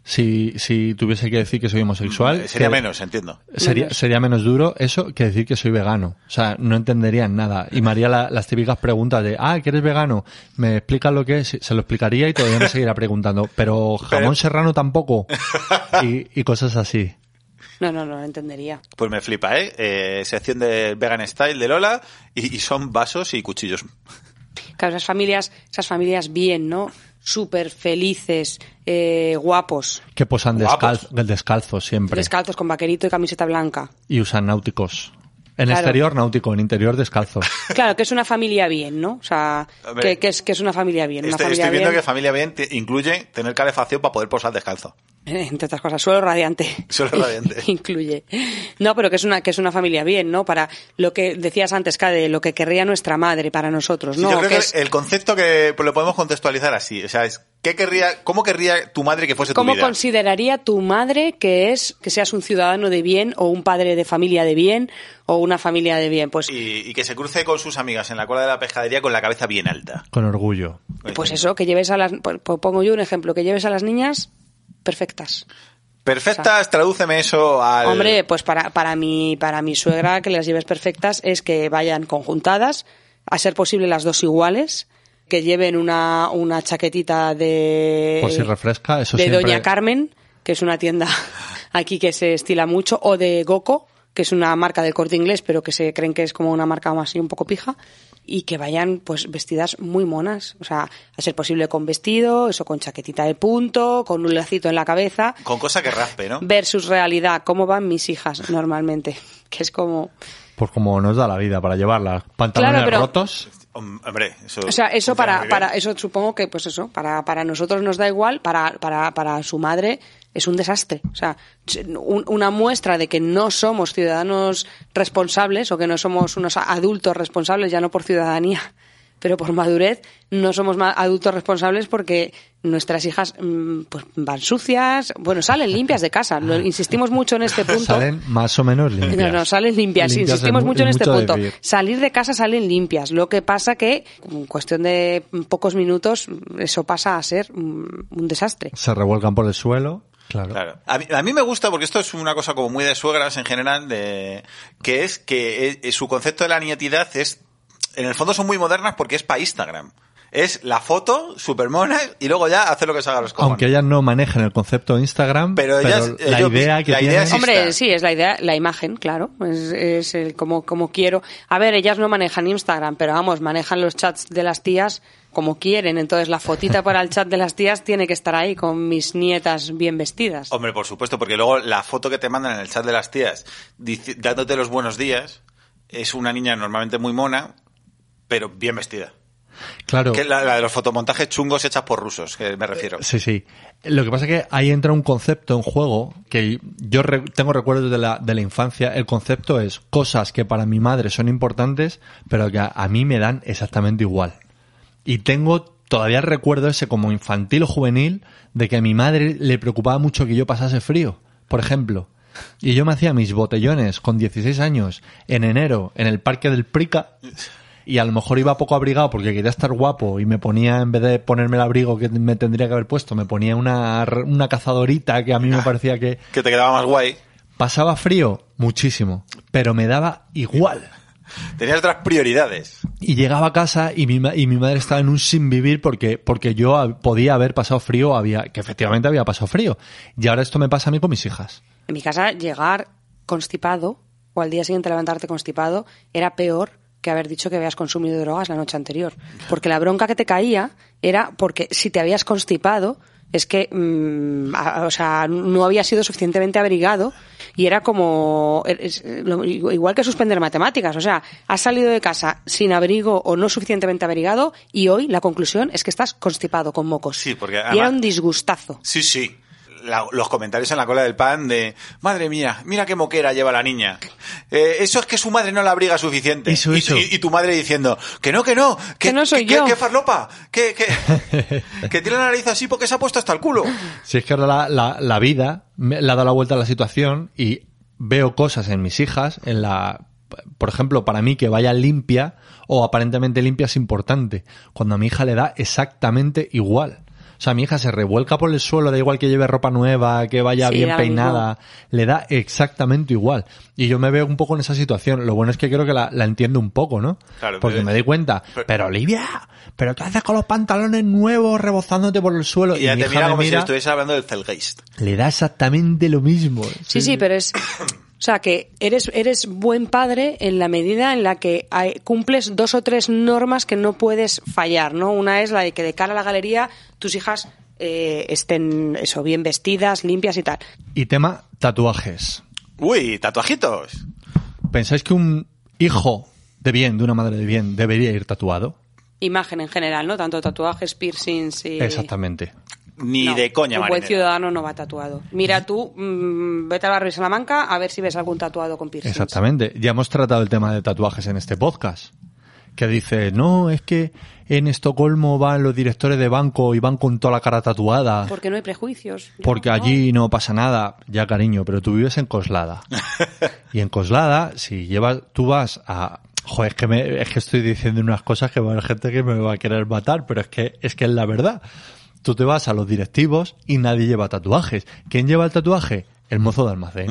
Speaker 3: si, si tuviese que decir que soy homosexual.
Speaker 1: Eh, Sería
Speaker 3: que-
Speaker 1: menos, entiendo.
Speaker 3: Sería,
Speaker 2: Menos.
Speaker 3: sería menos duro eso que decir que soy vegano. O sea, no entenderían nada. Y me haría la- las típicas preguntas de, ah, que eres vegano, me explicas lo que es, se lo explicaría
Speaker 2: [LAUGHS]
Speaker 3: y todavía me seguirá preguntando, pero jamón
Speaker 1: Pero-
Speaker 3: serrano tampoco. Y, y cosas así.
Speaker 2: No, no, no lo entendería.
Speaker 1: Pues me flipa, ¿eh? Eh, sección de vegan style de Lola y, y son vasos y cuchillos.
Speaker 2: Claro, esas familias, esas familias bien, ¿no? Súper felices, eh, guapos,
Speaker 3: Que posan
Speaker 1: Guapos.
Speaker 3: descalzo, descalzo siempre.
Speaker 2: descalzos con vaquerito y camiseta blanca.
Speaker 3: y usan náuticos. En
Speaker 2: Claro.
Speaker 3: exterior náutico, en interior descalzo.
Speaker 2: Claro, que es una familia bien, ¿no? O sea,
Speaker 1: Hombre,
Speaker 2: que, que es, que es una familia bien. Una
Speaker 1: Estoy,
Speaker 2: familia
Speaker 1: Este, estoy viendo
Speaker 2: bien,
Speaker 1: que familia bien te- incluye tener calefacción para poder posar descalzo.
Speaker 2: eh, entre otras cosas, suelo radiante.
Speaker 1: Suelo radiante.
Speaker 2: [LAUGHS] Incluye. No, pero que es una que es una familia bien, ¿no? Para lo que decías antes, Cade, lo que querría nuestra madre para nosotros,
Speaker 1: Sí,
Speaker 2: ¿no?
Speaker 1: yo creo
Speaker 2: Que
Speaker 1: que
Speaker 2: es-
Speaker 1: el concepto que lo podemos contextualizar así, o sea, es ¿qué querría, cómo querría tu madre que fuese tu
Speaker 2: ¿Cómo
Speaker 1: vida?
Speaker 2: consideraría tu madre que es que seas un ciudadano de bien o un padre de familia de bien o una familia de bien? Pues
Speaker 1: Y, y que se cruce con sus amigas en la cola de la pescadería con la cabeza bien alta.
Speaker 3: Con orgullo.
Speaker 2: Pues eso, que lleves a las. po- po- Pongo yo un ejemplo, que lleves a las niñas perfectas.
Speaker 1: Perfectas, tradúceme eso al
Speaker 2: Hombre, pues para, para, mi, para mi suegra que las lleves perfectas es que vayan conjuntadas, a ser posible las dos iguales, que lleven una, una chaquetita de.
Speaker 3: Por si refresca, Pues eso
Speaker 2: Eh, De
Speaker 3: siempre-
Speaker 2: Doña Carmen, que es una tienda [LAUGHS] aquí que se estila mucho, o de Goco, que es una marca del corte inglés, pero que se creen que es como una marca más así un poco pija, y que vayan pues vestidas muy monas. O sea, a ser posible con vestido, eso con chaquetita de punto, con un lacito en la cabeza,
Speaker 1: con cosa que raspe, ¿no?
Speaker 2: versus realidad, cómo van mis hijas normalmente, [LAUGHS] que es como,
Speaker 3: Pues como nos da la vida para llevarla. Pantalones
Speaker 2: Claro, pero-
Speaker 3: rotos.
Speaker 1: Hom- Hombre, eso
Speaker 2: o sea, eso
Speaker 1: funciona Pues muy
Speaker 2: para,
Speaker 1: bien.
Speaker 2: para eso supongo que pues eso, para, para nosotros nos da igual, para, para, para su madre es un desastre, o sea, un- una muestra de que no somos ciudadanos responsables o que no somos unos adultos responsables ya no por ciudadanía, [LAUGHS] pero por madurez no somos ma- adultos responsables porque nuestras hijas mm, pues van sucias, bueno, salen limpias de
Speaker 1: [LAUGHS]
Speaker 2: casa, Lo- insistimos mucho en este punto.
Speaker 3: Salen más o menos limpias.
Speaker 2: No, no, salen limpias.
Speaker 3: es
Speaker 2: Insistimos
Speaker 3: mu-
Speaker 2: mucho en
Speaker 3: es
Speaker 2: este punto.
Speaker 3: decir.
Speaker 2: Salir de casa salen limpias. Lo que pasa que, en cuestión de pocos minutos, eso pasa a ser un un desastre.
Speaker 3: Se revuelcan por el suelo. Claro.
Speaker 1: Claro. A mí, a mí me gusta porque esto es una cosa como muy de suegras en general, de, que es que eh, su concepto de la nietidad es, en el fondo son muy modernas porque es para Instagram. Es la foto, supermona, y luego ya hacer lo que se haga los cojones.
Speaker 3: Aunque ellas no manejen el concepto de Instagram,
Speaker 1: Pero
Speaker 3: pero,
Speaker 1: ellas-
Speaker 3: la
Speaker 1: ellos-
Speaker 3: idea que
Speaker 1: la idea
Speaker 3: tienen-
Speaker 1: es-
Speaker 2: Hombre,
Speaker 1: Está.
Speaker 2: sí, es la idea, la imagen, claro. Es, es el como, como quiero. A ver, ellas no manejan Instagram, pero vamos, manejan los chats de las tías como quieren. Entonces, la fotita para el chat de las tías tiene que estar ahí con mis nietas bien vestidas.
Speaker 1: Hombre, por supuesto, porque luego la foto que te mandan en el chat de las tías dici- dándote los buenos días es una niña normalmente muy mona, pero bien vestida.
Speaker 3: Claro.
Speaker 1: Que la, la de los fotomontajes chungos hechas por rusos, que me refiero.
Speaker 3: Sí, sí. Lo que pasa es que ahí entra un concepto en juego que yo re- tengo recuerdos de la, de la infancia. El concepto es cosas que para mi madre son importantes, pero que a, a mí me dan exactamente igual. Y tengo todavía el recuerdo ese como infantil o juvenil de que a mi madre le preocupaba mucho que yo pasase frío, por ejemplo. Y yo me hacía mis botellones con 16 años en enero en el parque del Prica y a lo mejor iba poco abrigado porque quería estar guapo y me ponía, en vez de ponerme el abrigo que me tendría que haber puesto, me ponía una, r- una cazadorita que a mí me parecía que
Speaker 1: Que te quedaba más guay.
Speaker 3: pasaba frío muchísimo, pero me daba igual.
Speaker 1: Tenías otras prioridades.
Speaker 3: Y llegaba a casa y mi, ma- y mi madre estaba en un sin vivir porque, porque yo hab- podía haber pasado frío, había, que efectivamente había pasado frío. Y ahora esto me pasa a mí con mis hijas.
Speaker 2: En mi casa, llegar constipado o al día siguiente levantarte constipado era peor que haber dicho que habías consumido drogas la noche anterior. Porque la bronca que te caía era porque si te habías constipado es que, mm, a- o sea, no habías sido suficientemente abrigado y era como, er, es- lo- igual que suspender matemáticas, o sea, has salido de casa sin abrigo o no suficientemente abrigado y hoy la conclusión es que estás constipado con mocos.
Speaker 1: Sí, porque
Speaker 2: y
Speaker 1: además-
Speaker 2: era un disgustazo.
Speaker 1: Sí, sí. La- los comentarios en la cola del pan de madre mía, mira qué moquera lleva la niña. Eh, eso es que su madre no la abriga suficiente.
Speaker 3: Eso,
Speaker 1: y,
Speaker 3: eso.
Speaker 1: y- y tu madre diciendo que no, que no, que,
Speaker 2: Que no soy
Speaker 1: que-
Speaker 2: yo".
Speaker 1: que- que farlopa, que,
Speaker 3: [LAUGHS]
Speaker 1: que, que tiene la nariz así porque se ha puesto hasta el culo.
Speaker 3: Si es que ahora la, la, la vida me, le ha dado la vuelta a la situación y veo cosas en mis hijas, en la, por ejemplo, para mí que vaya limpia o aparentemente limpia es importante, cuando a mi hija le da exactamente igual. O sea, mi hija se revuelca por el suelo, da igual que lleve ropa nueva, que vaya
Speaker 2: Sí,
Speaker 3: bien
Speaker 2: da lo mismo.
Speaker 3: peinada, le da exactamente igual. Y yo me veo un poco en esa situación. Lo bueno es que creo que la, la entiendo un poco, ¿no?
Speaker 1: Claro,
Speaker 3: Porque
Speaker 1: pero-
Speaker 3: me doy cuenta,
Speaker 1: pero-
Speaker 3: pero, Olivia, ¿pero qué haces con los pantalones nuevos rebozándote por el suelo?
Speaker 1: Y ya
Speaker 3: mi
Speaker 1: te
Speaker 3: hija
Speaker 1: mira
Speaker 3: me
Speaker 1: como si
Speaker 3: mira-
Speaker 1: estuviese hablando del Felgeist.
Speaker 3: le da exactamente lo mismo.
Speaker 2: Sí, sí, pero es. O sea, que eres, eres buen padre en la medida en la que hay- cumples dos o tres normas que no puedes fallar, ¿no? Una es la de que de cara a la galería tus hijas eh, estén eso, bien vestidas, limpias y tal.
Speaker 3: Y tema tatuajes.
Speaker 1: Uy, tatuajitos.
Speaker 3: ¿Pensáis que un hijo de bien, de una madre de bien, debería ir tatuado?
Speaker 2: Imagen en general, ¿no? Tanto tatuajes, piercings y...
Speaker 3: Exactamente.
Speaker 1: Ni
Speaker 2: No,
Speaker 1: de coña,
Speaker 2: Un buen
Speaker 1: marinero.
Speaker 2: ciudadano no va tatuado. Mira tú, mm, vete a la Ruiz Salamanca a ver si ves algún tatuado con piercings.
Speaker 3: Exactamente. Ya hemos tratado el tema de tatuajes en este podcast. Que dice, no, es que en Estocolmo van los directores de banco y van con toda la cara tatuada.
Speaker 2: Porque no hay prejuicios. Yo
Speaker 3: Porque
Speaker 2: no.
Speaker 3: allí no pasa nada. Ya, cariño, pero tú vives
Speaker 1: [LAUGHS]
Speaker 3: en Coslada. Y en Coslada, si llevas, tú vas a... Joder, es que, me- es que estoy diciendo unas cosas que va a haber gente que me va a querer matar, pero es que es, que es la verdad. Tú te vas a los directivos y nadie lleva tatuajes. ¿Quién lleva el tatuaje? El mozo
Speaker 1: [LAUGHS]
Speaker 3: de almacén.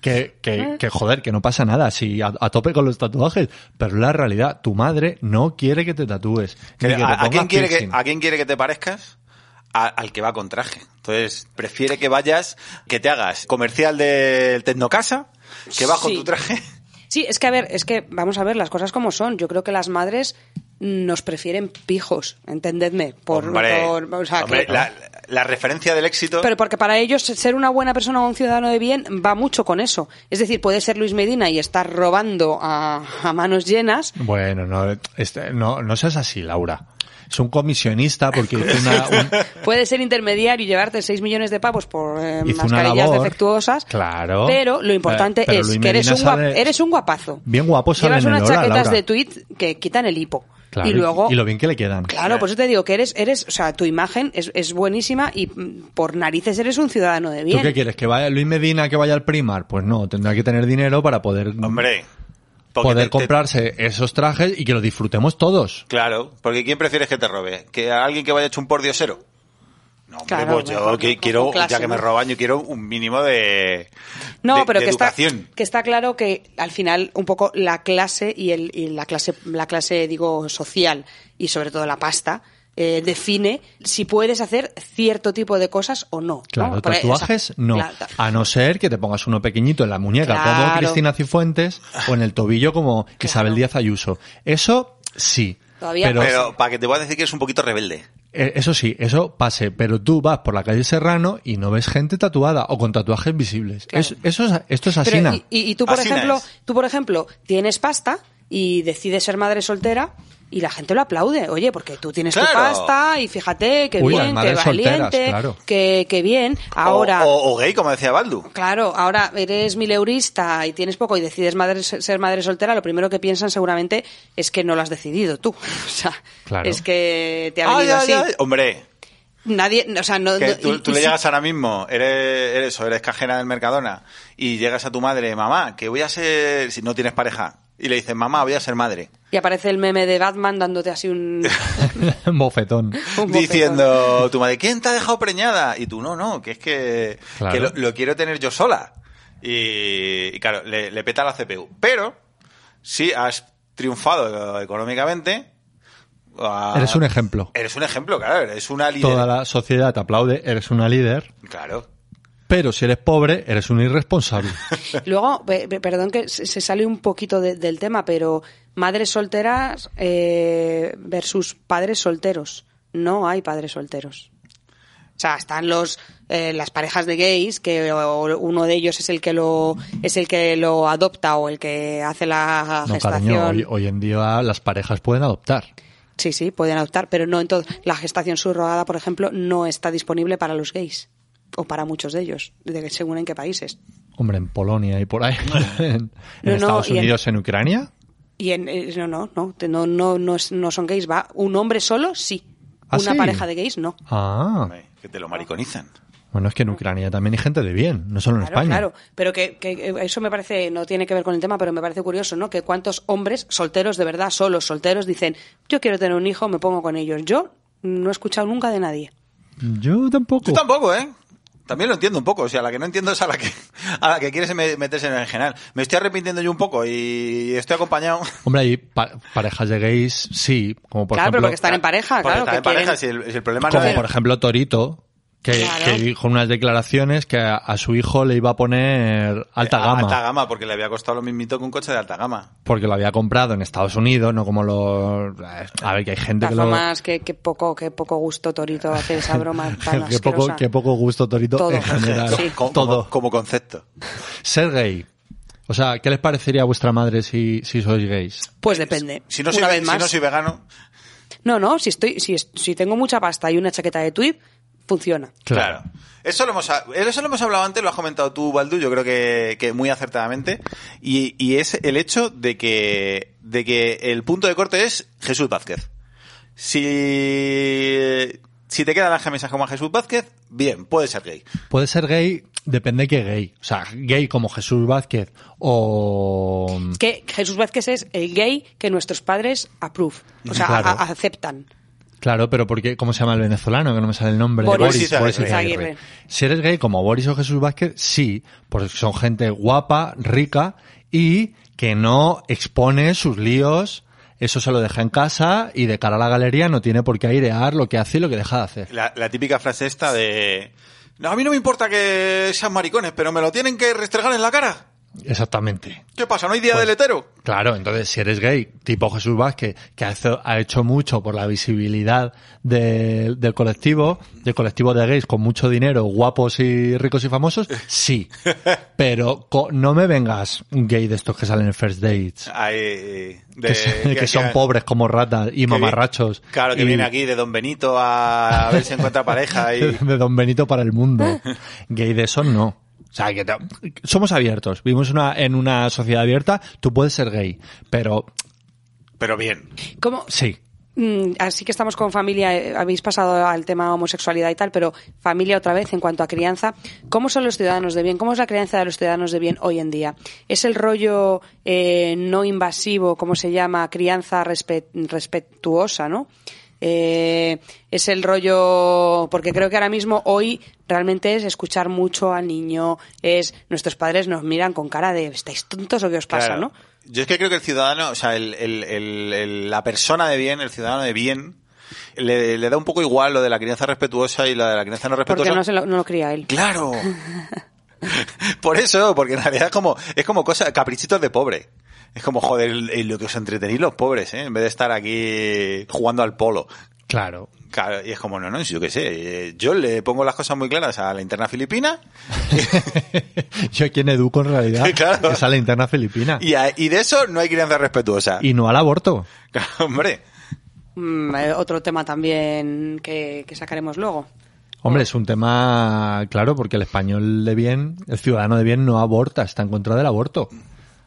Speaker 3: Que, que, que, joder, que no pasa nada, si a, a tope con los tatuajes. Pero la realidad, tu madre no quiere que te tatúes.
Speaker 1: Que-
Speaker 3: ni que te
Speaker 1: a- a, quién
Speaker 3: pongas
Speaker 1: quiere que,
Speaker 3: piercing.
Speaker 1: ¿A quién quiere que te parezcas? A- al que va con traje. Entonces, prefiere que vayas, que te hagas comercial del Tecnocasa, que vas con
Speaker 2: Sí.
Speaker 1: tu traje.
Speaker 2: Sí, es que a ver, es que vamos a ver las cosas como son. Yo creo que las madres nos prefieren pijos, entendedme. Por,
Speaker 1: Hombre,
Speaker 2: por- o sea, que-
Speaker 1: hombre, la, la referencia del éxito.
Speaker 2: Pero porque para ellos ser una buena persona o un ciudadano de bien va mucho con eso. Es decir, puede ser Luis Medina y estar robando a, a manos llenas.
Speaker 3: Bueno, no, este, no, no seas así, Laura. Es un comisionista porque hizo
Speaker 2: [LAUGHS]
Speaker 3: una, un-
Speaker 2: Puede ser intermediario y llevarte 6 millones de pavos por eh,
Speaker 3: hizo una
Speaker 2: mascarillas
Speaker 3: labor.
Speaker 2: defectuosas.
Speaker 3: Claro.
Speaker 2: Pero lo importante
Speaker 3: Eh, pero
Speaker 2: es
Speaker 3: Luis
Speaker 2: que eres
Speaker 3: Medina
Speaker 2: un, guap-
Speaker 3: sale-
Speaker 2: eres un guapazo.
Speaker 3: Bien guapo sale
Speaker 2: Llevas
Speaker 3: en el
Speaker 2: unas
Speaker 3: Lola,
Speaker 2: chaquetas
Speaker 3: Laura.
Speaker 2: de tweet que quitan el hipo.
Speaker 3: Claro,
Speaker 2: y luego
Speaker 3: lo bien que le quedan.
Speaker 2: Claro, por eso te digo que eres, eres, o sea, tu imagen es, es buenísima y mm, por narices eres un ciudadano de
Speaker 3: ¿Tú qué
Speaker 2: bien.
Speaker 3: quieres? ¿Que vaya Luis Medina que vaya al Primar? Pues no, tendrá que tener dinero para poder,
Speaker 1: hombre. porque
Speaker 3: poder
Speaker 1: te- te-
Speaker 3: comprarse esos trajes y que los disfrutemos todos.
Speaker 1: claro, porque ¿quién prefieres que te robe? ¿Que a alguien que vaya hecho un pordiosero? No, hombre,
Speaker 2: Claro,
Speaker 1: pues yo
Speaker 2: mejor,
Speaker 1: que
Speaker 2: mejor
Speaker 1: quiero,
Speaker 2: con clase,
Speaker 1: ya que me
Speaker 2: ¿no?
Speaker 1: roban, yo quiero un mínimo de.
Speaker 2: No,
Speaker 1: de-
Speaker 2: pero
Speaker 1: de
Speaker 2: que está,
Speaker 1: educación.
Speaker 2: que está claro que al final un poco la clase y, el, y la clase, la clase digo social y sobre todo la pasta eh, define si puedes hacer cierto tipo de cosas o no. ¿no?
Speaker 3: Claro,
Speaker 2: Porque, o sea,
Speaker 3: tatuajes no.
Speaker 2: claro, ta-
Speaker 3: A no ser que te pongas uno pequeñito en la muñeca, como
Speaker 2: Claro.
Speaker 3: Cristina Cifuentes, o en el tobillo como Isabel Díaz Ayuso. Eso sí.
Speaker 2: Todavía
Speaker 3: pero,
Speaker 2: pasa.
Speaker 1: Pero para que te voy a decir que eres un poquito rebelde.
Speaker 3: Eh, Eso sí, eso pase, pero tú vas por la calle Serrano y no ves gente tatuada o con tatuajes visibles.
Speaker 2: Claro.
Speaker 3: Es- eso es- esto es
Speaker 2: Pero,
Speaker 3: asina.
Speaker 2: y, y- y tú, por
Speaker 1: Asina
Speaker 2: ejemplo,
Speaker 1: es.
Speaker 2: tú, por ejemplo, tienes pasta y decides ser madre soltera y la gente lo aplaude. Oye, porque tú tienes tu
Speaker 1: Claro.
Speaker 2: pasta y fíjate que
Speaker 3: Uy, las
Speaker 2: bien, que
Speaker 3: madres solteras,
Speaker 2: valiente,
Speaker 3: claro.
Speaker 2: que, que bien. Ahora,
Speaker 1: O, o- o gay, como decía Baldu.
Speaker 2: claro, ahora eres mileurista y tienes poco y decides madre- ser madre soltera, lo primero que piensan seguramente es que no lo has decidido tú. [LAUGHS] O sea,
Speaker 3: Claro.
Speaker 2: es que te ha venido
Speaker 1: Ay,
Speaker 2: así.
Speaker 1: ay, ay. Hombre,
Speaker 2: Nadie, o sea, no,
Speaker 1: que
Speaker 2: no-
Speaker 1: tú,
Speaker 2: y-
Speaker 1: tú
Speaker 2: y
Speaker 1: le
Speaker 2: si-
Speaker 1: llegas ahora mismo, eres, eres eso, eres cajera del Mercadona, y llegas a tu madre, mamá, que voy a ser, si no tienes pareja, y le dices, mamá, voy a ser madre.
Speaker 2: y aparece el meme de Batman dándote
Speaker 1: [LAUGHS]
Speaker 2: así un,
Speaker 3: [LAUGHS] Bofetón.
Speaker 2: un bofetón.
Speaker 1: diciendo tu madre, ¿quién te ha dejado preñada? Y tú, no, no, que es que,
Speaker 3: Claro.
Speaker 1: que lo, lo quiero tener yo sola. Y, y claro, le, le peta la CPU. Pero, si has triunfado eh, económicamente... ah,
Speaker 3: Eres un ejemplo.
Speaker 1: Eres un ejemplo, claro, eres una líder.
Speaker 3: Toda la sociedad te aplaude, eres una líder,
Speaker 1: Claro.
Speaker 3: pero si eres pobre, eres un
Speaker 2: [LAUGHS]
Speaker 3: irresponsable.
Speaker 2: Luego, pe- pe- perdón que se se sale un poquito de- del tema, pero madres solteras eh, versus padres solteros. No hay padres solteros. O sea, están los eh, las parejas de gays que o- uno de ellos es el que lo es el que lo adopta o el que hace la
Speaker 3: No,
Speaker 2: gestación.
Speaker 3: cariño, hoy, hoy en día las parejas pueden adoptar.
Speaker 2: Sí, sí, pueden adoptar, pero no entonces la gestación subrogada, por ejemplo, no está disponible para los gays o para muchos de ellos, de- según en qué países.
Speaker 3: Hombre, en Polonia y por ahí. [LAUGHS] en
Speaker 2: No, no,
Speaker 3: Estados
Speaker 2: y en-
Speaker 3: Unidos, en Ucrania.
Speaker 2: Y en, eh, no, no, no, te- no, no, no, es- no son gays, va. Un hombre solo, sí.
Speaker 3: ¿Ah,
Speaker 2: Una
Speaker 3: sí?
Speaker 2: pareja de gays, no.
Speaker 3: Ah,
Speaker 1: Hombre, Que te lo mariconizan.
Speaker 3: bueno, es que en Ucrania también hay gente de bien, no solo en
Speaker 2: Claro,
Speaker 3: España.
Speaker 2: claro. Pero que, que eso me parece, no tiene que ver con el tema, pero me parece curioso, ¿no? Que cuántos hombres solteros, de verdad, solos, solteros, dicen, yo quiero tener un hijo, me pongo con ellos. Yo no he escuchado nunca de nadie.
Speaker 3: Yo tampoco.
Speaker 1: Yo tampoco, ¿eh? También lo entiendo un poco, o sea, la que no entiendo es a la que, a la que quieres me- meterse en el general. Me estoy arrepintiendo yo un poco y estoy acompañado.
Speaker 3: Hombre, hay pa- parejas de gays, sí, como por
Speaker 2: claro, pero
Speaker 3: ejemplo,
Speaker 2: porque están en pareja,
Speaker 1: Porque
Speaker 2: claro.
Speaker 1: está
Speaker 2: que
Speaker 1: en pareja,
Speaker 2: quieren-
Speaker 1: si el, si el problema no
Speaker 3: como
Speaker 1: es...
Speaker 3: por ejemplo Torito, que,
Speaker 2: Claro.
Speaker 3: que dijo unas declaraciones que a, a su hijo le iba a poner alta
Speaker 1: Eh,
Speaker 3: gama,
Speaker 1: Alta gama, porque le había costado lo mismito que un coche de alta gama.
Speaker 3: porque lo había comprado en Estados Unidos, no como los... A ver, que hay gente
Speaker 2: Las
Speaker 3: que lo... [LAUGHS]
Speaker 2: bromas, que, que poco, que poco gusto Torito hace esa broma tan
Speaker 3: que, poco,
Speaker 2: asquerosa.
Speaker 3: que poco gusto Torito
Speaker 2: Todo.
Speaker 3: en general.
Speaker 2: Sí.
Speaker 1: Como,
Speaker 3: Todo.
Speaker 1: como- como concepto.
Speaker 3: Ser gay. O sea, ¿qué les parecería a vuestra madre si, si sois gays?
Speaker 2: Pues depende.
Speaker 1: Si no soy,
Speaker 2: Una
Speaker 1: ve-
Speaker 2: vez
Speaker 1: si
Speaker 2: más.
Speaker 1: no soy vegano,
Speaker 2: No, no, si estoy, si, es- si tengo mucha pasta y una chaqueta de tweed, funciona.
Speaker 1: claro. Eso lo, hemos, ha- eso lo hemos hablado antes, lo has comentado tú, Baldu, yo creo que, que muy acertadamente. Y, y es el hecho de que, de que el punto de corte es Jesús Vázquez. Si, si te quedan las camisas como a Jesús Vázquez, bien, puede ser gay.
Speaker 3: Puede ser gay, depende qué gay. O sea, gay como Jesús Vázquez o...
Speaker 2: Es que Jesús Vázquez es el gay que nuestros padres approve, o sea,
Speaker 3: Claro.
Speaker 2: a- a- aceptan.
Speaker 3: Claro, pero porque, ¿cómo se llama el venezolano? Que no me sale el nombre.
Speaker 2: Boris.
Speaker 1: Boris
Speaker 2: Izaguirre.
Speaker 3: Si eres gay como Boris o Jesús Vázquez, sí, porque son gente guapa, rica y que no expone sus líos. Eso se lo deja en casa y de cara a la galería no tiene por qué airear lo que hace y lo que deja de hacer.
Speaker 1: La, la típica frase esta de... No, a mí no me importa que sean maricones, pero me lo tienen que restregar en la cara.
Speaker 3: Exactamente.
Speaker 1: ¿Qué pasa? ¿No hay día
Speaker 3: Pues
Speaker 1: del hetero?
Speaker 3: Claro, entonces si eres gay, tipo Jesús Vázquez, que ha hecho, ha hecho mucho por la visibilidad de- del colectivo, del colectivo de gays con mucho dinero, guapos y ricos y famosos,
Speaker 1: [LAUGHS]
Speaker 3: sí. Pero co- no me vengas un gay de estos que salen en First Dates,
Speaker 1: Ahí, de-
Speaker 3: que, se- que son pobres como ratas y
Speaker 1: que vi-
Speaker 3: mamarrachos.
Speaker 1: Claro, que
Speaker 3: y-
Speaker 1: viene
Speaker 3: [LAUGHS]
Speaker 1: aquí de Don Benito a, a ver si encuentra pareja y...
Speaker 3: de Don Benito para
Speaker 1: [LAUGHS]
Speaker 3: el mundo. Gay de eso no. O sea, que te- somos abiertos. Vivimos una, en una sociedad abierta. Tú puedes ser gay, pero
Speaker 1: Pero bien.
Speaker 2: ¿Cómo?
Speaker 3: sí.
Speaker 2: Mm, así que estamos con familia, eh, habéis pasado al tema homosexualidad y tal, pero familia otra vez en cuanto a crianza. ¿Cómo son los ciudadanos de bien? ¿Cómo es la crianza de los ciudadanos de bien hoy en día? ¿Es el rollo eh, no invasivo, como se llama, crianza respe- respetuosa, no? Eh, es el rollo, porque creo que ahora mismo hoy realmente es escuchar mucho al niño, es nuestros padres nos miran con cara de estáis tontos o qué os pasa,
Speaker 1: Claro.
Speaker 2: ¿no?
Speaker 1: Yo es que creo que el ciudadano, o sea, el- el- el- el- la persona de bien, el ciudadano de bien, le, le da un poco igual lo de la crianza respetuosa y la de la crianza no respetuosa.
Speaker 2: Porque no, se lo, no lo cría él. [LAUGHS]
Speaker 1: ¡Claro! Por eso, porque en realidad es como, es como cosa, caprichitos de pobre. Es como, joder, en lo que os entretenéis los pobres, ¿eh? En vez de estar aquí jugando al polo.
Speaker 3: Claro.
Speaker 1: Claro, y es como, no, no, yo qué sé, eh, yo le pongo las cosas muy claras a la interna filipina
Speaker 3: [LAUGHS] Yo a quien educo en realidad
Speaker 1: [LAUGHS] Claro.
Speaker 3: es a la interna filipina.
Speaker 1: [LAUGHS]
Speaker 3: Y,
Speaker 1: y, a- y de eso no hay crianza respetuosa.
Speaker 3: no al aborto.
Speaker 1: Hombre,
Speaker 2: Mm, eh, otro tema también que, que sacaremos luego.
Speaker 3: Hombre, es un tema claro, porque el español de bien, el ciudadano de bien no aborta, está en contra del aborto. O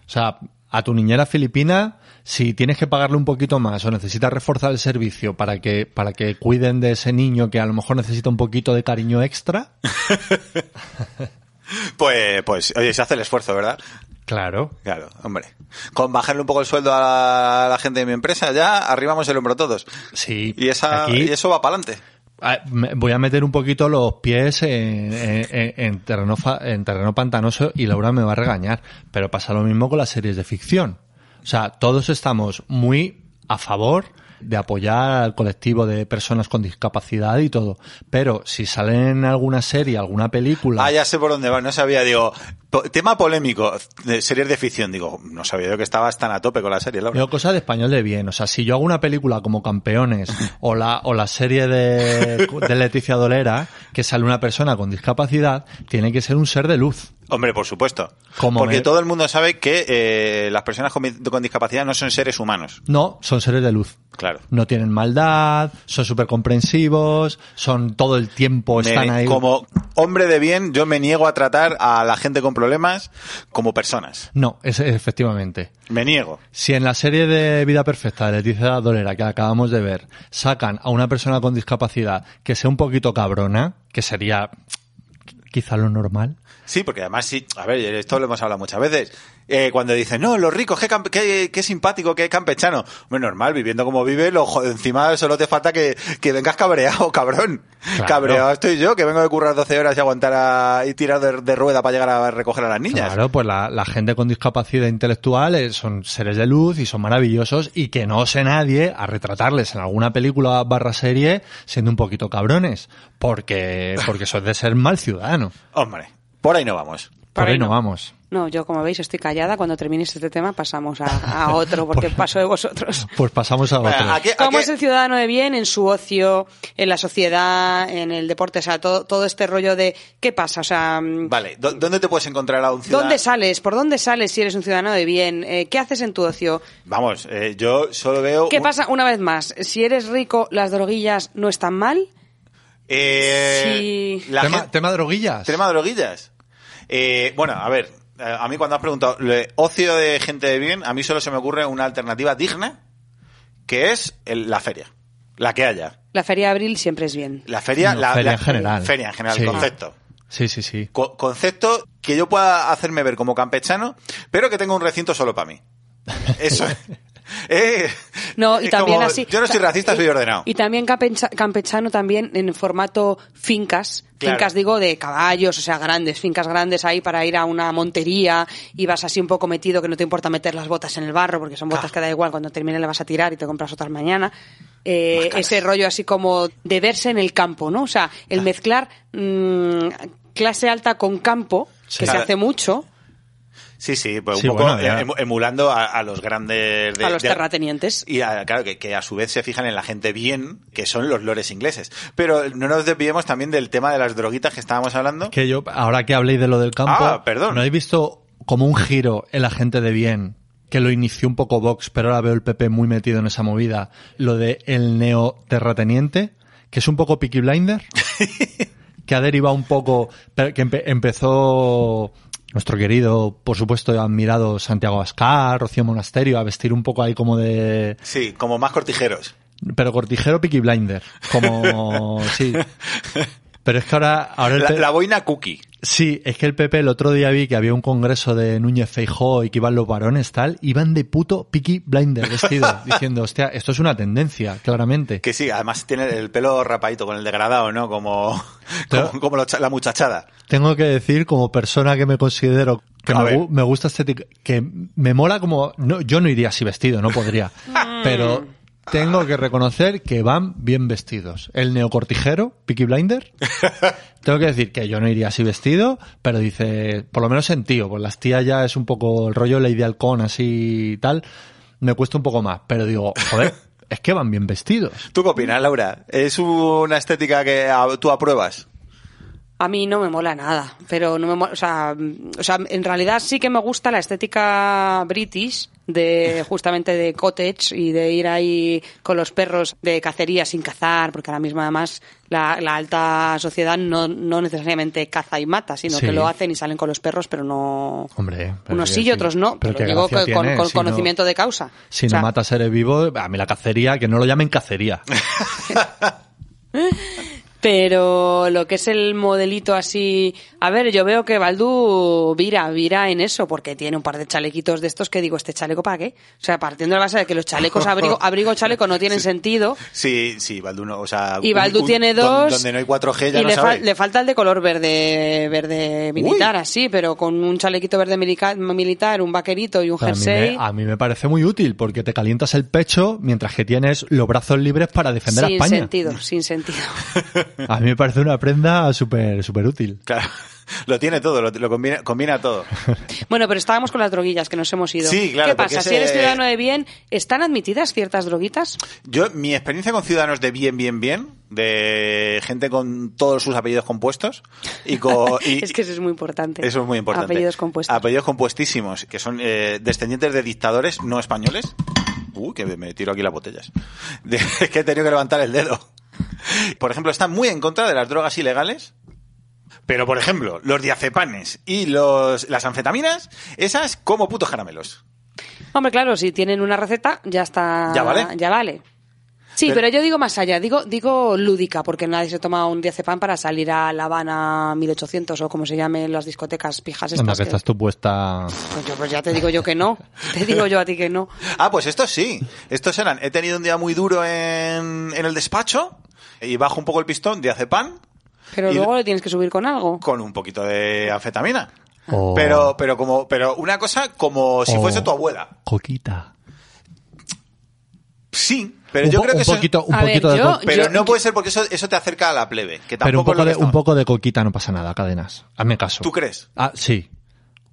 Speaker 3: sea, a tu niñera filipina, si tienes que pagarle un poquito más o necesitas reforzar el servicio para que, para que cuiden de ese niño que a lo mejor necesita un poquito de cariño extra,
Speaker 1: Pues, pues, oye, se hace el esfuerzo, ¿verdad?
Speaker 3: claro.
Speaker 1: [LAUGHS] Claro, hombre. Con bajarle un poco el sueldo a la gente de mi empresa, ya arribamos el hombro todos.
Speaker 3: Sí.
Speaker 1: Y, esa,
Speaker 3: aquí-
Speaker 1: y eso va para adelante.
Speaker 3: Ah, me- Voy a meter un poquito los pies en, en- en- en terreno, fa- en terreno pantanoso y Laura me va a regañar. Pero pasa lo mismo con las series de ficción. O sea, todos estamos muy a favor de apoyar al colectivo de personas con discapacidad y todo. Pero si salen alguna serie, alguna película...
Speaker 1: Ah, ya sé por dónde va, no sabía, digo, po- tema polémico, de series de ficción, digo, no sabía yo que estabas tan a tope con la serie, Laura.
Speaker 3: Yo cosa de español de bien. O sea, si yo hago una película
Speaker 1: [LAUGHS]
Speaker 3: como Campeones o la, o la serie de, de Leticia Dolera, que sale una persona con discapacidad, tiene que ser un ser de luz.
Speaker 1: Hombre, por supuesto.
Speaker 3: Como
Speaker 1: Porque
Speaker 3: me-
Speaker 1: todo el mundo sabe que eh, las personas con, con discapacidad no son seres humanos.
Speaker 3: No, son seres de luz.
Speaker 1: Claro.
Speaker 3: No tienen maldad, son súper comprensivos, son todo el tiempo,
Speaker 1: Me-
Speaker 3: están ahí.
Speaker 1: Como hombre de bien, yo me niego a tratar a la gente con problemas como personas.
Speaker 3: No, es, efectivamente.
Speaker 1: Me niego.
Speaker 3: Si en la serie de Vida Perfecta de Leticia Dolera que acabamos de ver sacan a una persona con discapacidad que sea un poquito cabrona, que sería quizá lo normal,
Speaker 1: Sí, porque además sí, a ver, esto lo hemos hablado muchas veces. Eh, cuando dicen, no, los ricos, qué, camp- qué- qué simpático, qué campechano. Hombre, normal, viviendo como vive, lo, jo- encima solo te falta que, que vengas cabreado, [LAUGHS] cabrón.
Speaker 3: Claro.
Speaker 1: Cabreado estoy yo, que vengo de currar 12 horas y aguantar a- y tirar de, de rueda para llegar a recoger a las niñas.
Speaker 3: Claro, pues la, la gente con discapacidad intelectual eh, son seres de luz y son maravillosos y que no sé nadie a retratarles en alguna película barra serie siendo un poquito cabrones, porque, porque eso es de ser mal ciudadano.
Speaker 1: Hombre, por ahí no vamos.
Speaker 3: Por
Speaker 2: Por ahí
Speaker 3: ahí no
Speaker 2: no.
Speaker 3: vamos.
Speaker 2: No, yo como veis estoy callada. Cuando termines este tema pasamos a,
Speaker 1: [LAUGHS]
Speaker 2: a otro, porque paso de vosotros.
Speaker 3: Pues pasamos a otro.
Speaker 1: Bueno, ¿a qué- a
Speaker 2: ¿Cómo
Speaker 1: qué-
Speaker 2: es el ciudadano de bien en su ocio, en la sociedad, en el deporte? O sea, todo, todo este rollo de ¿qué pasa? O sea, mm,
Speaker 1: Vale, ¿dó- ¿dónde te puedes encontrar a un ciudadano?
Speaker 2: ¿dónde sales? ¿Por dónde sales si eres un ciudadano de bien? Eh, ¿Qué haces en tu ocio?
Speaker 1: Vamos, eh, yo solo veo...
Speaker 2: ¿Qué
Speaker 1: un-
Speaker 2: pasa? Una vez más, si eres rico, las droguillas no están mal.
Speaker 1: Eh,
Speaker 2: Sí.
Speaker 1: la
Speaker 3: ¿Tema,
Speaker 1: gente-
Speaker 3: tema droguillas?
Speaker 1: Tema de droguillas. Eh, bueno, a ver, eh, a mí cuando has preguntado le- ocio de gente de bien, a mí solo se me ocurre una alternativa digna, que es el- la feria, la que haya.
Speaker 2: La feria de abril siempre es bien.
Speaker 1: La feria,
Speaker 3: No,
Speaker 1: la,
Speaker 3: feria
Speaker 1: la-
Speaker 3: en general.
Speaker 1: Feria en general,
Speaker 3: Sí.
Speaker 1: concepto.
Speaker 3: Sí, sí, sí.
Speaker 1: Co- concepto que yo pueda hacerme ver como campechano, pero que tenga un recinto solo para mí. Eso
Speaker 3: [LAUGHS]
Speaker 1: es. Eh,
Speaker 2: No, y
Speaker 1: es
Speaker 2: también
Speaker 1: como,
Speaker 2: así.
Speaker 1: Yo no soy racista,
Speaker 2: y-
Speaker 1: soy ordenado.
Speaker 2: Y también campecha- campechano también en formato fincas.
Speaker 1: Claro.
Speaker 2: Fincas, digo, de caballos, o sea, grandes, fincas grandes ahí para ir a una montería y vas así un poco metido, que no te importa meter las botas en el barro, porque son botas
Speaker 1: Claro.
Speaker 2: que da igual, cuando termine le vas a tirar y te compras otras mañana. Eh,
Speaker 1: Más caras. Ah.
Speaker 2: ese rollo así como de verse en el campo, ¿no? O sea, el mezclar mm, clase alta con campo,
Speaker 3: Sí.
Speaker 2: que
Speaker 1: Claro.
Speaker 2: se hace mucho,
Speaker 1: Sí, sí, pues un
Speaker 3: Sí,
Speaker 1: poco
Speaker 3: bueno, ya.
Speaker 1: em- emulando a, a los grandes... de-
Speaker 2: a los
Speaker 1: de-
Speaker 2: terratenientes.
Speaker 1: Y a- claro, que, que a su vez se fijan en la gente bien, que son los lores ingleses. Pero no nos desviemos también del tema de las droguitas que estábamos hablando.
Speaker 3: Que yo, ahora que habléis de lo del campo,
Speaker 1: Ah, perdón.
Speaker 3: ¿no habéis visto como un giro en la gente de bien? Que lo inició un poco Vox, pero ahora veo el PP muy metido en esa movida. Lo de el neo terrateniente, que es un poco Peaky
Speaker 1: [LAUGHS]
Speaker 3: Blinder, que ha derivado un poco, pero que empe- empezó nuestro querido, por supuesto, admirado Santiago Ascar, Rocío Monasterio, a vestir un poco ahí como de,
Speaker 1: Sí, como más cortijeros.
Speaker 3: pero cortijero Peaky Blinder,
Speaker 1: [LAUGHS]
Speaker 3: como, sí. Pero es que ahora, ahora el
Speaker 1: La,
Speaker 3: pe-
Speaker 1: la boina cookie.
Speaker 3: Sí, es que el PP el otro día vi que había un congreso de Núñez Feijó y que iban los varones tal, iban de puto Peaky Blinder vestido, diciendo, hostia, esto es una tendencia, claramente.
Speaker 1: Que sí, además tiene el pelo rapadito con el degradado, ¿no? Como,
Speaker 3: Claro.
Speaker 1: como, como los cha- la muchachada.
Speaker 3: Tengo que decir, como persona que me considero que
Speaker 1: A
Speaker 3: me,
Speaker 1: ver.
Speaker 3: gu- me gusta este tic- que me mola como, no, yo no iría así vestido,
Speaker 2: [LAUGHS]
Speaker 3: no podría,
Speaker 1: Mm.
Speaker 3: pero tengo que reconocer que van bien vestidos. El neocortijero,
Speaker 1: [LAUGHS]
Speaker 3: Peaky Blinder, tengo que decir que yo no iría así vestido, pero dice, por lo menos en tío, pues las tías ya es un poco el rollo Lady Halcón así y tal, me cuesta un poco más, pero digo, joder, es que van bien vestidos.
Speaker 1: ¿Tú qué opinas, Laura? ¿Es una estética que a- tú apruebas?
Speaker 2: A mí no me mola nada, pero no me mola, o sea, mm, o sea, en realidad sí que me gusta la estética british
Speaker 3: [LAUGHS]
Speaker 2: de justamente de cottage y de ir ahí con los perros de cacería sin cazar, porque ahora mismo además la, la alta sociedad no, no necesariamente caza y mata, sino
Speaker 3: Sí.
Speaker 2: que lo hacen y salen con los perros, pero no
Speaker 3: Hombre, pero
Speaker 2: unos
Speaker 3: sí,
Speaker 2: sí y
Speaker 3: sí.
Speaker 2: otros no,
Speaker 3: Pero
Speaker 2: pero,
Speaker 3: qué
Speaker 2: digo
Speaker 3: gracia
Speaker 2: que con,
Speaker 3: tiene,
Speaker 2: con
Speaker 3: si no-
Speaker 2: conocimiento de causa.
Speaker 3: Si
Speaker 2: O sea,
Speaker 3: no mata seres vivos, a mí la cacería, que no lo
Speaker 2: [LAUGHS]
Speaker 3: llamen cacería.
Speaker 2: Pero lo que es el modelito así. A ver, yo veo que Baldu vira, vira en eso, porque tiene un par de chalequitos de estos que digo, ¿este chaleco para qué? O sea, partiendo de la base de que los
Speaker 1: [LAUGHS]
Speaker 2: chalecos abrigo, abrigo chaleco no tienen sentido.
Speaker 1: Sí, sí, Baldu no, o sea...
Speaker 2: Y
Speaker 1: un-
Speaker 2: Baldu
Speaker 1: un-
Speaker 2: tiene
Speaker 1: don-
Speaker 2: dos.
Speaker 1: Donde no hay 4G ya
Speaker 2: y
Speaker 1: no
Speaker 2: le, fal-
Speaker 1: sabe.
Speaker 2: le falta el de color verde, verde militar, así, pero con un chalequito verde milica- militar, un vaquerito y un
Speaker 3: A mí,
Speaker 2: jersey.
Speaker 3: me, a mí me parece muy útil porque te calientas el pecho mientras que tienes los brazos libres para defender a
Speaker 2: sin
Speaker 3: España.
Speaker 2: sentido, sin sentido. [LAUGHS]
Speaker 3: A mí me parece una prenda súper súper útil.
Speaker 1: Claro, [LAUGHS] lo tiene todo, lo, lo combina, combina todo.
Speaker 2: Bueno, pero estábamos con las droguillas que nos hemos ido.
Speaker 1: Sí, claro,
Speaker 2: ¿Qué
Speaker 1: porque
Speaker 2: pasa?
Speaker 1: ese-
Speaker 2: Si eres ciudadano de bien, ¿están admitidas ciertas droguitas?
Speaker 1: Yo, mi experiencia con ciudadanos de bien, bien, bien, de gente con todos sus apellidos compuestos y con...
Speaker 2: [LAUGHS]
Speaker 1: y-
Speaker 2: es que eso es muy importante.
Speaker 1: Eso es muy importante.
Speaker 2: Apellidos compuestos.
Speaker 1: Apellidos compuestísimos, que son eh, descendientes de dictadores no españoles. Uh, que me tiro aquí las botellas. [LAUGHS] De- es que he tenido que levantar el dedo. Por ejemplo, están muy en contra de las drogas ilegales. Pero, por ejemplo, los diazepanes y los, las anfetaminas, esas como putos caramelos.
Speaker 2: Hombre, claro, si tienen una receta, ya está.
Speaker 1: Ya vale.
Speaker 2: vale. Sí,
Speaker 1: Pero-
Speaker 2: pero, yo digo más allá, digo digo lúdica, porque nadie se toma un diazepam para salir a La Habana 1800 o como se llamen las discotecas pijas estas.
Speaker 3: Anda, que
Speaker 2: que-
Speaker 3: estás tú puesta...
Speaker 2: Pues yo- pues ya te digo yo que
Speaker 3: [LAUGHS]
Speaker 2: no, te digo yo a ti que no.
Speaker 1: Ah, pues estos sí. Estos eran. He tenido un día muy duro en, en el despacho y bajo un poco el pistón, diazepam,
Speaker 2: Pero
Speaker 1: Y-
Speaker 2: luego lo tienes que subir con algo.
Speaker 1: con un poquito de anfetamina.
Speaker 3: o
Speaker 1: Pero, pero como, pero una cosa como si
Speaker 3: Oh.
Speaker 1: fuese tu abuela.
Speaker 3: Coquita.
Speaker 1: Sí, pero
Speaker 3: un
Speaker 1: yo
Speaker 3: po-
Speaker 1: creo
Speaker 3: un
Speaker 1: que eso-
Speaker 3: poquito, un
Speaker 2: A ver,
Speaker 3: poquito de
Speaker 2: yo-
Speaker 3: co-
Speaker 1: pero
Speaker 2: yo-
Speaker 1: no puede ser porque eso, eso te acerca a la plebe, que
Speaker 3: Pero
Speaker 1: tampoco
Speaker 3: un poco, de,
Speaker 1: es lo que
Speaker 3: un
Speaker 1: estaba.
Speaker 3: poco de coquita no pasa nada, cadenas. Hazme caso.
Speaker 1: ¿Tú crees?
Speaker 3: Ah, sí.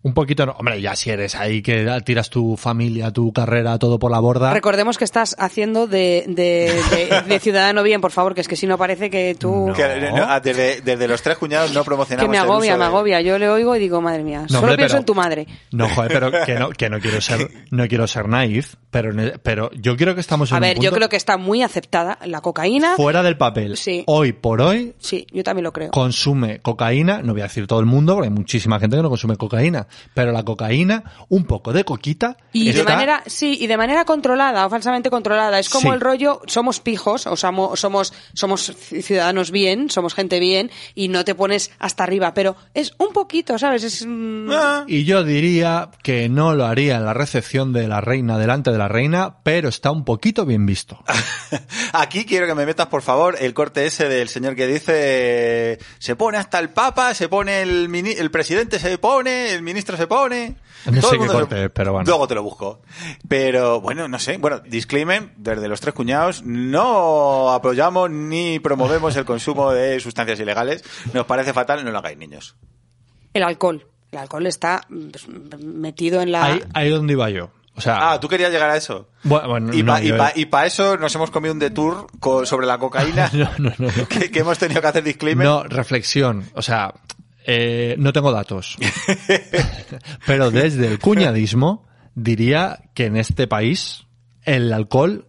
Speaker 3: Un poquito no. Hombre, ya si eres ahí que tiras tu familia, tu carrera, todo por la borda.
Speaker 2: Recordemos que estás haciendo de, de- de- de ciudadano bien, por favor, que es que si no parece que tú...
Speaker 3: No.
Speaker 1: Que, eh, no, ah, desde, desde los tres cuñados no promocionamos
Speaker 2: Que me
Speaker 1: el
Speaker 2: agobia,
Speaker 1: uso
Speaker 2: me
Speaker 1: de-
Speaker 2: agobia. Yo le oigo y digo, madre mía,
Speaker 3: No,
Speaker 2: solo
Speaker 3: hombre,
Speaker 2: pienso
Speaker 3: pero-
Speaker 2: en tu madre.
Speaker 3: No, joder, pero que no, que
Speaker 1: [LAUGHS]
Speaker 3: no quiero ser, no quiero ser naif, pero, ne- pero yo creo que estamos en
Speaker 2: A
Speaker 3: un
Speaker 2: ver, yo
Speaker 3: punto
Speaker 2: creo que está muy aceptada la cocaína.
Speaker 3: fuera del papel.
Speaker 2: Sí.
Speaker 3: Hoy por hoy
Speaker 2: Sí, yo también lo creo.
Speaker 3: consume cocaína, no voy a decir todo el mundo, porque hay muchísima gente que no consume cocaína, pero la cocaína, un poco de coquita,
Speaker 2: Y de
Speaker 3: está-
Speaker 2: manera, sí, y de manera controlada o falsamente controlada. Es como
Speaker 3: Sí.
Speaker 2: el rollo, somos pijos, o somos, somos, somos ci- ciudadanos bien, somos gente bien, y no te pones hasta arriba, pero es un poquito, ¿sabes? Es, mm,
Speaker 1: Ah,
Speaker 3: Y yo diría que no lo haría en la recepción de la reina, delante de la reina, pero está un poquito bien visto.
Speaker 2: Ah.
Speaker 1: [LAUGHS] Aquí quiero que me metas, por favor, el corte ese del señor que dice se pone hasta el papa, se pone el, mini- el presidente, se pone, el ministro se pone.
Speaker 3: No
Speaker 1: Todo
Speaker 3: sé
Speaker 1: el
Speaker 3: qué
Speaker 1: mundo se-
Speaker 3: corte es, pero bueno.
Speaker 1: Luego te lo busco. Pero bueno, no sé. Bueno, disclaimer, desde los tres cuñados no apoyamos ni promovemos el consumo de sustancias ilegales. Nos parece fatal, no lo hagáis, niños.
Speaker 2: el alcohol. El alcohol está mm, pues, mm, metido en la...
Speaker 3: Ahí, ahí donde iba yo. O sea,
Speaker 1: Ah, tú querías llegar a eso.
Speaker 3: Bueno, bueno,
Speaker 1: y
Speaker 3: no,
Speaker 1: para
Speaker 3: yo-
Speaker 1: eso nos hemos comido un detour co- sobre la cocaína
Speaker 3: [LAUGHS] No, no, no, no.
Speaker 1: Que, que hemos tenido que hacer disclaimer.
Speaker 3: No, reflexión. O sea, eh, no tengo datos. Pero desde el cuñadismo diría que en este país el alcohol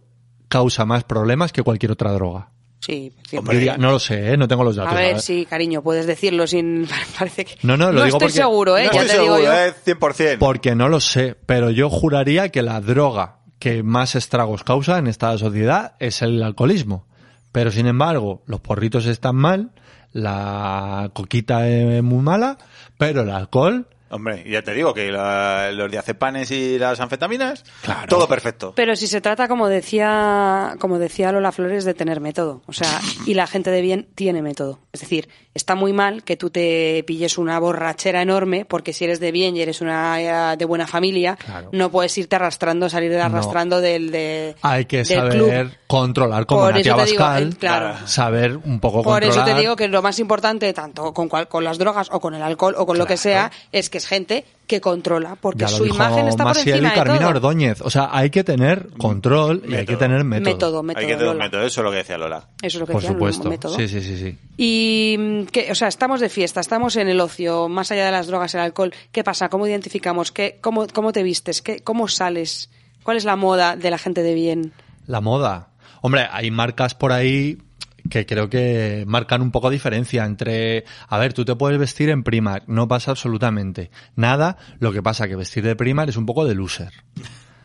Speaker 3: causa más problemas que cualquier otra droga.
Speaker 2: Sí,
Speaker 1: Hombre,
Speaker 3: Diría- no lo sé, ¿eh? no tengo los datos.
Speaker 2: A
Speaker 3: la
Speaker 2: ver,
Speaker 3: verdad.
Speaker 2: sí, cariño, puedes decirlo sin... [LAUGHS] Parece que...
Speaker 3: No, no, lo digo
Speaker 2: estoy
Speaker 3: porque-
Speaker 2: seguro, ¿eh?
Speaker 1: No
Speaker 2: ya
Speaker 1: estoy
Speaker 2: te
Speaker 1: seguro,
Speaker 2: digo yo.
Speaker 1: ¿eh? 100%.
Speaker 3: Porque no lo sé, pero yo juraría que la droga que más estragos causa en esta sociedad es el alcoholismo. Pero sin embargo, los porritos están mal, la coquita es muy mala, pero el alcohol
Speaker 1: Hombre, ya te digo que la- los diazepanes y las anfetaminas,
Speaker 3: Claro.
Speaker 1: todo perfecto.
Speaker 2: Pero si se trata, como decía, como decía Lola Flores, de tener método. O sea, y la gente de bien tiene método. Es decir, está muy mal que tú te pilles una borrachera enorme, porque si eres de bien y eres una eh, de buena familia,
Speaker 3: Claro.
Speaker 2: no puedes irte arrastrando, salir arrastrando del de,
Speaker 3: Hay que
Speaker 2: del
Speaker 3: saber
Speaker 2: club.
Speaker 3: controlar como
Speaker 2: Por
Speaker 3: Natia
Speaker 2: eso te digo,
Speaker 3: Bascal,
Speaker 2: eh, claro.
Speaker 3: saber un poco
Speaker 2: Por eso
Speaker 3: controlar.
Speaker 2: te digo que lo más importante, tanto con, cual- con las drogas o con el alcohol o con lo que sea, es que es gente que controla, porque
Speaker 3: Ya lo
Speaker 2: su
Speaker 3: dijo
Speaker 2: imagen está por
Speaker 3: Maciel
Speaker 2: encima
Speaker 3: y
Speaker 2: de
Speaker 3: Carmina
Speaker 2: todo.
Speaker 3: Ordóñez. O sea, hay que tener control y hay que
Speaker 1: Método.
Speaker 3: tener método.
Speaker 2: Método, método.
Speaker 1: Hay que tener un
Speaker 2: Lola.
Speaker 1: método, eso es lo que decía Lola.
Speaker 2: Eso es lo que
Speaker 3: Por
Speaker 2: decía, un
Speaker 3: supuesto.
Speaker 2: método.
Speaker 3: Sí, sí, sí, sí.
Speaker 2: Y Y, que, o sea, estamos de fiesta, estamos en el ocio, más allá de las drogas, el alcohol. ¿Qué pasa? ¿Cómo identificamos? ¿Qué, cómo, ¿Cómo te vistes? ¿Qué, ¿Cómo sales? ¿Cuál es la moda de la gente de bien?
Speaker 3: La moda. Hombre, hay marcas por ahí que creo que marcan un poco diferencia entre, a ver, tú te puedes vestir en Primark, no pasa absolutamente nada, lo que pasa que vestir de Primark es un poco de loser.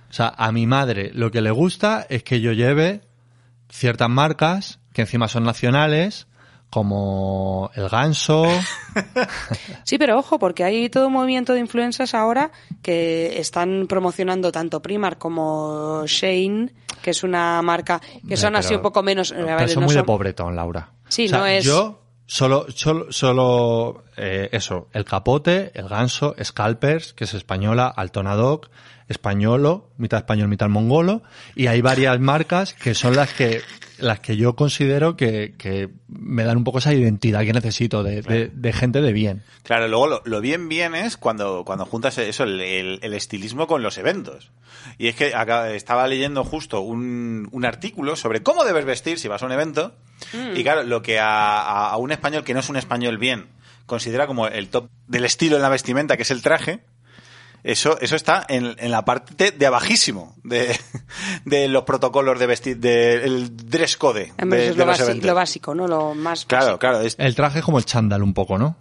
Speaker 3: O sea, a mi madre lo que le gusta es que yo lleve ciertas marcas que encima son nacionales, como el ganso.
Speaker 2: Sí, pero ojo, porque hay todo un movimiento de influencers ahora que están promocionando tanto Primark como Shane, que es una marca que son
Speaker 3: Pero-
Speaker 2: así un poco menos. a
Speaker 3: pero
Speaker 2: ver,
Speaker 3: son
Speaker 2: no
Speaker 3: muy de
Speaker 2: son-
Speaker 3: pobretón, Laura.
Speaker 2: Sí,
Speaker 3: O sea,
Speaker 2: no es-
Speaker 3: Yo solo, solo, solo, eh, eso, el capote, el ganso, scalpers, que es española, altonadoc, españolo, mitad español, mitad mongolo, y hay varias marcas que son las que las que yo considero que, que me dan un poco esa identidad que necesito de, de- de gente de bien.
Speaker 1: Claro, luego lo, lo bien bien es cuando, cuando juntas eso, el, el- el estilismo con los eventos. Y es que acá- estaba leyendo justo un, un artículo sobre cómo debes vestir si vas a un evento.
Speaker 2: Mm.
Speaker 1: Y claro, lo que a, a- a un español que no es un español bien considera como el top del estilo en la vestimenta, que es el traje, eso, eso está en, en la parte de abajísimo de, de los protocolos de vestir, del dress code de,
Speaker 2: Hombre, eso es
Speaker 1: de
Speaker 2: lo,
Speaker 1: los
Speaker 2: basi-
Speaker 1: eventos.
Speaker 2: lo básico, ¿no? Lo más.
Speaker 1: Claro, claro, es-
Speaker 3: El traje es como el chándal un poco, ¿no?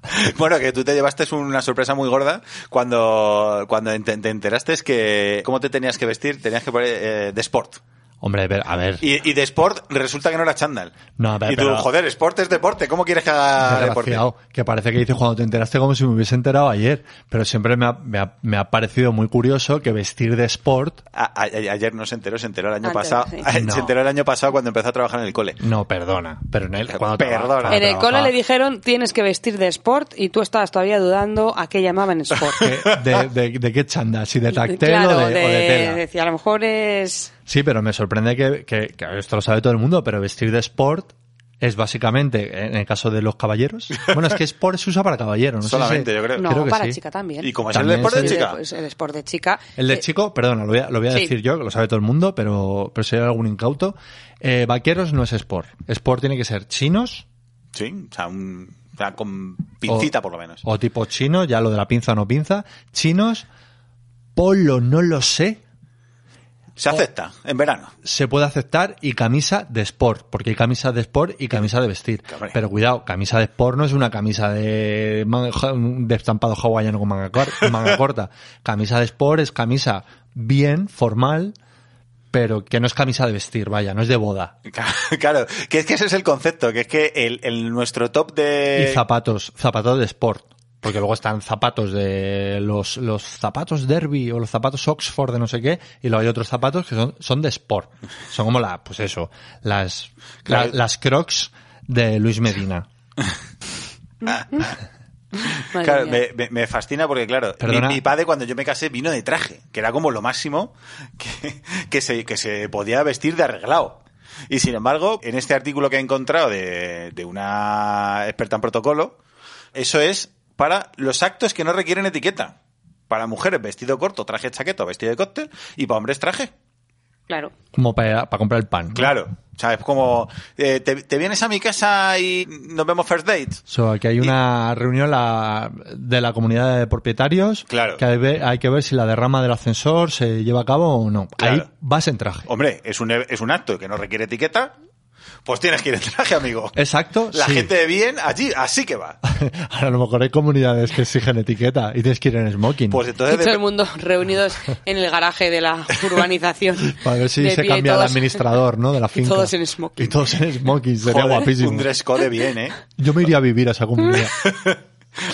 Speaker 1: [LAUGHS] Bueno, que tú te llevaste una sorpresa muy gorda cuando, cuando te, te enteraste es que cómo te tenías que vestir, tenías que poner eh, de sport.
Speaker 3: Hombre, a ver, a ver.
Speaker 1: Y, y de sport resulta que no era chándal.
Speaker 3: No, a ver,
Speaker 1: y tú,
Speaker 3: pero-
Speaker 1: joder, sport es deporte, ¿cómo quieres que haga deporte?
Speaker 3: Desgraciado, que parece que dice cuando te enteraste como si me hubiese enterado ayer, pero siempre me ha, me ha- me ha parecido muy curioso que vestir de sport,
Speaker 1: A- a- ayer no se enteró, se enteró el año
Speaker 2: Antes,
Speaker 1: pasado.
Speaker 2: sí.
Speaker 1: [LAUGHS]
Speaker 3: No.
Speaker 1: Se enteró el año pasado cuando empezó a trabajar en el cole.
Speaker 3: no perdona, pero en el cuando
Speaker 1: Perdona.
Speaker 3: traba- cuando
Speaker 2: En el
Speaker 3: trabajaba-
Speaker 2: cole le dijeron tienes que vestir de sport y tú estabas todavía dudando a qué llamaban
Speaker 3: [LAUGHS]
Speaker 2: sport.
Speaker 3: que- de, de- de qué chándal, si de tactel
Speaker 2: claro,
Speaker 3: o, de, o de tela.
Speaker 2: decía, a lo mejor es.
Speaker 3: Sí, pero me sorprende que, que- que esto lo sabe todo el mundo, pero vestir de sport es básicamente, en el caso de
Speaker 1: [LAUGHS]
Speaker 3: los caballeros, bueno, es que sport se usa para caballeros, no sé si-
Speaker 1: Solamente, yo creo.
Speaker 2: No,
Speaker 3: que
Speaker 2: para
Speaker 3: sí.
Speaker 2: chica también.
Speaker 1: Y como es el
Speaker 3: También
Speaker 1: deporte
Speaker 3: se
Speaker 1: de
Speaker 2: Sí,
Speaker 1: chica.
Speaker 2: pues, el sport de chica.
Speaker 3: El de
Speaker 2: eh,
Speaker 3: chico, perdona, lo voy a, lo voy a
Speaker 2: Sí.
Speaker 3: decir yo, que lo sabe todo el mundo, pero, pero si hay algún incauto. Eh, vaqueros no es sport. Sport tiene que ser chinos
Speaker 1: Sí, o sea, un- o sea, con pincita por lo menos.
Speaker 3: o tipo chino, ya lo de la pinza no pinza. Chinos, polo no lo sé,
Speaker 1: Se acepta, en verano. [LAUGHS]
Speaker 3: se puede aceptar y camisa de sport, porque hay camisa de sport y camisa de vestir.
Speaker 1: Cabrón.
Speaker 3: Pero cuidado, camisa de sport no es una camisa de, manga- de estampado hawaiano con manga, cor- [LAUGHS] manga corta. Camisa de sport es camisa bien, formal, pero que no es camisa de vestir, vaya, no es de boda.
Speaker 1: Claro, que es que ese es el concepto, que es que el, el- nuestro top de...
Speaker 3: Y zapatos, zapatos de sport. Porque luego están zapatos de los, los zapatos derby o los zapatos Oxford de no sé qué, y luego hay otros zapatos que son, son de sport. Son como la, pues eso, las, la-
Speaker 1: Claro.
Speaker 3: las crocs de Luis Medina.
Speaker 2: madre
Speaker 1: Claro,
Speaker 2: mía.
Speaker 1: me, me- me fascina porque, claro, mi,
Speaker 3: Perdona.
Speaker 1: mi padre cuando yo me casé vino de traje, que era como lo máximo que, que se, que se podía vestir de arreglado. Y sin embargo, en este artículo que he encontrado de, de una experta en protocolo, eso es para los actos que no requieren etiqueta. Para mujeres, vestido corto, traje chaqueta, o vestido de cóctel, y para hombres, traje.
Speaker 2: Claro.
Speaker 3: Como para, para comprar el pan. ¿no?
Speaker 1: Claro. O sea, es como, eh, te, te vienes a mi casa y nos vemos first date.
Speaker 3: So, aquí hay una reunión la- de la comunidad de propietarios
Speaker 1: Claro.
Speaker 3: que hay, ve- hay que ver si la derrama del ascensor se lleva a cabo o no. Ahí
Speaker 1: Claro.
Speaker 3: vas en traje.
Speaker 1: Hombre, es un, e- es un acto que no requiere etiqueta, pues tienes que ir en traje, amigo.
Speaker 3: Exacto.
Speaker 1: La
Speaker 3: sí.
Speaker 1: gente de bien allí, así que va.
Speaker 3: [LAUGHS] A lo mejor hay comunidades que exigen etiqueta y tienes que ir en smoking.
Speaker 1: Pues
Speaker 2: Y
Speaker 1: entonces,
Speaker 2: todo el
Speaker 1: dep-
Speaker 2: mundo [LAUGHS] reunidos en el garaje de
Speaker 3: [LAUGHS]
Speaker 2: la urbanización.
Speaker 3: Para ver si
Speaker 2: De
Speaker 3: se
Speaker 2: pie,
Speaker 3: cambia
Speaker 2: todos-
Speaker 3: el administrador, ¿no?
Speaker 2: [LAUGHS]
Speaker 3: De la finca.
Speaker 2: todos en smoking.
Speaker 3: Y todos en smoking, [LAUGHS] sería
Speaker 1: joder,
Speaker 3: guapísimo.
Speaker 1: un dress code bien, ¿eh?
Speaker 3: Yo me iría a vivir a
Speaker 1: [LAUGHS]
Speaker 3: esa comunidad.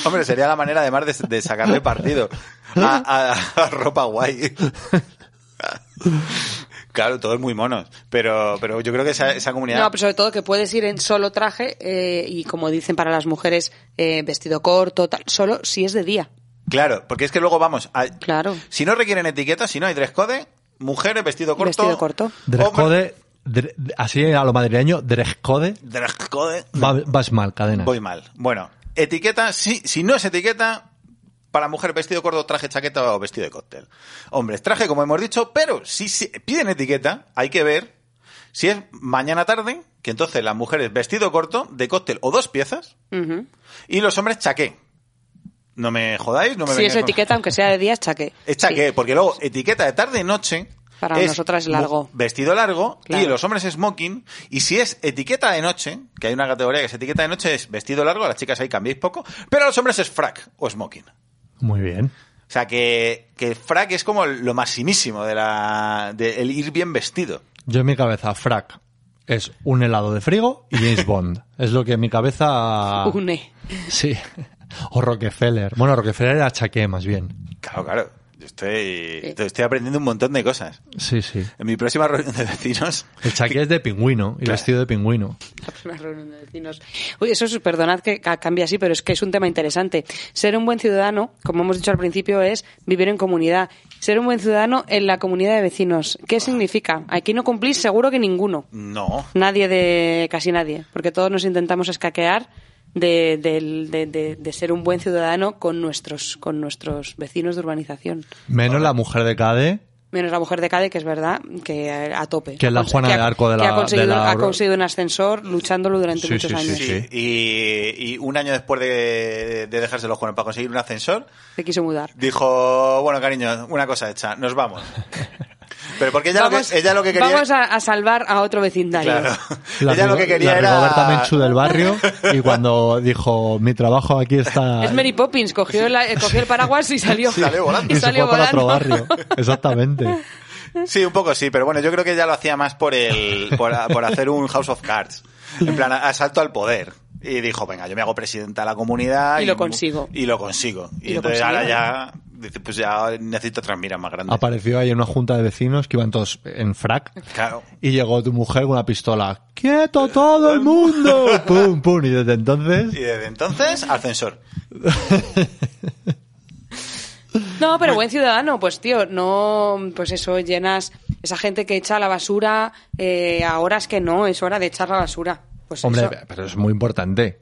Speaker 1: Hombre, sería la manera además de, de sacarle partido a, a- a ropa guay. Claro, todos muy monos, pero, pero yo creo que esa, esa comunidad...
Speaker 2: No, pero sobre todo que puedes ir en solo traje eh, y como dicen para las mujeres, eh, vestido corto, tal, solo si es de día.
Speaker 1: Claro, porque es que luego vamos... a-
Speaker 2: Claro.
Speaker 1: Si no requieren etiqueta, si no hay dress code, mujeres, vestido corto...
Speaker 2: Vestido corto.
Speaker 3: Dress
Speaker 1: hombre-
Speaker 3: code, dre- así a lo madrileño, dress code,
Speaker 1: Dress code...
Speaker 3: va- vas mal, cadena.
Speaker 1: Voy mal. Bueno, etiqueta, si, si no es etiqueta, para mujer vestido corto, traje, chaqueta o vestido de cóctel. Hombres, traje, como hemos dicho, pero si, se- piden etiqueta, hay que ver Si es mañana tarde, que entonces las mujeres vestido corto, de cóctel o dos piezas,
Speaker 2: Ujú.
Speaker 1: y los hombres chaqué. No me jodáis, no me
Speaker 2: Si
Speaker 1: vengáis
Speaker 2: es
Speaker 1: con-
Speaker 2: etiqueta, aunque sea de día, es chaqué.
Speaker 1: Es chaqué,
Speaker 2: Sí.
Speaker 1: porque luego etiqueta de tarde y noche.
Speaker 2: Para nosotras es largo.
Speaker 1: mu- Vestido largo
Speaker 2: Claro.
Speaker 1: y los hombres smoking. Y si es etiqueta de noche, que hay una categoría que es etiqueta de noche, es vestido largo, a las chicas ahí cambiéis poco, pero a los hombres es frac o smoking.
Speaker 3: Muy bien.
Speaker 1: O sea que, que el frac es como lo maximísimo de la de el ir bien vestido.
Speaker 3: Yo en mi cabeza, frac es un helado de frigo y James Bond. [LAUGHS] Es lo que en
Speaker 2: [LAUGHS]
Speaker 3: mi cabeza...
Speaker 2: Une.
Speaker 3: Sí. O Rockefeller. Bueno, Rockefeller era chaqué, más bien.
Speaker 1: Claro, claro. Yo estoy, estoy aprendiendo un montón de cosas.
Speaker 3: Sí, sí.
Speaker 1: En mi próxima reunión de vecinos
Speaker 3: El chaqué es de pingüino y
Speaker 1: Claro.
Speaker 3: vestido de pingüino.
Speaker 2: La [LAUGHS] primera reunión de vecinos. Uy, eso es, perdonad que ca- cambie así, pero es que es un tema interesante. Ser un buen ciudadano, como hemos dicho al principio, es vivir en comunidad. Ser un buen ciudadano en la comunidad de vecinos. ¿Qué significa? Aquí no cumplís seguro que ninguno.
Speaker 1: no.
Speaker 2: Nadie de, casi nadie, porque todos nos intentamos escaquear de, del- de- de- de ser un buen ciudadano con nuestros, con nuestros vecinos de urbanización.
Speaker 3: Menos la mujer de Cade.
Speaker 2: Menos la mujer de Cade, que es verdad, que eh, a tope.
Speaker 3: Que es la
Speaker 2: Ha cons-
Speaker 3: Juana
Speaker 2: que
Speaker 3: de
Speaker 2: ha-
Speaker 3: Arco de
Speaker 2: que
Speaker 3: la-
Speaker 2: ha
Speaker 3: de
Speaker 2: conseguido,
Speaker 3: la-
Speaker 2: ha conseguido un ascensor luchándolo durante
Speaker 3: Sí,
Speaker 2: muchos
Speaker 3: sí, sí,
Speaker 2: años.
Speaker 3: sí.
Speaker 1: Sí, Y, y un año después de, de dejarse los juegos para conseguir un ascensor,
Speaker 2: Se quiso mudar.
Speaker 1: dijo, bueno, cariño, una cosa hecha, nos
Speaker 2: [LAUGHS]
Speaker 1: vamos. Pero porque ella,
Speaker 2: vamos,
Speaker 1: lo, que, ella lo que quería...
Speaker 2: vamos a, a salvar a otro vecindario.
Speaker 1: [LAUGHS] Claro.
Speaker 3: La
Speaker 1: ella lo que
Speaker 3: Rigo-
Speaker 1: quería
Speaker 3: la
Speaker 1: era...
Speaker 3: Rigoberta Menchú del barrio. Y cuando dijo, mi trabajo aquí está...
Speaker 2: Es Mary Poppins, cogió, la- eh, cogió el paraguas y salió,
Speaker 1: Sí, salió volando.
Speaker 2: Y
Speaker 3: y se
Speaker 2: salió
Speaker 3: fue para otro
Speaker 2: volando.
Speaker 3: barrio. Exactamente.
Speaker 1: [LAUGHS] Sí, un poco sí, pero bueno, yo creo que ella lo hacía más por, el, por, por hacer un House of Cards. En plan, asalto al poder. Y dijo, venga, yo me hago presidenta de la comunidad.
Speaker 2: Y lo consigo.
Speaker 1: Y lo consigo. Y,
Speaker 2: Y lo
Speaker 1: entonces ahora
Speaker 2: consiguió.
Speaker 1: ya... dice, Pues ya necesito otras miras más grandes.
Speaker 3: Apareció ahí una junta de vecinos que iban todos en frac.
Speaker 1: Claro.
Speaker 3: Y llegó tu mujer con una pistola. ¡Quieto todo el mundo! ¡Pum, pum! Y desde
Speaker 1: Y
Speaker 3: entonces...
Speaker 1: desde entonces, ascensor.
Speaker 2: [LAUGHS] No, pero buen ciudadano, pues tío, no, pues eso, llenas esa gente que echa la basura eh, a horas que no, es hora de echar la basura. Pues
Speaker 3: Hombre,
Speaker 2: eso.
Speaker 3: pero es muy importante.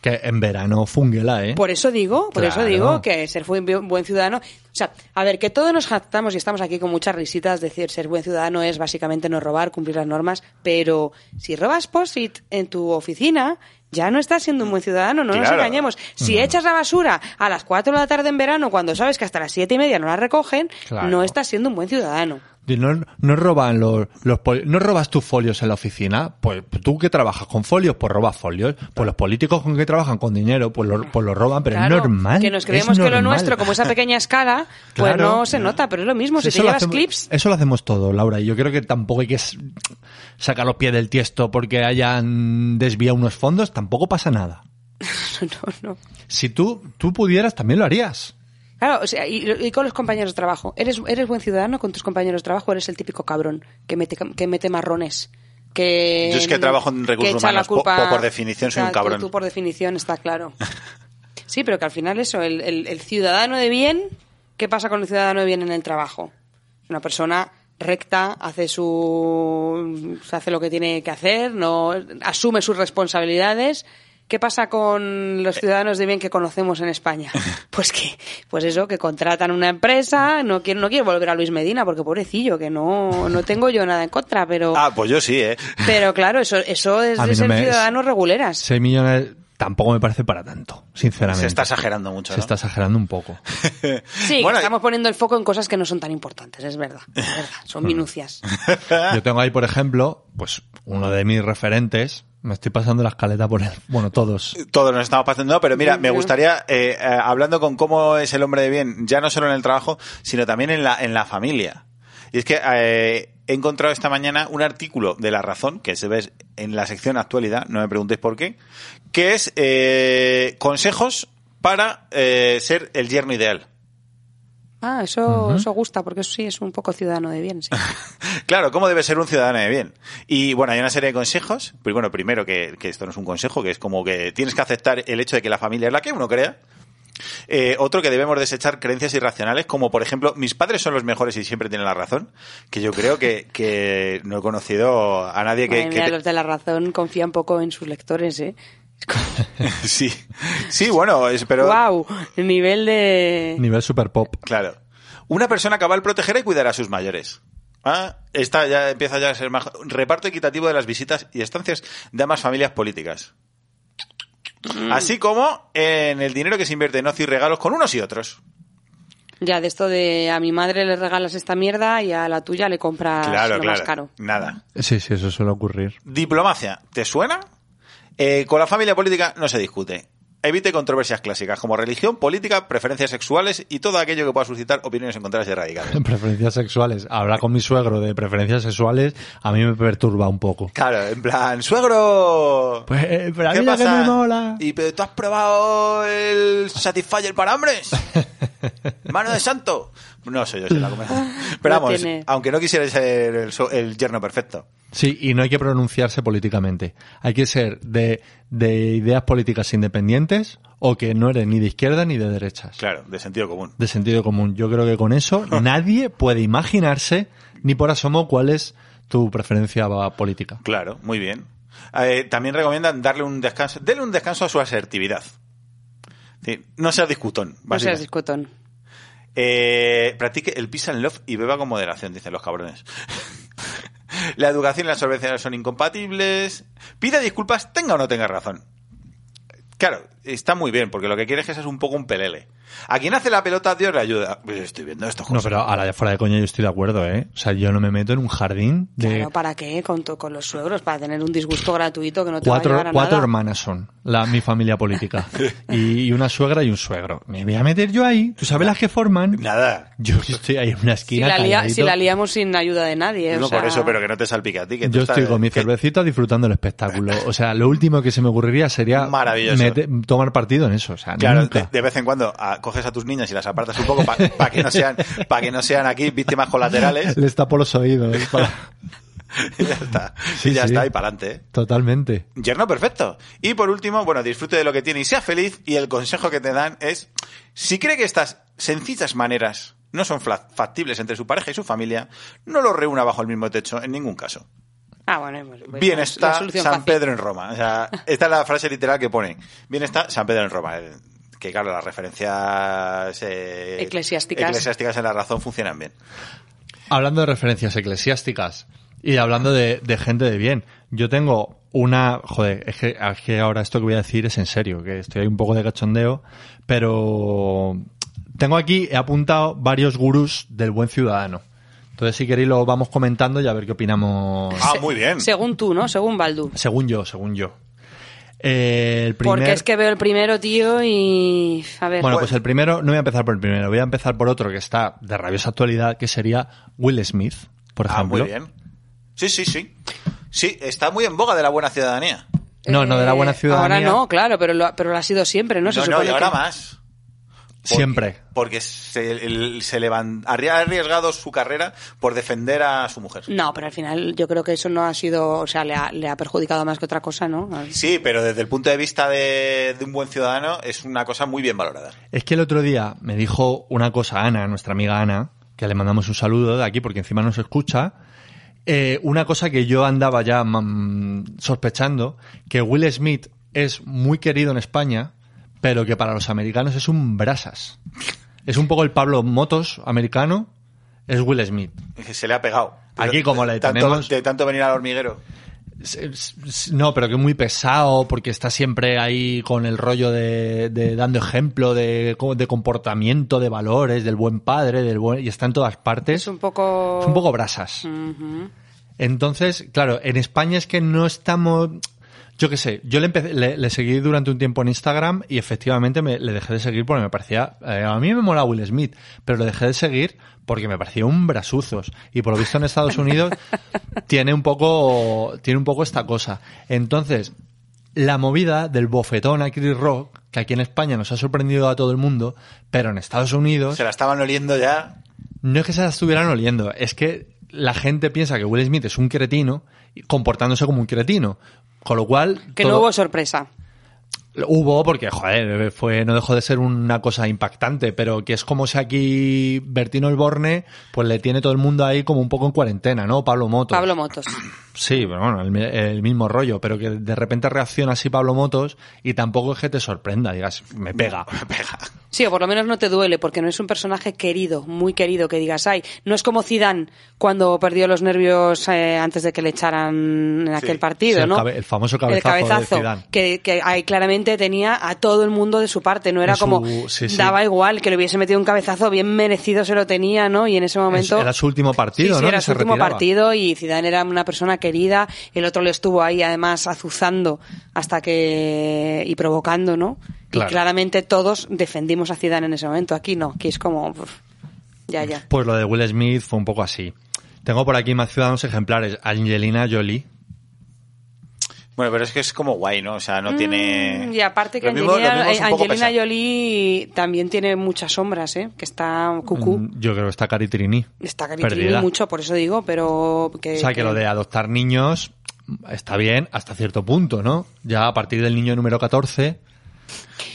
Speaker 3: Que en verano fungela, ¿eh?
Speaker 2: Por eso digo, por eso
Speaker 3: Claro.
Speaker 2: digo que ser fu- buen ciudadano. O sea, a ver, que todos nos jactamos y estamos aquí con muchas risitas, decir ser buen ciudadano es básicamente no robar, cumplir las normas, pero si robas POSIT en tu oficina, ya no estás siendo un buen ciudadano, no nos
Speaker 1: Claro.
Speaker 2: engañemos. Si echas la basura a las 4 de la tarde en verano, cuando sabes que hasta las 7 y media no la recogen,
Speaker 3: Claro.
Speaker 2: no estás siendo un buen ciudadano.
Speaker 3: Y No, no roban los, los poli- no robas tus folios en la oficina, pues tú que trabajas con folios, pues robas folios, pues los políticos con que trabajan con dinero, pues los pues lo roban, pero
Speaker 2: Claro,
Speaker 3: es normal.
Speaker 2: Que nos
Speaker 3: es
Speaker 2: creemos que lo
Speaker 3: normal.
Speaker 2: nuestro, como esa pequeña escala, pues
Speaker 3: Claro.
Speaker 2: no se nota, pero es lo mismo. Si
Speaker 3: Eso
Speaker 2: te
Speaker 3: lo
Speaker 2: llevas
Speaker 3: hacemos-
Speaker 2: clips,
Speaker 3: Eso lo hacemos todo, Laura, y yo creo que tampoco hay que s- sacar los pies del tiesto porque hayan desviado unos fondos, tampoco pasa nada.
Speaker 2: [LAUGHS] no, no.
Speaker 3: Si tú, tú pudieras, también lo harías.
Speaker 2: Claro, o sea, y, y con los compañeros de trabajo. ¿Eres, ¿Eres buen ciudadano con tus compañeros de trabajo? ¿Eres el típico cabrón que mete, que mete marrones? Que,
Speaker 1: Yo es que trabajo en recursos
Speaker 2: que echa la
Speaker 1: humanos, po- po- por definición soy un
Speaker 2: O sea, tú-
Speaker 1: cabrón.
Speaker 2: Tú, por definición, está claro. Sí, pero que al final eso, el, el- el ciudadano de bien, ¿qué pasa con el ciudadano de bien en el trabajo? Una persona recta, hace su hace lo que tiene que hacer, no asume sus responsabilidades. ¿Qué pasa con los ciudadanos de bien que conocemos en
Speaker 3: [LAUGHS]
Speaker 2: España? Pues que, pues eso, que contratan una empresa, no quiero, no quiero volver a Luis Medina, porque pobrecillo, que no, no tengo yo nada en contra, pero,
Speaker 1: Ah, pues yo sí, ¿eh?
Speaker 2: pero claro, eso, eso es
Speaker 3: A mí
Speaker 2: de
Speaker 3: no
Speaker 2: ser
Speaker 3: me-
Speaker 2: ciudadanos reguleras.
Speaker 3: 6 millones tampoco me parece para tanto, sinceramente.
Speaker 1: Se está exagerando mucho,
Speaker 3: Se
Speaker 1: ¿no?
Speaker 3: está exagerando un poco.
Speaker 2: Sí,
Speaker 1: Bueno,
Speaker 2: que estamos poniendo el foco en cosas que no son tan importantes, es verdad. es verdad,
Speaker 1: [LAUGHS]
Speaker 2: son minucias.
Speaker 3: Yo tengo ahí, por ejemplo, pues uno de mis referentes. Me estoy pasando la escaleta por el... Bueno, todos.
Speaker 1: Todos nos estamos pasando. No, pero mira, me gustaría, eh, eh, hablando con cómo es el hombre de bien, ya no solo en el trabajo, sino también en la, en la familia. Y es que eh, he encontrado esta mañana un artículo de La Razón, que se ve en la sección actualidad, no me preguntéis por qué, que es eh, consejos para eh, ser el yerno ideal.
Speaker 2: Ah, eso, eso gusta, porque eso sí es un poco ciudadano de
Speaker 1: [LAUGHS]
Speaker 2: bien. sí.
Speaker 1: Claro, ¿cómo debe ser un ciudadano de bien? Y bueno, hay una serie de consejos. Pues, bueno, primero que, que esto no es un consejo, que es como que tienes que aceptar el hecho de que la familia es la que uno crea. Eh, otro que debemos desechar creencias irracionales, como por ejemplo, mis padres son los mejores y siempre tienen la razón, que yo creo que, que no he conocido a nadie que...
Speaker 2: Madre
Speaker 1: que
Speaker 2: mía,
Speaker 1: te-
Speaker 2: los de la razón confían poco en sus lectores, ¿eh?
Speaker 1: [LAUGHS] sí, sí, bueno, es- pero...
Speaker 2: ¡Wow! El nivel de...
Speaker 3: Nivel super pop.
Speaker 1: Claro. Una persona cabal protegerá y cuidará a sus mayores. Ah, esta ya empieza ya a ser más. Reparto equitativo de las visitas y estancias de ambas familias políticas.
Speaker 2: Mm.
Speaker 1: Así como en el dinero que se invierte en ocio y regalos con unos y otros.
Speaker 2: Ya, de esto de a mi madre le regalas esta mierda y a la tuya le compras
Speaker 1: claro,
Speaker 2: Ah, lo
Speaker 1: claro.
Speaker 2: más caro.
Speaker 1: Nada.
Speaker 3: Sí, sí, eso suele ocurrir. [LAUGHS]
Speaker 1: Diplomacia, ¿te suena? Eh, con la familia política no se discute. Evite controversias clásicas como religión, política, preferencias sexuales y todo aquello que pueda suscitar opiniones encontradas y radicales.
Speaker 3: Preferencias sexuales. Hablar con mi suegro de preferencias sexuales a mí me perturba un poco.
Speaker 1: Claro, en plan, suegro.
Speaker 3: Pues, eh, pero a
Speaker 1: ¿Qué
Speaker 3: mí la que
Speaker 1: pasa?
Speaker 3: me mola.
Speaker 1: ¿Y pero tú has probado el Satisfyer para
Speaker 3: [LAUGHS]
Speaker 1: hambres? Mano de santo. No sé yo si
Speaker 3: [LAUGHS]
Speaker 1: la comerá. Pero
Speaker 2: No
Speaker 1: vamos,
Speaker 2: tiene.
Speaker 1: aunque no quisiera ser el, so- el yerno perfecto.
Speaker 3: Sí, y no hay que pronunciarse políticamente. Hay que ser de, de ideas políticas independientes o que no eres ni de izquierda ni de derechas.
Speaker 1: Claro, de sentido común.
Speaker 3: De sentido común. Yo creo que
Speaker 1: [LAUGHS]
Speaker 3: con eso nadie puede imaginarse ni por asomo cuál es tu preferencia va- política.
Speaker 1: Claro, muy bien. Eh, también recomiendan darle un descanso, denle un descanso a su asertividad. Sí, no seas discutón.
Speaker 2: No seas
Speaker 1: básicamente.
Speaker 2: discotón.
Speaker 1: Eh, practique el peace and love y beba con moderación, dicen los cabrones. [LAUGHS] la educación y la solvencia son incompatibles. Pida disculpas, tenga o no tenga razón. Claro, está muy bien, porque lo que quieres es que seas un poco un pelele. A quien hace la pelota, Dios le ayuda. Pues estoy viendo esto,
Speaker 3: No,
Speaker 1: José.
Speaker 3: pero ahora ya fuera de coña yo estoy de acuerdo, ¿eh? O sea, yo no me meto en un jardín de
Speaker 2: Claro, ¿para qué? Con, to- con los suegros, para tener un disgusto gratuito que no te
Speaker 3: cuatro,
Speaker 2: va a llevar a
Speaker 3: cuatro
Speaker 2: nada.
Speaker 3: hermanas son la, mi familia política.
Speaker 1: [LAUGHS]
Speaker 3: Y, y una suegra y un suegro. Me voy a meter yo ahí. ¿Tú sabes las que forman?
Speaker 1: Nada.
Speaker 3: Yo que estoy ahí en una
Speaker 2: Si
Speaker 3: esquina.
Speaker 2: la, lia- si
Speaker 3: calladito.
Speaker 2: la liamos sin ayuda de nadie. o
Speaker 1: No, por
Speaker 2: sea,
Speaker 1: eso, pero que no te salpique a ti. Que tú
Speaker 3: Yo
Speaker 1: estás-
Speaker 3: estoy con mi
Speaker 1: que-
Speaker 3: cervecita disfrutando
Speaker 1: [LAUGHS]
Speaker 3: el espectáculo. O sea, lo último que se me ocurriría sería
Speaker 1: Maravilloso.
Speaker 3: mete- tomar partido en eso. O sea,
Speaker 1: Claro,
Speaker 3: nunca.
Speaker 1: de, de vez en cuando ah, coges a tus niñas y las apartas un poco para que no sean para que no sean aquí víctimas colaterales [LAUGHS]
Speaker 3: [LAUGHS] Les tapo los oídos. para-
Speaker 1: y ya está.
Speaker 3: Sí,
Speaker 1: y ya
Speaker 3: sí.
Speaker 1: está, y ¿eh? para adelante.
Speaker 3: Totalmente.
Speaker 1: Yerno perfecto. Y por último, bueno, disfrute de lo que tiene y sea feliz. Y el consejo que te dan es, si cree que estas sencillas maneras no son fla- factibles entre su pareja y su familia, no los reúna bajo el mismo techo en ningún caso.
Speaker 2: Ah, bueno, pues- pues
Speaker 1: Bien
Speaker 2: la-
Speaker 1: está
Speaker 2: la
Speaker 1: San
Speaker 2: solución fácil.
Speaker 1: Pedro en Roma. O
Speaker 2: [LAUGHS]
Speaker 1: sea, esta es la frase literal que pone. Bien está San Pedro en Roma. Eh, Que claro, las referencias eh,
Speaker 2: Eclesiásticas.
Speaker 1: eclesiásticas en la razón funcionan bien.
Speaker 3: Hablando de referencias eclesiásticas y hablando de, de gente de bien, yo tengo una... Joder, es que, es que ahora esto que voy a decir es en serio, que estoy ahí un poco de cachondeo, pero tengo aquí, he apuntado varios gurús del buen ciudadano. Entonces, si queréis, lo vamos comentando y a ver qué opinamos.
Speaker 1: Ah, muy bien.
Speaker 2: Según tú, ¿no? Según Baldu.
Speaker 3: Según yo, según yo. Eh, el primer...
Speaker 2: Porque es que veo el primero, tío, y... A ver,
Speaker 3: Bueno, pues el primero, no voy a empezar por el primero, voy a empezar por otro que está de rabiosa actualidad, que sería Will Smith, por
Speaker 1: Ah,
Speaker 3: ejemplo.
Speaker 1: muy bien. Sí, sí, sí. Sí, está muy en boga de la buena ciudadanía.
Speaker 3: No, no, de la buena
Speaker 2: eh,
Speaker 3: ciudadanía.
Speaker 2: Ahora no, claro, pero lo, pero lo ha sido siempre, ¿no? Se
Speaker 1: no, no,
Speaker 2: supone
Speaker 1: y ahora
Speaker 2: que-
Speaker 1: más. Porque-
Speaker 3: Siempre.
Speaker 1: Porque se, el- se levan- ha arriesgado su carrera por defender a su mujer.
Speaker 2: No, pero al final yo creo que eso no ha sido... O sea, le ha, le ha perjudicado más que otra cosa, ¿no?
Speaker 1: Sí, pero desde el punto de vista de, de un buen ciudadano es una cosa muy bien valorada.
Speaker 3: Es que el otro día me dijo una cosa Ana, nuestra amiga Ana, que le mandamos un saludo de aquí porque encima nos escucha, eh, una cosa que yo andaba ya mm, sospechando, que Will Smith es muy querido en España, pero que para los americanos es un brasas. Es un poco el Pablo Motos americano, es Will Smith.
Speaker 1: Se le ha pegado.
Speaker 3: Aquí como le
Speaker 1: tanto,
Speaker 3: tenemos-
Speaker 1: De tanto venir al hormiguero.
Speaker 3: S- s- No, pero que muy pesado, porque está siempre ahí con el rollo de, de dando ejemplo de, co- de comportamiento, de valores, del buen padre, del buen. y está en todas partes.
Speaker 2: Es un poco...
Speaker 3: Es un poco brasas. Entonces, claro, en España es que no estamos. Yo qué sé, yo le, empecé- le, le seguí durante un tiempo en Instagram y efectivamente me, le dejé de seguir porque me parecía. eh, a mí me mola Will Smith, pero le dejé de seguir porque me parecía un brasuzos. Y por lo visto en Estados Unidos tiene un poco. tiene un poco esta cosa. Entonces, la movida del bofetón a Chris Rock, que aquí en España nos ha sorprendido a todo el mundo, pero en Estados Unidos
Speaker 1: Se la estaban oliendo ya.
Speaker 3: no es que se la estuvieran oliendo, es que la gente piensa que Will Smith es un cretino y comportándose como un cretino. Con lo cual.
Speaker 2: Que no
Speaker 3: todo-
Speaker 2: hubo sorpresa.
Speaker 3: Hubo, porque, joder, fue, no dejó de ser una cosa impactante, pero que es como si aquí Bertino Elborne, pues le tiene todo el mundo ahí como un poco en cuarentena, ¿no? Pablo Motos.
Speaker 2: Pablo Motos.
Speaker 3: Sí, pero bueno, el, mi- el mismo rollo, pero que de repente reacciona así Pablo Motos y tampoco es que te sorprenda, digas, me pega. [LAUGHS]
Speaker 1: Pega.
Speaker 2: Sí, o por lo menos no te duele, porque no es un personaje querido, muy querido, que digas, ay, no es como Zidane cuando perdió los nervios eh, antes de que le echaran en aquel
Speaker 1: Sí,
Speaker 2: partido,
Speaker 3: sí, el
Speaker 2: ¿no?
Speaker 3: cabe- el famoso cabezazo de Zidane.
Speaker 2: que, que ahí claramente tenía a todo el mundo de su parte, no era
Speaker 3: En su-
Speaker 2: como,
Speaker 3: sí, sí.
Speaker 2: daba igual, que le hubiese metido un cabezazo bien merecido se lo tenía, ¿no? Y en ese momento...
Speaker 3: Era su último partido,
Speaker 2: Sí, sí,
Speaker 3: ¿no?
Speaker 2: era
Speaker 3: Que
Speaker 2: su
Speaker 3: se
Speaker 2: último
Speaker 3: retiraba.
Speaker 2: partido y Zidane era una persona querida. El otro le estuvo ahí, además, azuzando hasta que... y provocando, ¿no?
Speaker 3: Claro.
Speaker 2: Y claramente todos defendimos a Zidane en ese momento. Aquí no, aquí es como... pff, ya, ya.
Speaker 3: Pues lo de Will Smith fue un poco así. Tengo por aquí más ciudadanos ejemplares. Angelina Jolie.
Speaker 1: Bueno, pero es que es como guay, ¿no? O sea, no tiene.
Speaker 2: Mm, Y aparte que
Speaker 1: Lo mismo- lo
Speaker 2: Angelina,
Speaker 1: mismo es un poco
Speaker 2: Angelina
Speaker 1: pesado.
Speaker 2: Jolie también tiene muchas sombras, ¿eh? Que está cucú.
Speaker 3: Mm, Yo creo que está Cari Trini.
Speaker 2: Está
Speaker 3: Perdida.
Speaker 2: criticando mucho, eh, por eso digo, pero... Que,
Speaker 3: O sea, que lo de adoptar niños está bien hasta cierto punto, ¿no? Ya a partir del niño número 14,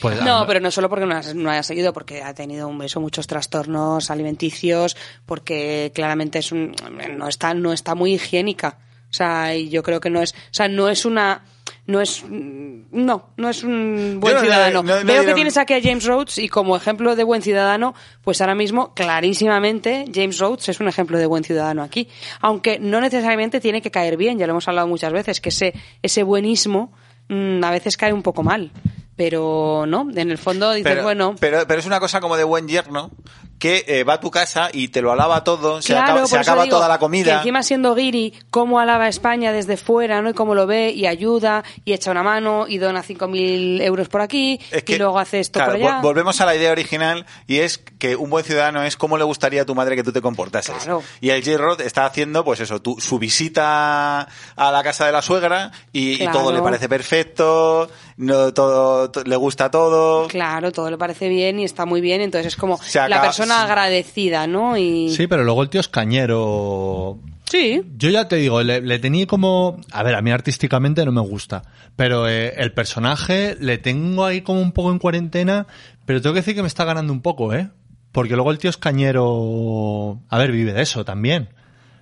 Speaker 3: pues...
Speaker 2: No,
Speaker 3: ah,
Speaker 2: pero no solo porque no, has- no haya seguido, porque ha tenido un beso, muchos trastornos alimenticios, porque claramente es un, no está, no está muy higiénica. O sea, y yo creo que no es, o sea, no es una, no es, mm, no, no es un buen
Speaker 1: Yo no-
Speaker 2: ciudadano.
Speaker 1: no- no-
Speaker 2: Veo que
Speaker 1: no-
Speaker 2: tienes aquí a James Rhodes y como ejemplo de buen ciudadano, pues ahora mismo clarísimamente James Rhodes es un ejemplo de buen ciudadano aquí, aunque no necesariamente tiene que caer bien, ya lo hemos hablado muchas veces, que ese ese buenismo mm, a veces cae un poco mal, pero no, en el fondo dices
Speaker 1: Pero,
Speaker 2: bueno,
Speaker 1: pero, pero es una cosa como de buen yerno que eh, va a tu casa y te lo alaba todo, se
Speaker 2: claro,
Speaker 1: acaba, se
Speaker 2: por eso
Speaker 1: acaba
Speaker 2: digo
Speaker 1: toda la
Speaker 2: Que
Speaker 1: comida.
Speaker 2: encima siendo Giri, cómo alaba a España desde fuera, ¿no? Y cómo lo ve y ayuda y echa una mano y dona 5.000 euros por aquí
Speaker 1: Es que,
Speaker 2: y luego hace esto
Speaker 1: claro,
Speaker 2: por
Speaker 1: vol-
Speaker 2: allá.
Speaker 1: Volvemos a la idea original y es que un buen ciudadano es cómo le gustaría a tu madre que tú te comportases.
Speaker 2: Claro.
Speaker 1: Y el J-Rod está haciendo, pues eso, tu- su visita a la casa de la suegra y, y
Speaker 2: Claro.
Speaker 1: todo le parece perfecto, no todo to- le gusta todo.
Speaker 2: Claro, todo le parece bien y está muy bien, entonces es como
Speaker 1: Se acaba-
Speaker 2: la
Speaker 1: sí.
Speaker 2: persona agradecida, ¿no? Y
Speaker 3: Sí, pero luego el tío es cañero.
Speaker 2: Sí.
Speaker 3: Yo ya te digo, le, le tenía como... A ver, a mí artísticamente no me gusta, pero eh, el personaje le tengo ahí como un poco en cuarentena, pero tengo que decir que me está ganando un poco, ¿eh? Porque luego el tío es cañero... A ver, vive de eso también.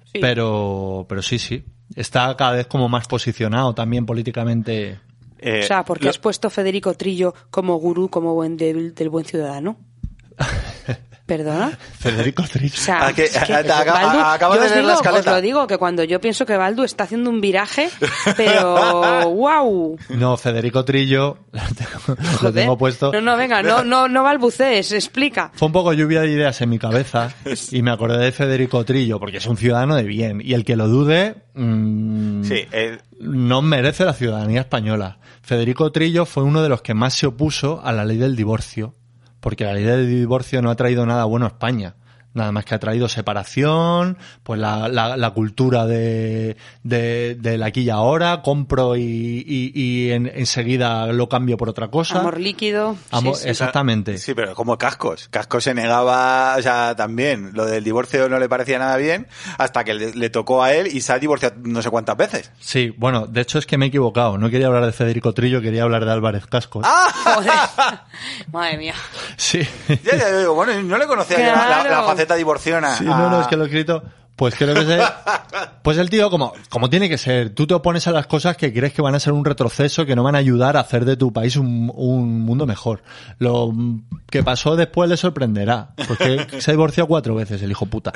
Speaker 2: Sí.
Speaker 3: Pero, pero sí, sí. Está cada vez como más posicionado también políticamente.
Speaker 1: Eh,
Speaker 2: o sea, porque
Speaker 1: lo-
Speaker 2: has puesto a Federico Trillo como gurú, como buen débil del buen
Speaker 3: [LAUGHS]
Speaker 2: ciudadano. ¿Perdona?
Speaker 3: Federico Trillo.
Speaker 2: [LAUGHS] O sea,
Speaker 1: Ah, que-
Speaker 2: es que
Speaker 1: ah, te acaba-
Speaker 2: Baldu-
Speaker 1: acaba
Speaker 2: yo
Speaker 1: de
Speaker 2: os
Speaker 1: leer la
Speaker 2: digo, Os
Speaker 1: escaleta.
Speaker 2: lo digo, que cuando yo pienso que Baldu está haciendo un
Speaker 1: [LAUGHS]
Speaker 2: viraje, pero wow.
Speaker 3: No, Federico Trillo. [LAUGHS] Lo tengo, lo
Speaker 2: Joder.
Speaker 3: tengo puesto.
Speaker 2: No, no, venga, no, no, no balbucees, explica.
Speaker 3: Fue un poco lluvia de ideas en mi cabeza y me acordé de Federico Trillo porque es un ciudadano de bien y el que lo dude mm,
Speaker 1: sí, eh,
Speaker 3: no merece la ciudadanía española. Federico Trillo fue uno de los que más se opuso a la ley del divorcio porque la ley del divorcio no ha traído nada bueno a España. Nada más que ha traído separación, pues la, la- la cultura de, de, del aquí y ahora, compro y, y- y en- enseguida lo cambio por otra cosa.
Speaker 2: Amor líquido. sí,
Speaker 3: Amor-
Speaker 2: sí.
Speaker 3: Exactamente.
Speaker 1: Sí, pero como Cascos. Cascos se negaba, o sea, también. Lo del divorcio no le parecía nada bien hasta que le, le tocó a él y se ha divorciado no sé cuántas veces.
Speaker 3: Sí, bueno, de hecho es que me he equivocado. No quería hablar de Federico Trillo, quería hablar de Álvarez Cascos.
Speaker 2: Ah. Joder. [LAUGHS] Madre mía.
Speaker 3: Sí.
Speaker 1: Ya, ya, digo, bueno, no le conocía yo
Speaker 2: Claro.
Speaker 1: la, la faceta divorciona.
Speaker 3: Sí, no, no,
Speaker 1: a-
Speaker 3: es que lo he escrito. Pues creo que se... Pues el tío, como, como tiene que ser, tú te opones a las cosas que crees que van a ser un retroceso, que no van a ayudar a hacer de tu país un, un mundo mejor. Lo que pasó después le sorprenderá, porque se ha divorciado cuatro veces el hijo puta.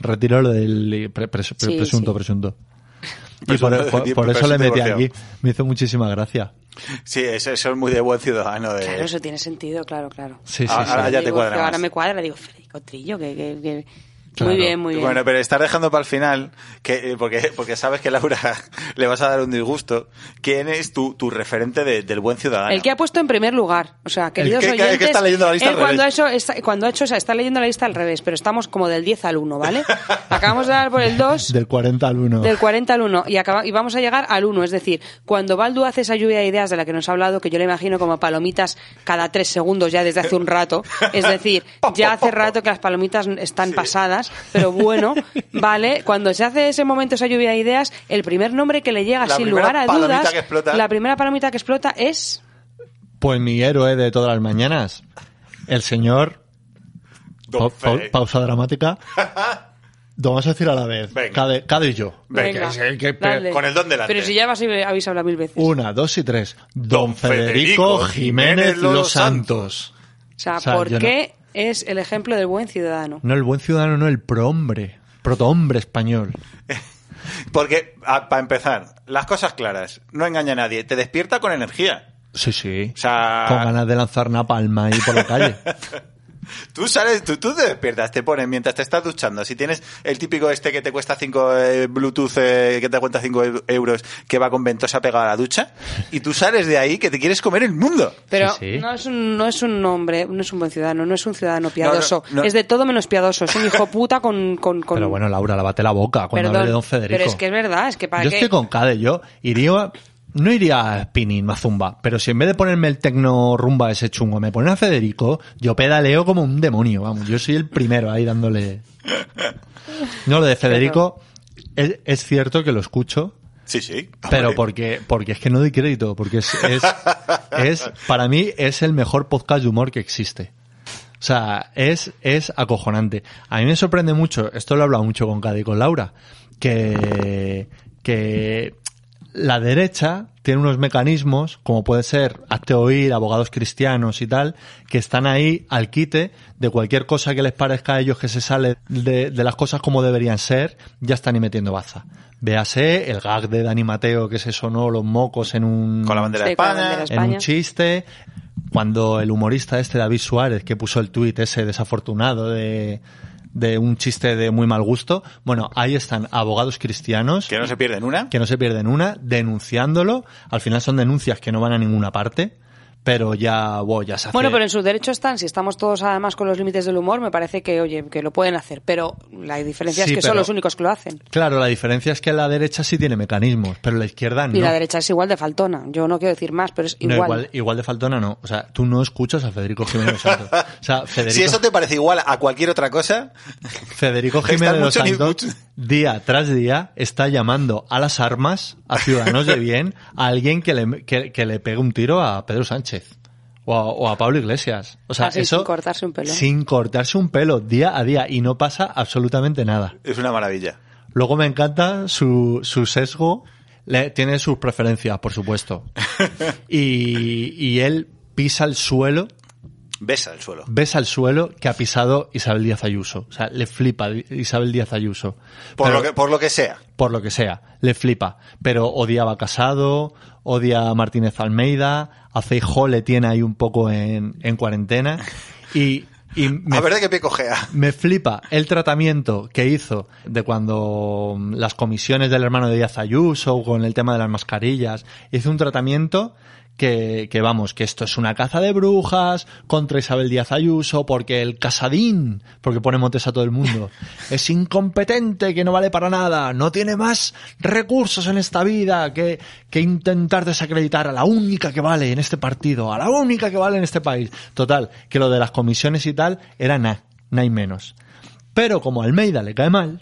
Speaker 3: Retiro lo del pre- pres- pre-
Speaker 2: Sí,
Speaker 3: presunto,
Speaker 2: sí.
Speaker 3: presunto. Y
Speaker 1: Presunto-
Speaker 3: por, por- por eso
Speaker 1: presunto
Speaker 3: le metí
Speaker 1: divorciado.
Speaker 3: aquí. Me hizo muchísima gracia.
Speaker 1: Sí, eso, eso es muy de buen ciudadano. De...
Speaker 2: Claro, eso tiene sentido, claro, claro.
Speaker 3: Eh, Sí, sí,
Speaker 1: Ah,
Speaker 3: sí.
Speaker 1: ahora ya te
Speaker 2: Digo,
Speaker 1: cuadra
Speaker 2: que Ahora
Speaker 1: más.
Speaker 2: me cuadra, digo, Federico Trillo, que... que- que-
Speaker 3: Claro.
Speaker 2: Muy bien, muy bien.
Speaker 1: Bueno, pero estar dejando para el final, que, eh, porque, porque sabes que Laura [LAUGHS] le vas a dar un disgusto. ¿Quién es tu, tu referente de- del buen ciudadano?
Speaker 2: El que ha puesto en primer lugar. O sea, queridos
Speaker 1: que- el que
Speaker 2: oyentes.
Speaker 1: está leyendo la lista
Speaker 2: él
Speaker 1: al
Speaker 2: cuando
Speaker 1: revés.
Speaker 2: ha hecho, está, cuando ha hecho, o sea, está leyendo la lista al revés, pero estamos como del 10 al
Speaker 1: [LAUGHS]
Speaker 2: 1, ¿vale? Acabamos de dar por el 2.
Speaker 3: Del 40 al 1.
Speaker 2: Del 40 al 1 y, acaba- y vamos a llegar al 1, es decir, cuando Baldu hace esa lluvia de ideas de la que nos ha hablado, que yo le imagino como palomitas cada tres segundos ya desde hace un rato, es decir, ya hace rato que las palomitas están pasadas, pero bueno, vale, cuando se hace ese momento esa lluvia de ideas, el primer nombre que le llega
Speaker 1: La
Speaker 2: sin
Speaker 1: primera
Speaker 2: lugar a
Speaker 1: palomita
Speaker 2: dudas,
Speaker 1: que explota.
Speaker 2: la primera palomita que explota es
Speaker 3: Pues mi héroe de todas las mañanas, el señor.
Speaker 1: Don
Speaker 3: pau- pau-
Speaker 1: Fede. [LAUGHS]
Speaker 3: pausa dramática. Lo vamos a decir a la vez.
Speaker 1: Venga.
Speaker 3: Cade, Cade y yo.
Speaker 1: Venga,
Speaker 2: Venga,
Speaker 1: es el que-
Speaker 2: dale.
Speaker 1: con el don delante.
Speaker 2: Pero si ya vas y- habéis hablado mil veces.
Speaker 3: Una, dos y tres. Don, Federico, Jiménez Los Santos.
Speaker 2: O sea,
Speaker 3: O sea,
Speaker 2: ¿por
Speaker 3: yo no-
Speaker 2: qué es el ejemplo del buen ciudadano?
Speaker 3: No, el buen ciudadano, no el prohombre. Protohombre español.
Speaker 1: Porque, para empezar, las cosas claras, no engaña a nadie, te despierta con energía.
Speaker 3: Sí, sí.
Speaker 1: O sea,
Speaker 3: Con ganas de lanzar una palma ahí por
Speaker 1: [LAUGHS]
Speaker 3: la calle.
Speaker 1: Tú sales, tú, tú te despiertas, te pones mientras te estás duchando. Si tienes el típico este que te cuesta 5 Bluetooth, eh, que te cuesta 5 euros, que va con ventosa pegada a la
Speaker 3: [LAUGHS]
Speaker 1: ducha, y tú sales de ahí que te quieres comer el mundo.
Speaker 2: Pero
Speaker 3: Sí, sí.
Speaker 2: no es un no es un hombre, no es un buen ciudadano, no es un ciudadano piadoso.
Speaker 1: no.
Speaker 2: Es de todo menos piadoso. Es un hijo puta con, con, con-
Speaker 3: Pero bueno, Laura, lávate la boca cuando
Speaker 2: perdón,
Speaker 3: hable de don Federico.
Speaker 2: Pero es que es verdad, es que para
Speaker 3: yo
Speaker 2: qué.
Speaker 3: estoy con Cade, yo iría, no iría a spinning, mazumba, pero si en vez de ponerme el tecno rumba ese chungo, me ponen a Federico, yo pedaleo como un demonio, vamos, yo soy el primero ahí dándole... No, lo de Federico es, es cierto que lo escucho,
Speaker 1: Sí, sí.
Speaker 2: Ah,
Speaker 1: hombre.
Speaker 3: pero porque, porque es que no doy crédito, porque es, es, es- para mí es el mejor podcast de humor que existe. O sea, es, es acojonante. A mí me sorprende mucho, esto lo he hablado mucho con Cade y con Laura, que, que la derecha tiene unos mecanismos, como puede ser hazte oír, abogados cristianos y tal, que están ahí al quite de cualquier cosa que les parezca a ellos que se sale de, de las cosas como deberían ser, ya están ahí metiendo baza. Véase el gag de Dani Mateo que se sonó los mocos en un...
Speaker 1: Con la bandera de
Speaker 2: Sí, con la
Speaker 1: España.
Speaker 2: bandera de
Speaker 3: En un
Speaker 2: España.
Speaker 3: chiste, cuando el humorista este David Suárez, que puso el tuit ese desafortunado de, de un chiste de muy mal gusto, bueno, ahí están abogados cristianos
Speaker 1: Que no se pierden una.
Speaker 3: que no se pierden una, denunciándolo. Al final son denuncias que no van a ninguna parte, pero ya, bueno, ya se hace.
Speaker 2: Bueno, pero en sus derechos están. Si estamos todos además con los límites del humor, me parece que, oye, que lo pueden hacer. Pero la diferencia
Speaker 3: Sí,
Speaker 2: es que
Speaker 3: pero-
Speaker 2: son los únicos que lo hacen.
Speaker 3: Claro, la diferencia es que la derecha sí tiene mecanismos, pero la izquierda no.
Speaker 2: Y la derecha es igual de faltona. Yo no quiero decir más, pero es
Speaker 3: No,
Speaker 2: igual.
Speaker 3: igual, igual de faltona no. O sea, tú no escuchas a Federico Jiménez de los Santos.
Speaker 1: [LAUGHS]
Speaker 3: O sea, Federico,
Speaker 1: Si eso te parece igual a cualquier otra cosa,
Speaker 3: Federico
Speaker 1: Está
Speaker 3: Jiménez de los
Speaker 1: mucho ni
Speaker 3: Santos,
Speaker 1: mucho.
Speaker 3: día tras día, está llamando a las armas, a ciudadanos de bien, a alguien que le, que, que le pegue un tiro a Pedro Sánchez o a, o a Pablo Iglesias. O sea,
Speaker 2: Así,
Speaker 3: eso.
Speaker 2: sin cortarse un pelo.
Speaker 3: Sin cortarse un pelo, día a día, y no pasa absolutamente nada.
Speaker 1: es una maravilla.
Speaker 3: Luego me encanta su, su sesgo, le, tiene sus preferencias,
Speaker 1: [LAUGHS]
Speaker 3: por supuesto. Y, y él pisa el suelo,
Speaker 1: Besa el suelo.
Speaker 3: besa el suelo que ha pisado Isabel Díaz Ayuso. O sea, le flipa Isabel Díaz Ayuso.
Speaker 1: Por,
Speaker 3: Pero-
Speaker 1: lo, que, por lo que sea.
Speaker 3: por lo que sea, le flipa. Pero odiaba a Casado, odia a Martínez Almeida, a Feijóo le tiene ahí un poco en, en cuarentena. Y, y
Speaker 1: [LAUGHS]
Speaker 3: me,
Speaker 1: A ver de qué pie cojea. [LAUGHS]
Speaker 3: me flipa el tratamiento que hizo de cuando mm, las comisiones del hermano de Díaz Ayuso con el tema de las mascarillas, hizo un tratamiento que, que vamos, que esto es una caza de brujas contra Isabel Díaz Ayuso porque el casadín, porque pone motes a todo el mundo, es incompetente, que no vale para nada, no tiene más recursos en esta vida que, que intentar desacreditar a la única que vale en este partido, a la única que vale en este país. Total, que lo de las comisiones y tal era nada no hay menos. Pero como a Almeida le cae mal,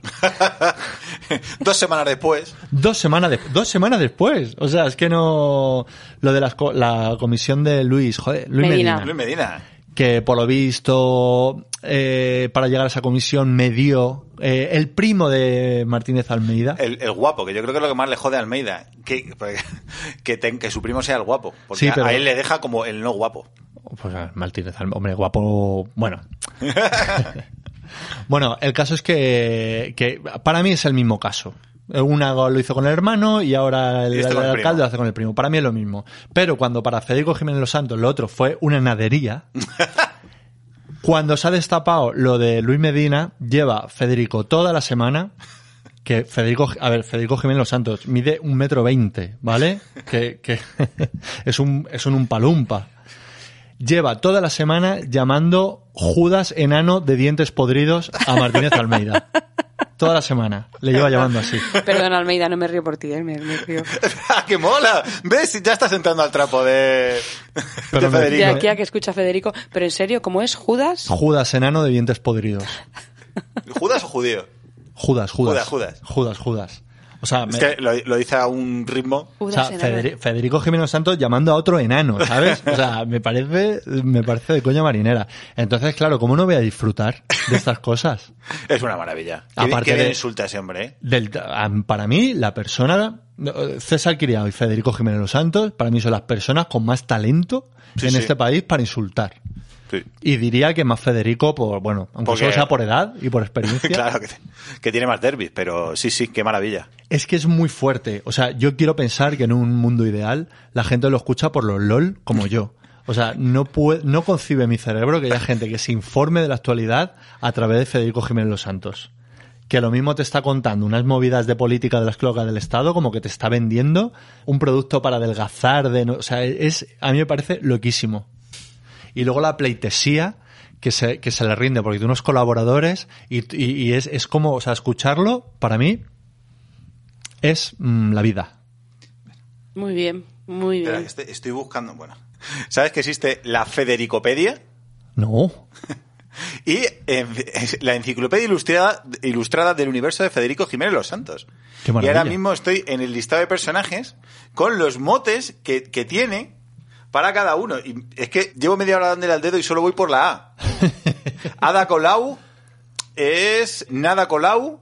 Speaker 1: Dos semanas después,
Speaker 3: dos semanas, de- dos semanas después, o sea, es que no... Lo de las co- la comisión de Luis, joder, Luis
Speaker 2: Medina.
Speaker 3: Medina,
Speaker 1: Luis Medina.
Speaker 3: que por lo visto eh, para llegar a esa comisión me dio eh, el primo de Martínez Almeida.
Speaker 1: El, el guapo, que yo creo que es lo que más le jode a Almeida. Que, pues, que, ten- que su primo sea el guapo. Porque
Speaker 3: Sí, pero-
Speaker 1: a él le deja como el no guapo. [LAUGHS]
Speaker 3: Pues a ver, Martínez Almeida, hombre, guapo, bueno. bueno, el caso es que, que para mí es el mismo caso. Una lo hizo con el hermano y ahora el,
Speaker 1: Y este con
Speaker 3: el
Speaker 1: el
Speaker 3: alcalde
Speaker 1: primo.
Speaker 3: lo hace con el primo. Para mí es lo mismo. Pero cuando para Federico Jiménez Los Santos lo otro fue una nadería,
Speaker 1: [LAUGHS]
Speaker 3: cuando se ha destapado lo de Luis Medina, lleva Federico toda la semana que Federico, a ver, Federico Jiménez Los Santos mide un metro veinte, ¿vale? Que, que [LAUGHS] es un, es un umpalumpa. Lleva toda la semana llamando Judas enano de dientes podridos a Martínez Almeida. Toda la semana le lleva llamando así.
Speaker 2: Perdón, Almeida, no me río por ti, ¿eh? me, me río.
Speaker 1: ¡Ah, ¡Qué mola! ¿Ves? Ya estás entrando al trapo de,
Speaker 3: [LAUGHS] Pero
Speaker 1: de
Speaker 3: me-
Speaker 2: De
Speaker 1: Federico.
Speaker 2: aquí a que escucha a Federico. Pero en serio, ¿cómo es Judas?
Speaker 3: Judas enano de dientes podridos.
Speaker 1: ¿Judas o judío?
Speaker 3: Judas, Judas.
Speaker 1: Judas, Judas.
Speaker 3: Judas, Judas. O sea,
Speaker 1: Es
Speaker 3: me-
Speaker 1: que lo, lo dice a un ritmo.
Speaker 3: O
Speaker 2: Judas
Speaker 3: sea,
Speaker 2: en
Speaker 3: Federi- Federico Jiménez Santos llamando a otro enano, ¿sabes? O sea, me parece, me parece de coña marinera. Entonces, claro, ¿cómo no voy a disfrutar de estas cosas?
Speaker 1: Es una maravilla. Qué,
Speaker 3: Aparte
Speaker 1: qué bien
Speaker 3: de-
Speaker 1: insulta ese hombre, ¿eh?
Speaker 3: Del- a- para mí, la persona, César Criado y Federico Jiménez Los Santos, para mí son las personas con más talento
Speaker 1: Sí,
Speaker 3: en
Speaker 1: sí.
Speaker 3: este país para insultar.
Speaker 1: Sí.
Speaker 3: Y diría que más Federico, por, bueno, aunque
Speaker 1: Porque-
Speaker 3: solo sea por edad y por experiencia.
Speaker 1: [LAUGHS] [LAUGHS] claro que, que tiene más derbis, pero sí, sí, qué maravilla.
Speaker 3: Es que es muy fuerte. O sea, yo quiero pensar que en un mundo ideal la gente lo escucha por los LOL como yo. O sea, no, puede, no concibe mi cerebro que haya gente que se informe de la actualidad a través de Federico Jiménez Los Santos. Que lo mismo te está contando unas movidas de política de las cloacas del Estado, como que te está vendiendo un producto para adelgazar. De no- o sea, es, a mí me parece loquísimo y luego la pleitesía que se, que se le rinde porque tiene unos colaboradores y, y- y es, es como, o sea, escucharlo para mí es mm, la vida.
Speaker 2: Muy bien, muy
Speaker 1: Espera, que
Speaker 2: bien.
Speaker 1: este- estoy buscando. Bueno, ¿sabes que existe la Federicopedia?
Speaker 3: No,
Speaker 1: Y eh, la enciclopedia ilustrada, ilustrada del universo de Federico Jiménez Los Santos.
Speaker 3: Qué
Speaker 1: y
Speaker 3: maravilla.
Speaker 1: ahora mismo estoy en el listado de personajes con los motes que, que tiene para cada uno. Y es que llevo media hora dándole al dedo y solo voy por la
Speaker 3: [LAUGHS]
Speaker 1: A. Ada Colau es Nada Colau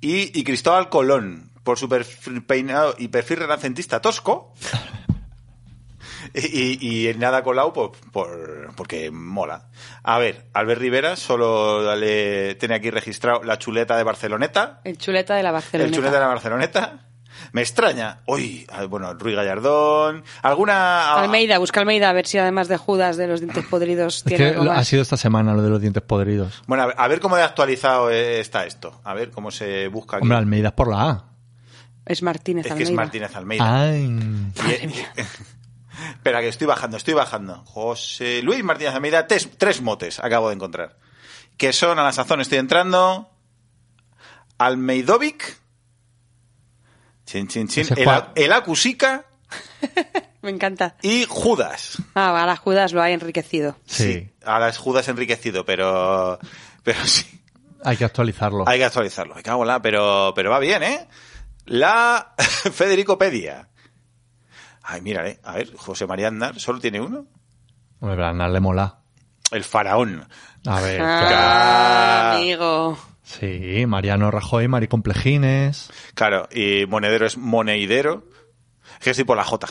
Speaker 1: y, y Cristóbal Colón por su perfil- peinado y perfil renacentista tosco. [LAUGHS] Y, y- y nada colado por, por- porque mola. A ver, Albert Rivera solo le tiene aquí registrado la chuleta de Barceloneta,
Speaker 2: El chuleta de la Barcelona.
Speaker 1: el chuleta de la Barceloneta. Me extraña. Uy, ah, bueno, Ruiz Gallardón, alguna...
Speaker 2: Almeida, busca Almeida a ver si además de Judas de los dientes podridos
Speaker 3: es
Speaker 2: tiene
Speaker 3: que
Speaker 2: algo
Speaker 3: lo- ha
Speaker 2: más.
Speaker 3: sido esta semana lo de los dientes podridos.
Speaker 1: Bueno, a ver, a ver cómo de actualizado eh, está esto. A ver cómo se busca aquí.
Speaker 3: Hombre, Almeida es por la A.
Speaker 2: Es Martínez
Speaker 1: es que
Speaker 2: Almeida.
Speaker 1: es
Speaker 2: [LAUGHS]
Speaker 1: Martínez
Speaker 3: Ah,
Speaker 1: Almeida.
Speaker 3: Ay,
Speaker 1: Y- Espera, que estoy bajando, estoy bajando. José Luis Martínez Almeida, tres, tres motes acabo de encontrar. Que son, a la sazón estoy entrando, Almeidovic, chin, chin, chin,
Speaker 3: Ese
Speaker 1: el,
Speaker 3: Juan-
Speaker 1: el Acusica
Speaker 2: Me encanta.
Speaker 1: y Judas.
Speaker 2: Ah, ahora Judas lo ha enriquecido.
Speaker 3: sí,
Speaker 1: Ahora es Judas enriquecido, pero, pero sí.
Speaker 3: hay que actualizarlo.
Speaker 1: Hay que actualizarlo. Me cago en la, pero, pero va bien, ¿eh? La [LAUGHS] Federicopedia. Ay, mira, ¿eh? A ver, José María Aznar, ¿solo tiene uno?
Speaker 3: Hombre, pero a Aznar le mola.
Speaker 1: El faraón.
Speaker 3: A ver,
Speaker 2: Ah, amigo.
Speaker 3: sí, Mariano Rajoy, Maricomplejines.
Speaker 1: Claro, y monedero es moneidero. Es que estoy por la J.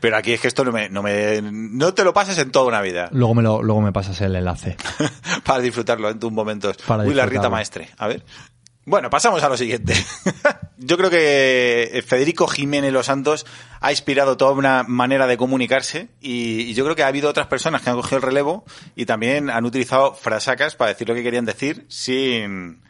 Speaker 1: Pero aquí es que esto no me, no me- no te lo pases en toda una vida [LAUGHS]
Speaker 3: Luego me, lo, luego me pasas el enlace.
Speaker 1: para disfrutarlo en tus momentos.
Speaker 3: Para
Speaker 1: Uy, la
Speaker 3: disfrutarlo.
Speaker 1: Rita Maestre. A ver. Bueno, pasamos a lo siguiente. [LAUGHS] Yo creo que eh, Federico Jiménez Los Santos ha inspirado toda una manera de comunicarse y, y yo creo que ha habido otras personas que han cogido el relevo y también han utilizado frasacas para decir lo que querían decir sin,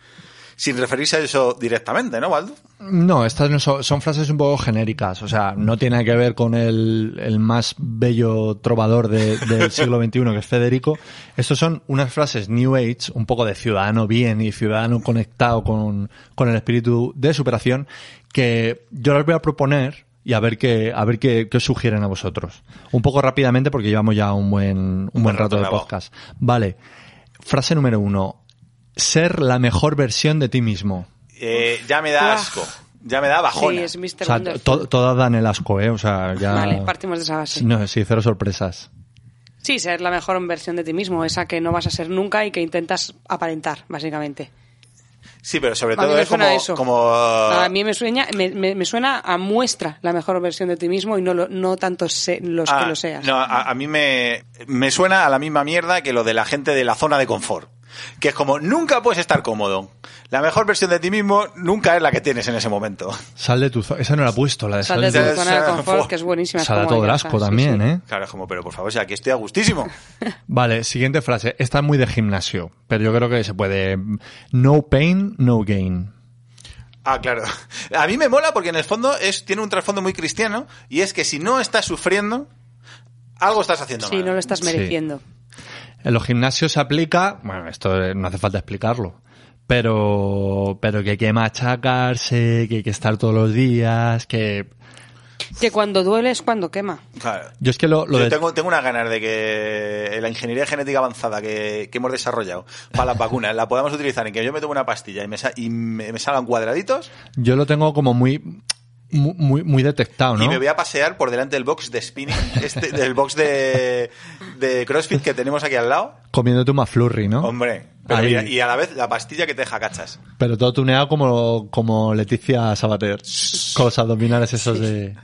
Speaker 1: sin referirse a eso directamente, ¿no, Waldo?
Speaker 3: No, estas no son, son frases un poco genéricas, o sea, no tiene que ver con el, el más bello trovador de- del siglo XXI, que es Federico. Estos son unas frases New Age, un poco de ciudadano bien y ciudadano conectado con, con el espíritu de superación, que yo las voy a proponer y a ver qué, a ver qué, qué sugieren a vosotros. Un poco rápidamente porque llevamos ya un buen, un buen rato de
Speaker 1: rato grabado.
Speaker 3: podcast. Vale, frase número uno. Ser la mejor versión de ti mismo.
Speaker 1: Eh, ya me da
Speaker 2: Uah.
Speaker 1: asco. Ya me da bajona.
Speaker 2: Sí, es Mr.
Speaker 3: O sea,
Speaker 2: Wonderful.
Speaker 3: to- todas dan el asco, ¿eh? O sea, ya...
Speaker 2: Vale, partimos de esa base.
Speaker 3: Sí, No, sí, cero sorpresas.
Speaker 2: Sí, ser la mejor versión de ti mismo, esa que no vas a ser nunca y que intentas aparentar, básicamente.
Speaker 1: Sí, pero sobre
Speaker 2: A mí
Speaker 1: todo
Speaker 2: me
Speaker 1: es como,
Speaker 2: suena eso.
Speaker 1: como- ah,
Speaker 2: A mí me, sueña, me, me- me suena a muestra la mejor versión de ti mismo y no, lo- no tanto se- los
Speaker 1: Ah,
Speaker 2: que lo seas.
Speaker 1: No, a, a mí me, me suena a la misma mierda que lo de la gente de la zona de confort. Que es como, nunca puedes estar cómodo. La mejor versión de ti mismo nunca es la que tienes en ese momento. [LAUGHS]
Speaker 3: Sal de tu zona... Esa no la he puesto, la de
Speaker 2: Sal de
Speaker 3: sal,
Speaker 1: Sal
Speaker 2: tu
Speaker 1: de-
Speaker 2: zona de
Speaker 1: Fua.
Speaker 2: confort, que es buenísima. es
Speaker 3: Sal a
Speaker 2: como
Speaker 3: todo el
Speaker 2: Ayasa,
Speaker 3: asco
Speaker 2: sí,
Speaker 3: también,
Speaker 2: sí.
Speaker 3: ¿eh?
Speaker 1: Claro, es como, pero por favor, si aquí estoy a
Speaker 2: [LAUGHS]
Speaker 1: gustísimo.
Speaker 3: Vale, siguiente frase. Esta es muy de gimnasio, pero yo creo que se puede... No pain, no gain.
Speaker 1: Ah, claro. A mí me mola porque en el fondo es, tiene un trasfondo muy cristiano y es que si no estás sufriendo, algo estás haciendo
Speaker 2: Sí,
Speaker 1: mal.
Speaker 2: no lo estás
Speaker 3: Sí.
Speaker 2: mereciendo.
Speaker 3: En los gimnasios se aplica... Bueno, esto eh, no hace falta explicarlo. Pero, pero que hay que machacarse, que hay que estar todos los días, que...
Speaker 2: Que cuando duele es cuando quema.
Speaker 1: Claro.
Speaker 3: Yo es que lo, lo
Speaker 1: Yo
Speaker 3: de-
Speaker 1: tengo, tengo unas ganas de que eh, la ingeniería genética avanzada que, que hemos desarrollado para las vacunas la podamos utilizar en que yo me tomo una pastilla y me, sa- y me, me salgan cuadraditos
Speaker 3: yo lo tengo como muy... Muy, muy- muy detectado, ¿no?
Speaker 1: y me voy a pasear por delante del box de spinning, este- del box de, de CrossFit que tenemos aquí al lado.
Speaker 3: Comiéndote un McFlurry, ¿no?
Speaker 1: Hombre, pero
Speaker 3: Ahí.
Speaker 1: mira, y a la vez la pastilla que te deja cachas.
Speaker 3: Pero todo tuneado como, como Leticia Sabater. Con los abdominales esos de...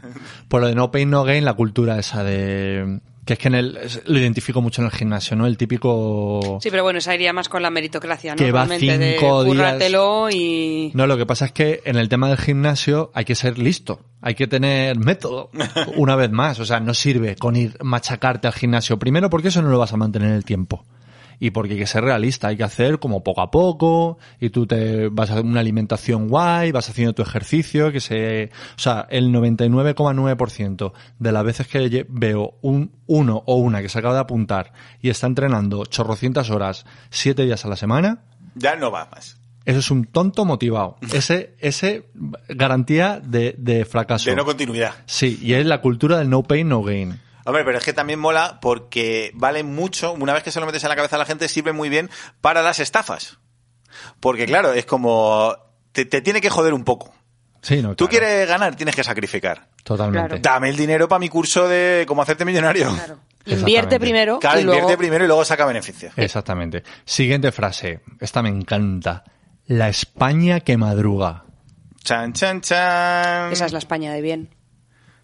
Speaker 3: Por lo de no pain, no gain, la cultura esa de... Que es que en el, es- lo identifico mucho en el gimnasio, ¿no? El típico...
Speaker 2: Sí, pero bueno, esa iría más con la meritocracia, ¿no?
Speaker 3: Que va
Speaker 2: Realmente,
Speaker 3: cinco
Speaker 2: de
Speaker 3: días.
Speaker 2: currátelo y...
Speaker 3: No, lo que pasa es que en el tema del gimnasio hay que ser listo, hay que tener método una vez más. O sea, no sirve con ir machacarte al gimnasio primero porque eso no lo vas a mantener en el tiempo. Y porque hay que ser realista, hay que hacer como poco a poco, y tú te vas a una alimentación guay, vas haciendo tu ejercicio, que se... O sea, el 99,9% de las veces que lle- veo un uno o una que se acaba de apuntar y está entrenando chorrocientas horas, siete días a la semana,
Speaker 1: Ya no va más.
Speaker 3: eso es un tonto motivado. Ese, ese garantía de, de fracaso.
Speaker 1: De no continuidad.
Speaker 3: sí, y es la cultura del no pain, no gain.
Speaker 1: Hombre, pero es que también mola porque vale mucho, una vez que se lo metes en la cabeza a la gente, sirve muy bien para las estafas. Porque claro, es como, te, te tiene que joder un poco.
Speaker 3: Sí, no,
Speaker 1: Tú
Speaker 3: claro.
Speaker 1: quieres ganar, tienes que sacrificar.
Speaker 3: Totalmente.
Speaker 2: Claro.
Speaker 1: Dame el dinero para mi curso de cómo hacerte millonario.
Speaker 2: Claro.
Speaker 3: Exactamente.
Speaker 2: Invierte primero
Speaker 1: Claro,
Speaker 2: y luego...
Speaker 1: invierte primero y luego saca beneficios.
Speaker 3: Exactamente. Siguiente frase. Esta me encanta. La España que madruga.
Speaker 1: Chan, chan, chan.
Speaker 2: Esa es la España de bien.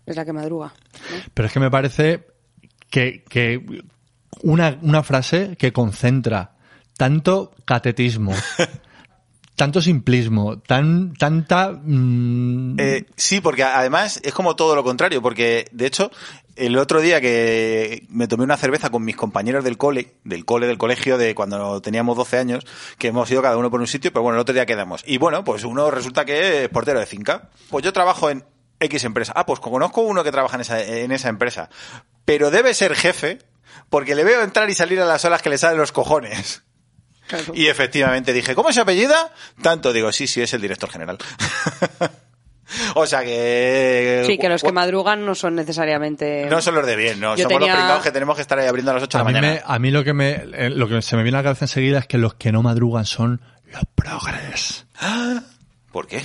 Speaker 2: Es la que madruga. ¿no?
Speaker 3: Pero es que me parece que, que una, una frase que concentra tanto
Speaker 1: [LAUGHS]
Speaker 3: catetismo, tanto simplismo, tan, tanta... mm,
Speaker 1: Eh, sí, porque a- además es como todo lo contrario, porque de hecho el otro día que me tomé una cerveza con mis compañeros del cole, del cole del colegio de cuando teníamos 12 años, que hemos ido cada uno por un sitio, pero bueno, el otro día quedamos. Y bueno, pues uno resulta que es portero de finca. Pues yo trabajo en X empresa. Ah, pues conozco uno que trabaja en esa, en esa empresa. Pero debe ser jefe, porque le veo entrar y salir a las olas que le salen los cojones.
Speaker 2: Claro.
Speaker 1: Y efectivamente dije, ¿cómo se apellida? Tanto digo, sí, sí, es el director general. [LAUGHS] o sea que...
Speaker 2: Sí, que los que
Speaker 1: Gua-
Speaker 2: madrugan no son necesariamente...
Speaker 1: No son los de bien, no.
Speaker 2: Yo
Speaker 1: Somos
Speaker 2: tenía-
Speaker 1: los pringados que tenemos que estar ahí abriendo a las 8 de
Speaker 3: A
Speaker 1: la
Speaker 3: mí,
Speaker 1: mañana.
Speaker 3: me- a mí lo que me eh, lo que se me viene a la cabeza enseguida es que los que no madrugan son los progres.
Speaker 1: ¿Por qué?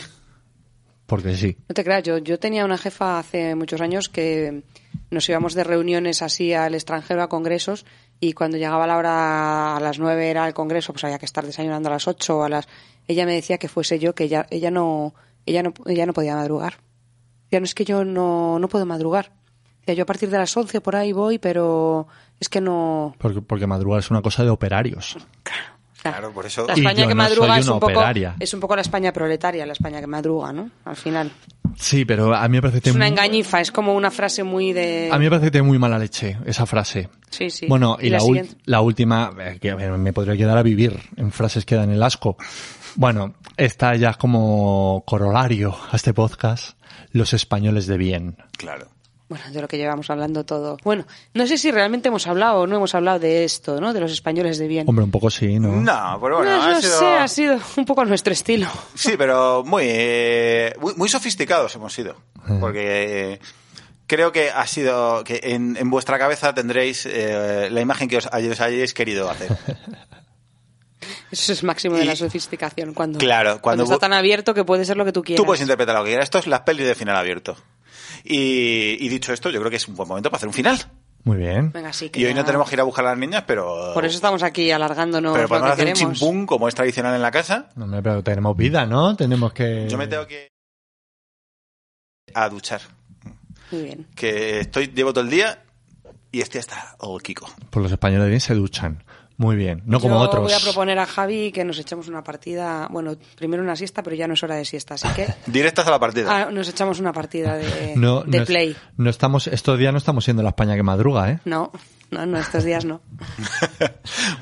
Speaker 3: Porque sí.
Speaker 2: No te creas, yo, yo tenía una jefa hace muchos años que nos íbamos de reuniones así al extranjero a congresos y cuando llegaba la hora a las nueve era el congreso, pues había que estar desayunando a las ocho o a las... Ella me decía que fuese yo, que ella, ella, no, ella, no, ella no podía madrugar. Ya no es que yo no, no puedo madrugar. Decía, yo a partir de las once por ahí voy, pero es que no...
Speaker 3: Porque, porque madrugar es una cosa de operarios.
Speaker 2: Ah.
Speaker 1: Claro, por eso-
Speaker 2: La
Speaker 3: Y
Speaker 2: España
Speaker 3: yo
Speaker 2: que
Speaker 3: no
Speaker 2: madruga
Speaker 3: soy
Speaker 2: es
Speaker 3: una
Speaker 2: un, poco,
Speaker 3: operaria.
Speaker 2: es un poco la España proletaria, la España que madruga, ¿no? Al final.
Speaker 3: Sí, pero a mí me parece que
Speaker 2: Es una
Speaker 3: tiene mu-
Speaker 2: engañifa, es como una frase muy de...
Speaker 3: A mí me parece que tiene muy mala leche esa frase.
Speaker 2: Sí, sí.
Speaker 3: Bueno, y,
Speaker 2: Y
Speaker 3: la,
Speaker 2: la
Speaker 3: ul-
Speaker 2: siguiente.
Speaker 3: la última, eh, que me me podría quedar a vivir en frases que dan el asco. Bueno, esta ya es como corolario a este podcast. Los españoles de bien.
Speaker 1: Claro.
Speaker 2: Bueno, de lo que llevamos hablando todo. Bueno, no sé si realmente hemos hablado o no hemos hablado de esto, ¿no? De los españoles de bien.
Speaker 3: Hombre, un poco sí, ¿no?
Speaker 1: No, pero bueno,
Speaker 2: no
Speaker 1: ha
Speaker 2: no
Speaker 1: sido-
Speaker 2: sé, ha sido un poco nuestro estilo. [LAUGHS]
Speaker 1: Sí, pero muy, eh, muy, muy sofisticados hemos sido. Porque eh, creo que ha sido. que en, en vuestra cabeza tendréis eh, la imagen que os, os hayáis querido
Speaker 2: [LAUGHS]
Speaker 1: hacer.
Speaker 2: Eso es máximo de
Speaker 1: Y-
Speaker 2: la sofisticación. Cuando,
Speaker 1: Claro, cuando
Speaker 2: está
Speaker 1: vo-
Speaker 2: tan abierto que puede ser lo que tú quieras.
Speaker 1: Tú puedes interpretar lo que quieras. Esto es las pelis de final abierto. Y, y dicho esto, yo creo que es un buen momento para hacer un final.
Speaker 3: Muy bien.
Speaker 2: Venga, sí, que
Speaker 1: Y hoy
Speaker 2: ya-
Speaker 1: no tenemos que ir a buscar a las niñas, pero.
Speaker 2: Por eso estamos aquí alargándonos
Speaker 1: Pero
Speaker 2: lo
Speaker 1: podemos
Speaker 2: que
Speaker 1: hacer un
Speaker 2: queremos.
Speaker 1: chimpún, como es tradicional en la casa.
Speaker 3: No, hombre, pero tenemos vida, ¿no? Tenemos que...
Speaker 1: Yo me tengo que. a duchar.
Speaker 2: Muy bien.
Speaker 1: Que estoy, llevo todo el día y estoy hasta el Kiko.
Speaker 3: Pues los españoles bien se duchan. Muy bien. No como
Speaker 2: Yo
Speaker 3: otros.
Speaker 2: voy a proponer a Javi que nos echemos una partida, bueno, primero una siesta, pero ya no es hora de siesta, así
Speaker 1: [LAUGHS]
Speaker 2: que
Speaker 1: Directas a la partida.
Speaker 2: ah, nos echamos una partida de,
Speaker 3: No,
Speaker 2: de
Speaker 3: no es-
Speaker 2: play.
Speaker 3: no estamos, estos días no estamos siendo la España que madruga, ¿eh?
Speaker 2: No, no, no, estos días no.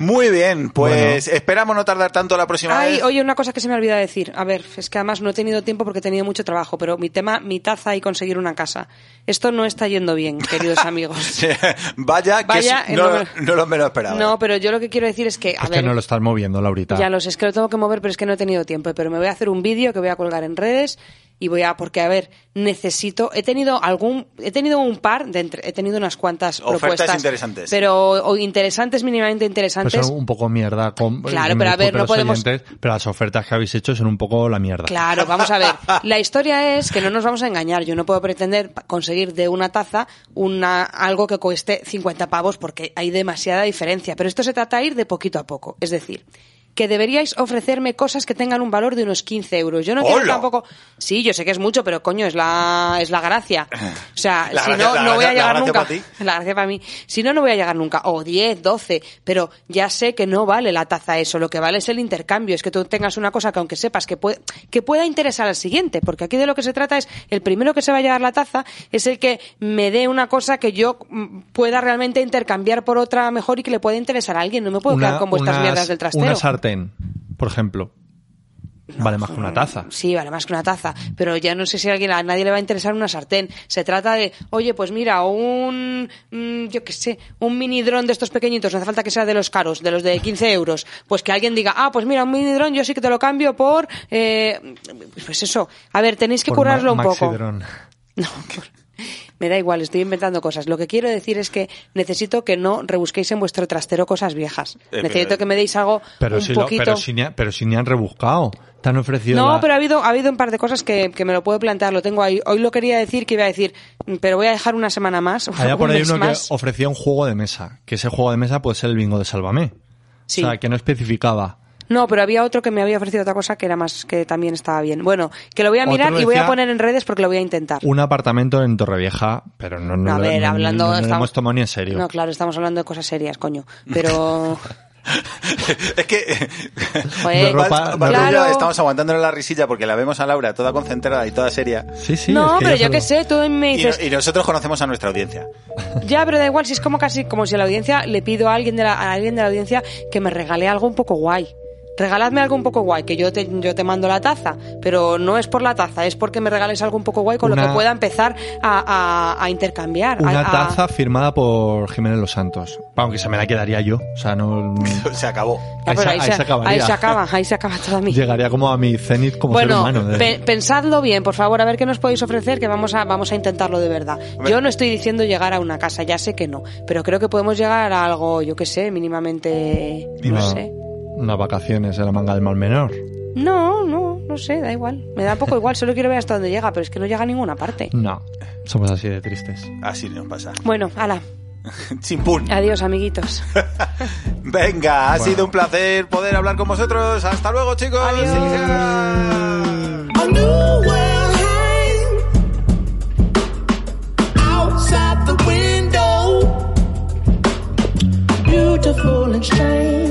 Speaker 1: Muy bien, pues esperamos no tardar tanto la próxima
Speaker 2: Ay,
Speaker 1: vez.
Speaker 2: oye, una cosa que se me olvida decir. A ver, es que además no he tenido tiempo porque he tenido mucho trabajo, pero mi tema, mi taza y conseguir una casa. Esto no está yendo bien,
Speaker 1: [LAUGHS]
Speaker 2: queridos amigos.
Speaker 1: [LAUGHS] Vaya, que
Speaker 2: Vaya,
Speaker 1: es- no,
Speaker 2: eh, no me-
Speaker 1: no lo menos esperaba.
Speaker 2: No, pero yo lo que quiero decir es que, a
Speaker 3: Es
Speaker 2: ver,
Speaker 3: que no lo estás moviendo, Laurita.
Speaker 2: ya los es que lo tengo que mover, pero es que no he tenido tiempo. Pero me voy a hacer un vídeo que voy a colgar en redes y voy a, porque a ver, necesito, he tenido algún, he tenido un par de, entre- he tenido unas cuantas
Speaker 1: Ofertas
Speaker 2: propuestas,
Speaker 1: interesantes.
Speaker 2: pero o interesantes mínimamente interesantes.
Speaker 3: Pues son un poco mierda. con- eh,
Speaker 2: Claro,
Speaker 3: me
Speaker 2: pero a ver,
Speaker 3: disculpen
Speaker 2: no
Speaker 3: los
Speaker 2: podemos-
Speaker 3: oyentes, pero las ofertas que habéis hecho son un poco la mierda.
Speaker 2: Claro, vamos a ver. La historia es que no nos vamos a engañar. Yo no puedo pretender pa- conseguir de una taza una, algo que cueste 50 pavos porque hay demasiada diferencia. Pero esto se trata de ir de poquito a poco. Es decir, que deberíais ofrecerme cosas que tengan un valor de unos 15 euros. Yo no quiero
Speaker 1: ¡Hola!
Speaker 2: tampoco. Sí, yo sé que es mucho, pero coño, es la, es la gracia. O sea,
Speaker 1: La
Speaker 2: si
Speaker 1: gracia-
Speaker 2: no,
Speaker 1: la
Speaker 2: no
Speaker 1: gracia-
Speaker 2: voy
Speaker 1: la
Speaker 2: a llegar
Speaker 1: gracia
Speaker 2: nunca.
Speaker 1: pa' ti.
Speaker 2: La gracia para mí. Si no, no voy a llegar nunca. O 10, 12. Pero ya sé que no vale la taza eso. Lo que vale es el intercambio. Es que tú tengas una cosa que aunque sepas que, puede, que pueda interesar al siguiente. Porque aquí de lo que se trata es el primero que se va a llevar la taza es el que me dé una cosa que yo mm, pueda realmente intercambiar por otra mejor y que le pueda interesar a alguien. No me puedo
Speaker 3: Una-
Speaker 2: quedar con vuestras
Speaker 3: unas-
Speaker 2: mierdas del trastero.
Speaker 3: Una sartén, por ejemplo. Vale más que una taza.
Speaker 2: mm, Sí, vale más que una taza, pero ya no sé si a alguien a nadie le va a interesar una sartén. Se trata de, oye, pues mira, un mm, yo qué sé, un mini dron de estos pequeñitos, no hace falta que sea de los caros, de los de 15 euros, pues que alguien diga, ah, pues mira, un mini dron yo sí que te lo cambio por eh, pues eso. A ver, tenéis que
Speaker 3: Por ma-
Speaker 2: curarlo un poco.
Speaker 3: maxidrón.
Speaker 2: [LAUGHS] No, por- me da igual, estoy inventando cosas. Lo que quiero decir es que necesito que no rebusquéis en vuestro trastero cosas viejas.
Speaker 1: pero-
Speaker 2: necesito que me deis algo
Speaker 3: Pero
Speaker 2: un
Speaker 3: si, lo-
Speaker 2: poquito.
Speaker 3: pero, si ni, ha- pero si ni han rebuscado. Te han ofrecido.
Speaker 2: No,
Speaker 3: la-
Speaker 2: pero ha habido, ha habido un par de cosas que, que me lo puedo plantear, lo tengo ahí. Hoy lo quería decir que iba a decir, mm, pero voy a dejar una semana más. [LAUGHS]
Speaker 3: Había por
Speaker 2: un
Speaker 3: ahí
Speaker 2: mes
Speaker 3: uno
Speaker 2: más.
Speaker 3: que ofrecía un juego de mesa. Que ese juego de mesa puede ser el bingo de Sálvame.
Speaker 2: Sí.
Speaker 3: O sea, que no especificaba.
Speaker 2: No, pero había otro que me había ofrecido otra cosa que era más, que también estaba bien. Bueno, que lo voy a
Speaker 3: Otro
Speaker 2: mirar y voy a
Speaker 3: decía-
Speaker 2: poner en redes porque lo voy a intentar.
Speaker 3: Un apartamento en Torrevieja, pero no, no,
Speaker 2: a
Speaker 3: lo-
Speaker 2: ver,
Speaker 3: no-
Speaker 2: hablando.
Speaker 3: no lo
Speaker 2: estamos-
Speaker 3: hemos tomado ni en serio.
Speaker 2: No, claro, estamos hablando de cosas serias, coño. Pero.
Speaker 1: [LAUGHS] Es que
Speaker 3: [LAUGHS]
Speaker 2: Joder,
Speaker 3: De Pues, ropa,
Speaker 1: Val-
Speaker 3: de
Speaker 1: Val- yo
Speaker 2: ropa.
Speaker 1: estamos aguantándole la risilla porque la vemos a Laura toda concentrada y toda seria.
Speaker 3: Sí, [LAUGHS] sí,
Speaker 2: no,
Speaker 3: es que
Speaker 2: pero yo
Speaker 3: ya se
Speaker 2: qué
Speaker 3: lo-
Speaker 2: sé, tú me
Speaker 1: Y, no-
Speaker 2: dices,
Speaker 1: y nosotros conocemos a nuestra audiencia. [LAUGHS]
Speaker 2: Ya, pero da igual, si es como casi como si a la audiencia le pido a alguien de la, a alguien de la audiencia que me regale algo un poco guay. Regaladme algo un poco guay, que yo te, yo te mando la taza, pero no es por la taza, es porque me regales algo un poco guay con lo
Speaker 3: Una-
Speaker 2: que pueda empezar a, a- a intercambiar. a-
Speaker 3: Una
Speaker 2: a-
Speaker 3: taza firmada por Jiménez Los Santos. Aunque se me la quedaría yo. O sea,
Speaker 2: [LAUGHS]
Speaker 3: no.
Speaker 1: Se acabó.
Speaker 2: Ya,
Speaker 3: ahí
Speaker 2: pero
Speaker 3: se-
Speaker 2: ahí,
Speaker 3: ahí
Speaker 2: se,
Speaker 3: se acabaría.
Speaker 2: ahí se acaba, ahí se acaba toda mi...
Speaker 3: Llegaría como a mi cenit como ser
Speaker 2: Bueno,
Speaker 3: humano. ¿eh? de-
Speaker 2: pe- pensadlo bien, por favor, a ver qué nos podéis ofrecer, que vamos a, vamos a intentarlo de verdad. Yo no estoy diciendo llegar a una casa, ya sé que no, pero creo que podemos llegar a algo, yo qué sé, mínimamente...
Speaker 3: una-
Speaker 2: No sé.
Speaker 3: Unas vacaciones en la manga del mal menor.
Speaker 2: No, no, no sé, da igual. Me da poco igual, solo quiero ver hasta dónde llega, pero es que no llega a ninguna parte.
Speaker 3: No. Somos así de tristes.
Speaker 1: Así nos pasa. [LAUGHS]
Speaker 2: Bueno, ala,
Speaker 1: Chimpún.
Speaker 2: adiós amiguitos.
Speaker 1: Venga, ha
Speaker 3: Bueno.
Speaker 1: sido un placer poder hablar con vosotros. Hasta luego, chicos.
Speaker 2: Adiós.
Speaker 4: A new world hangs outside the window, beautiful and strange.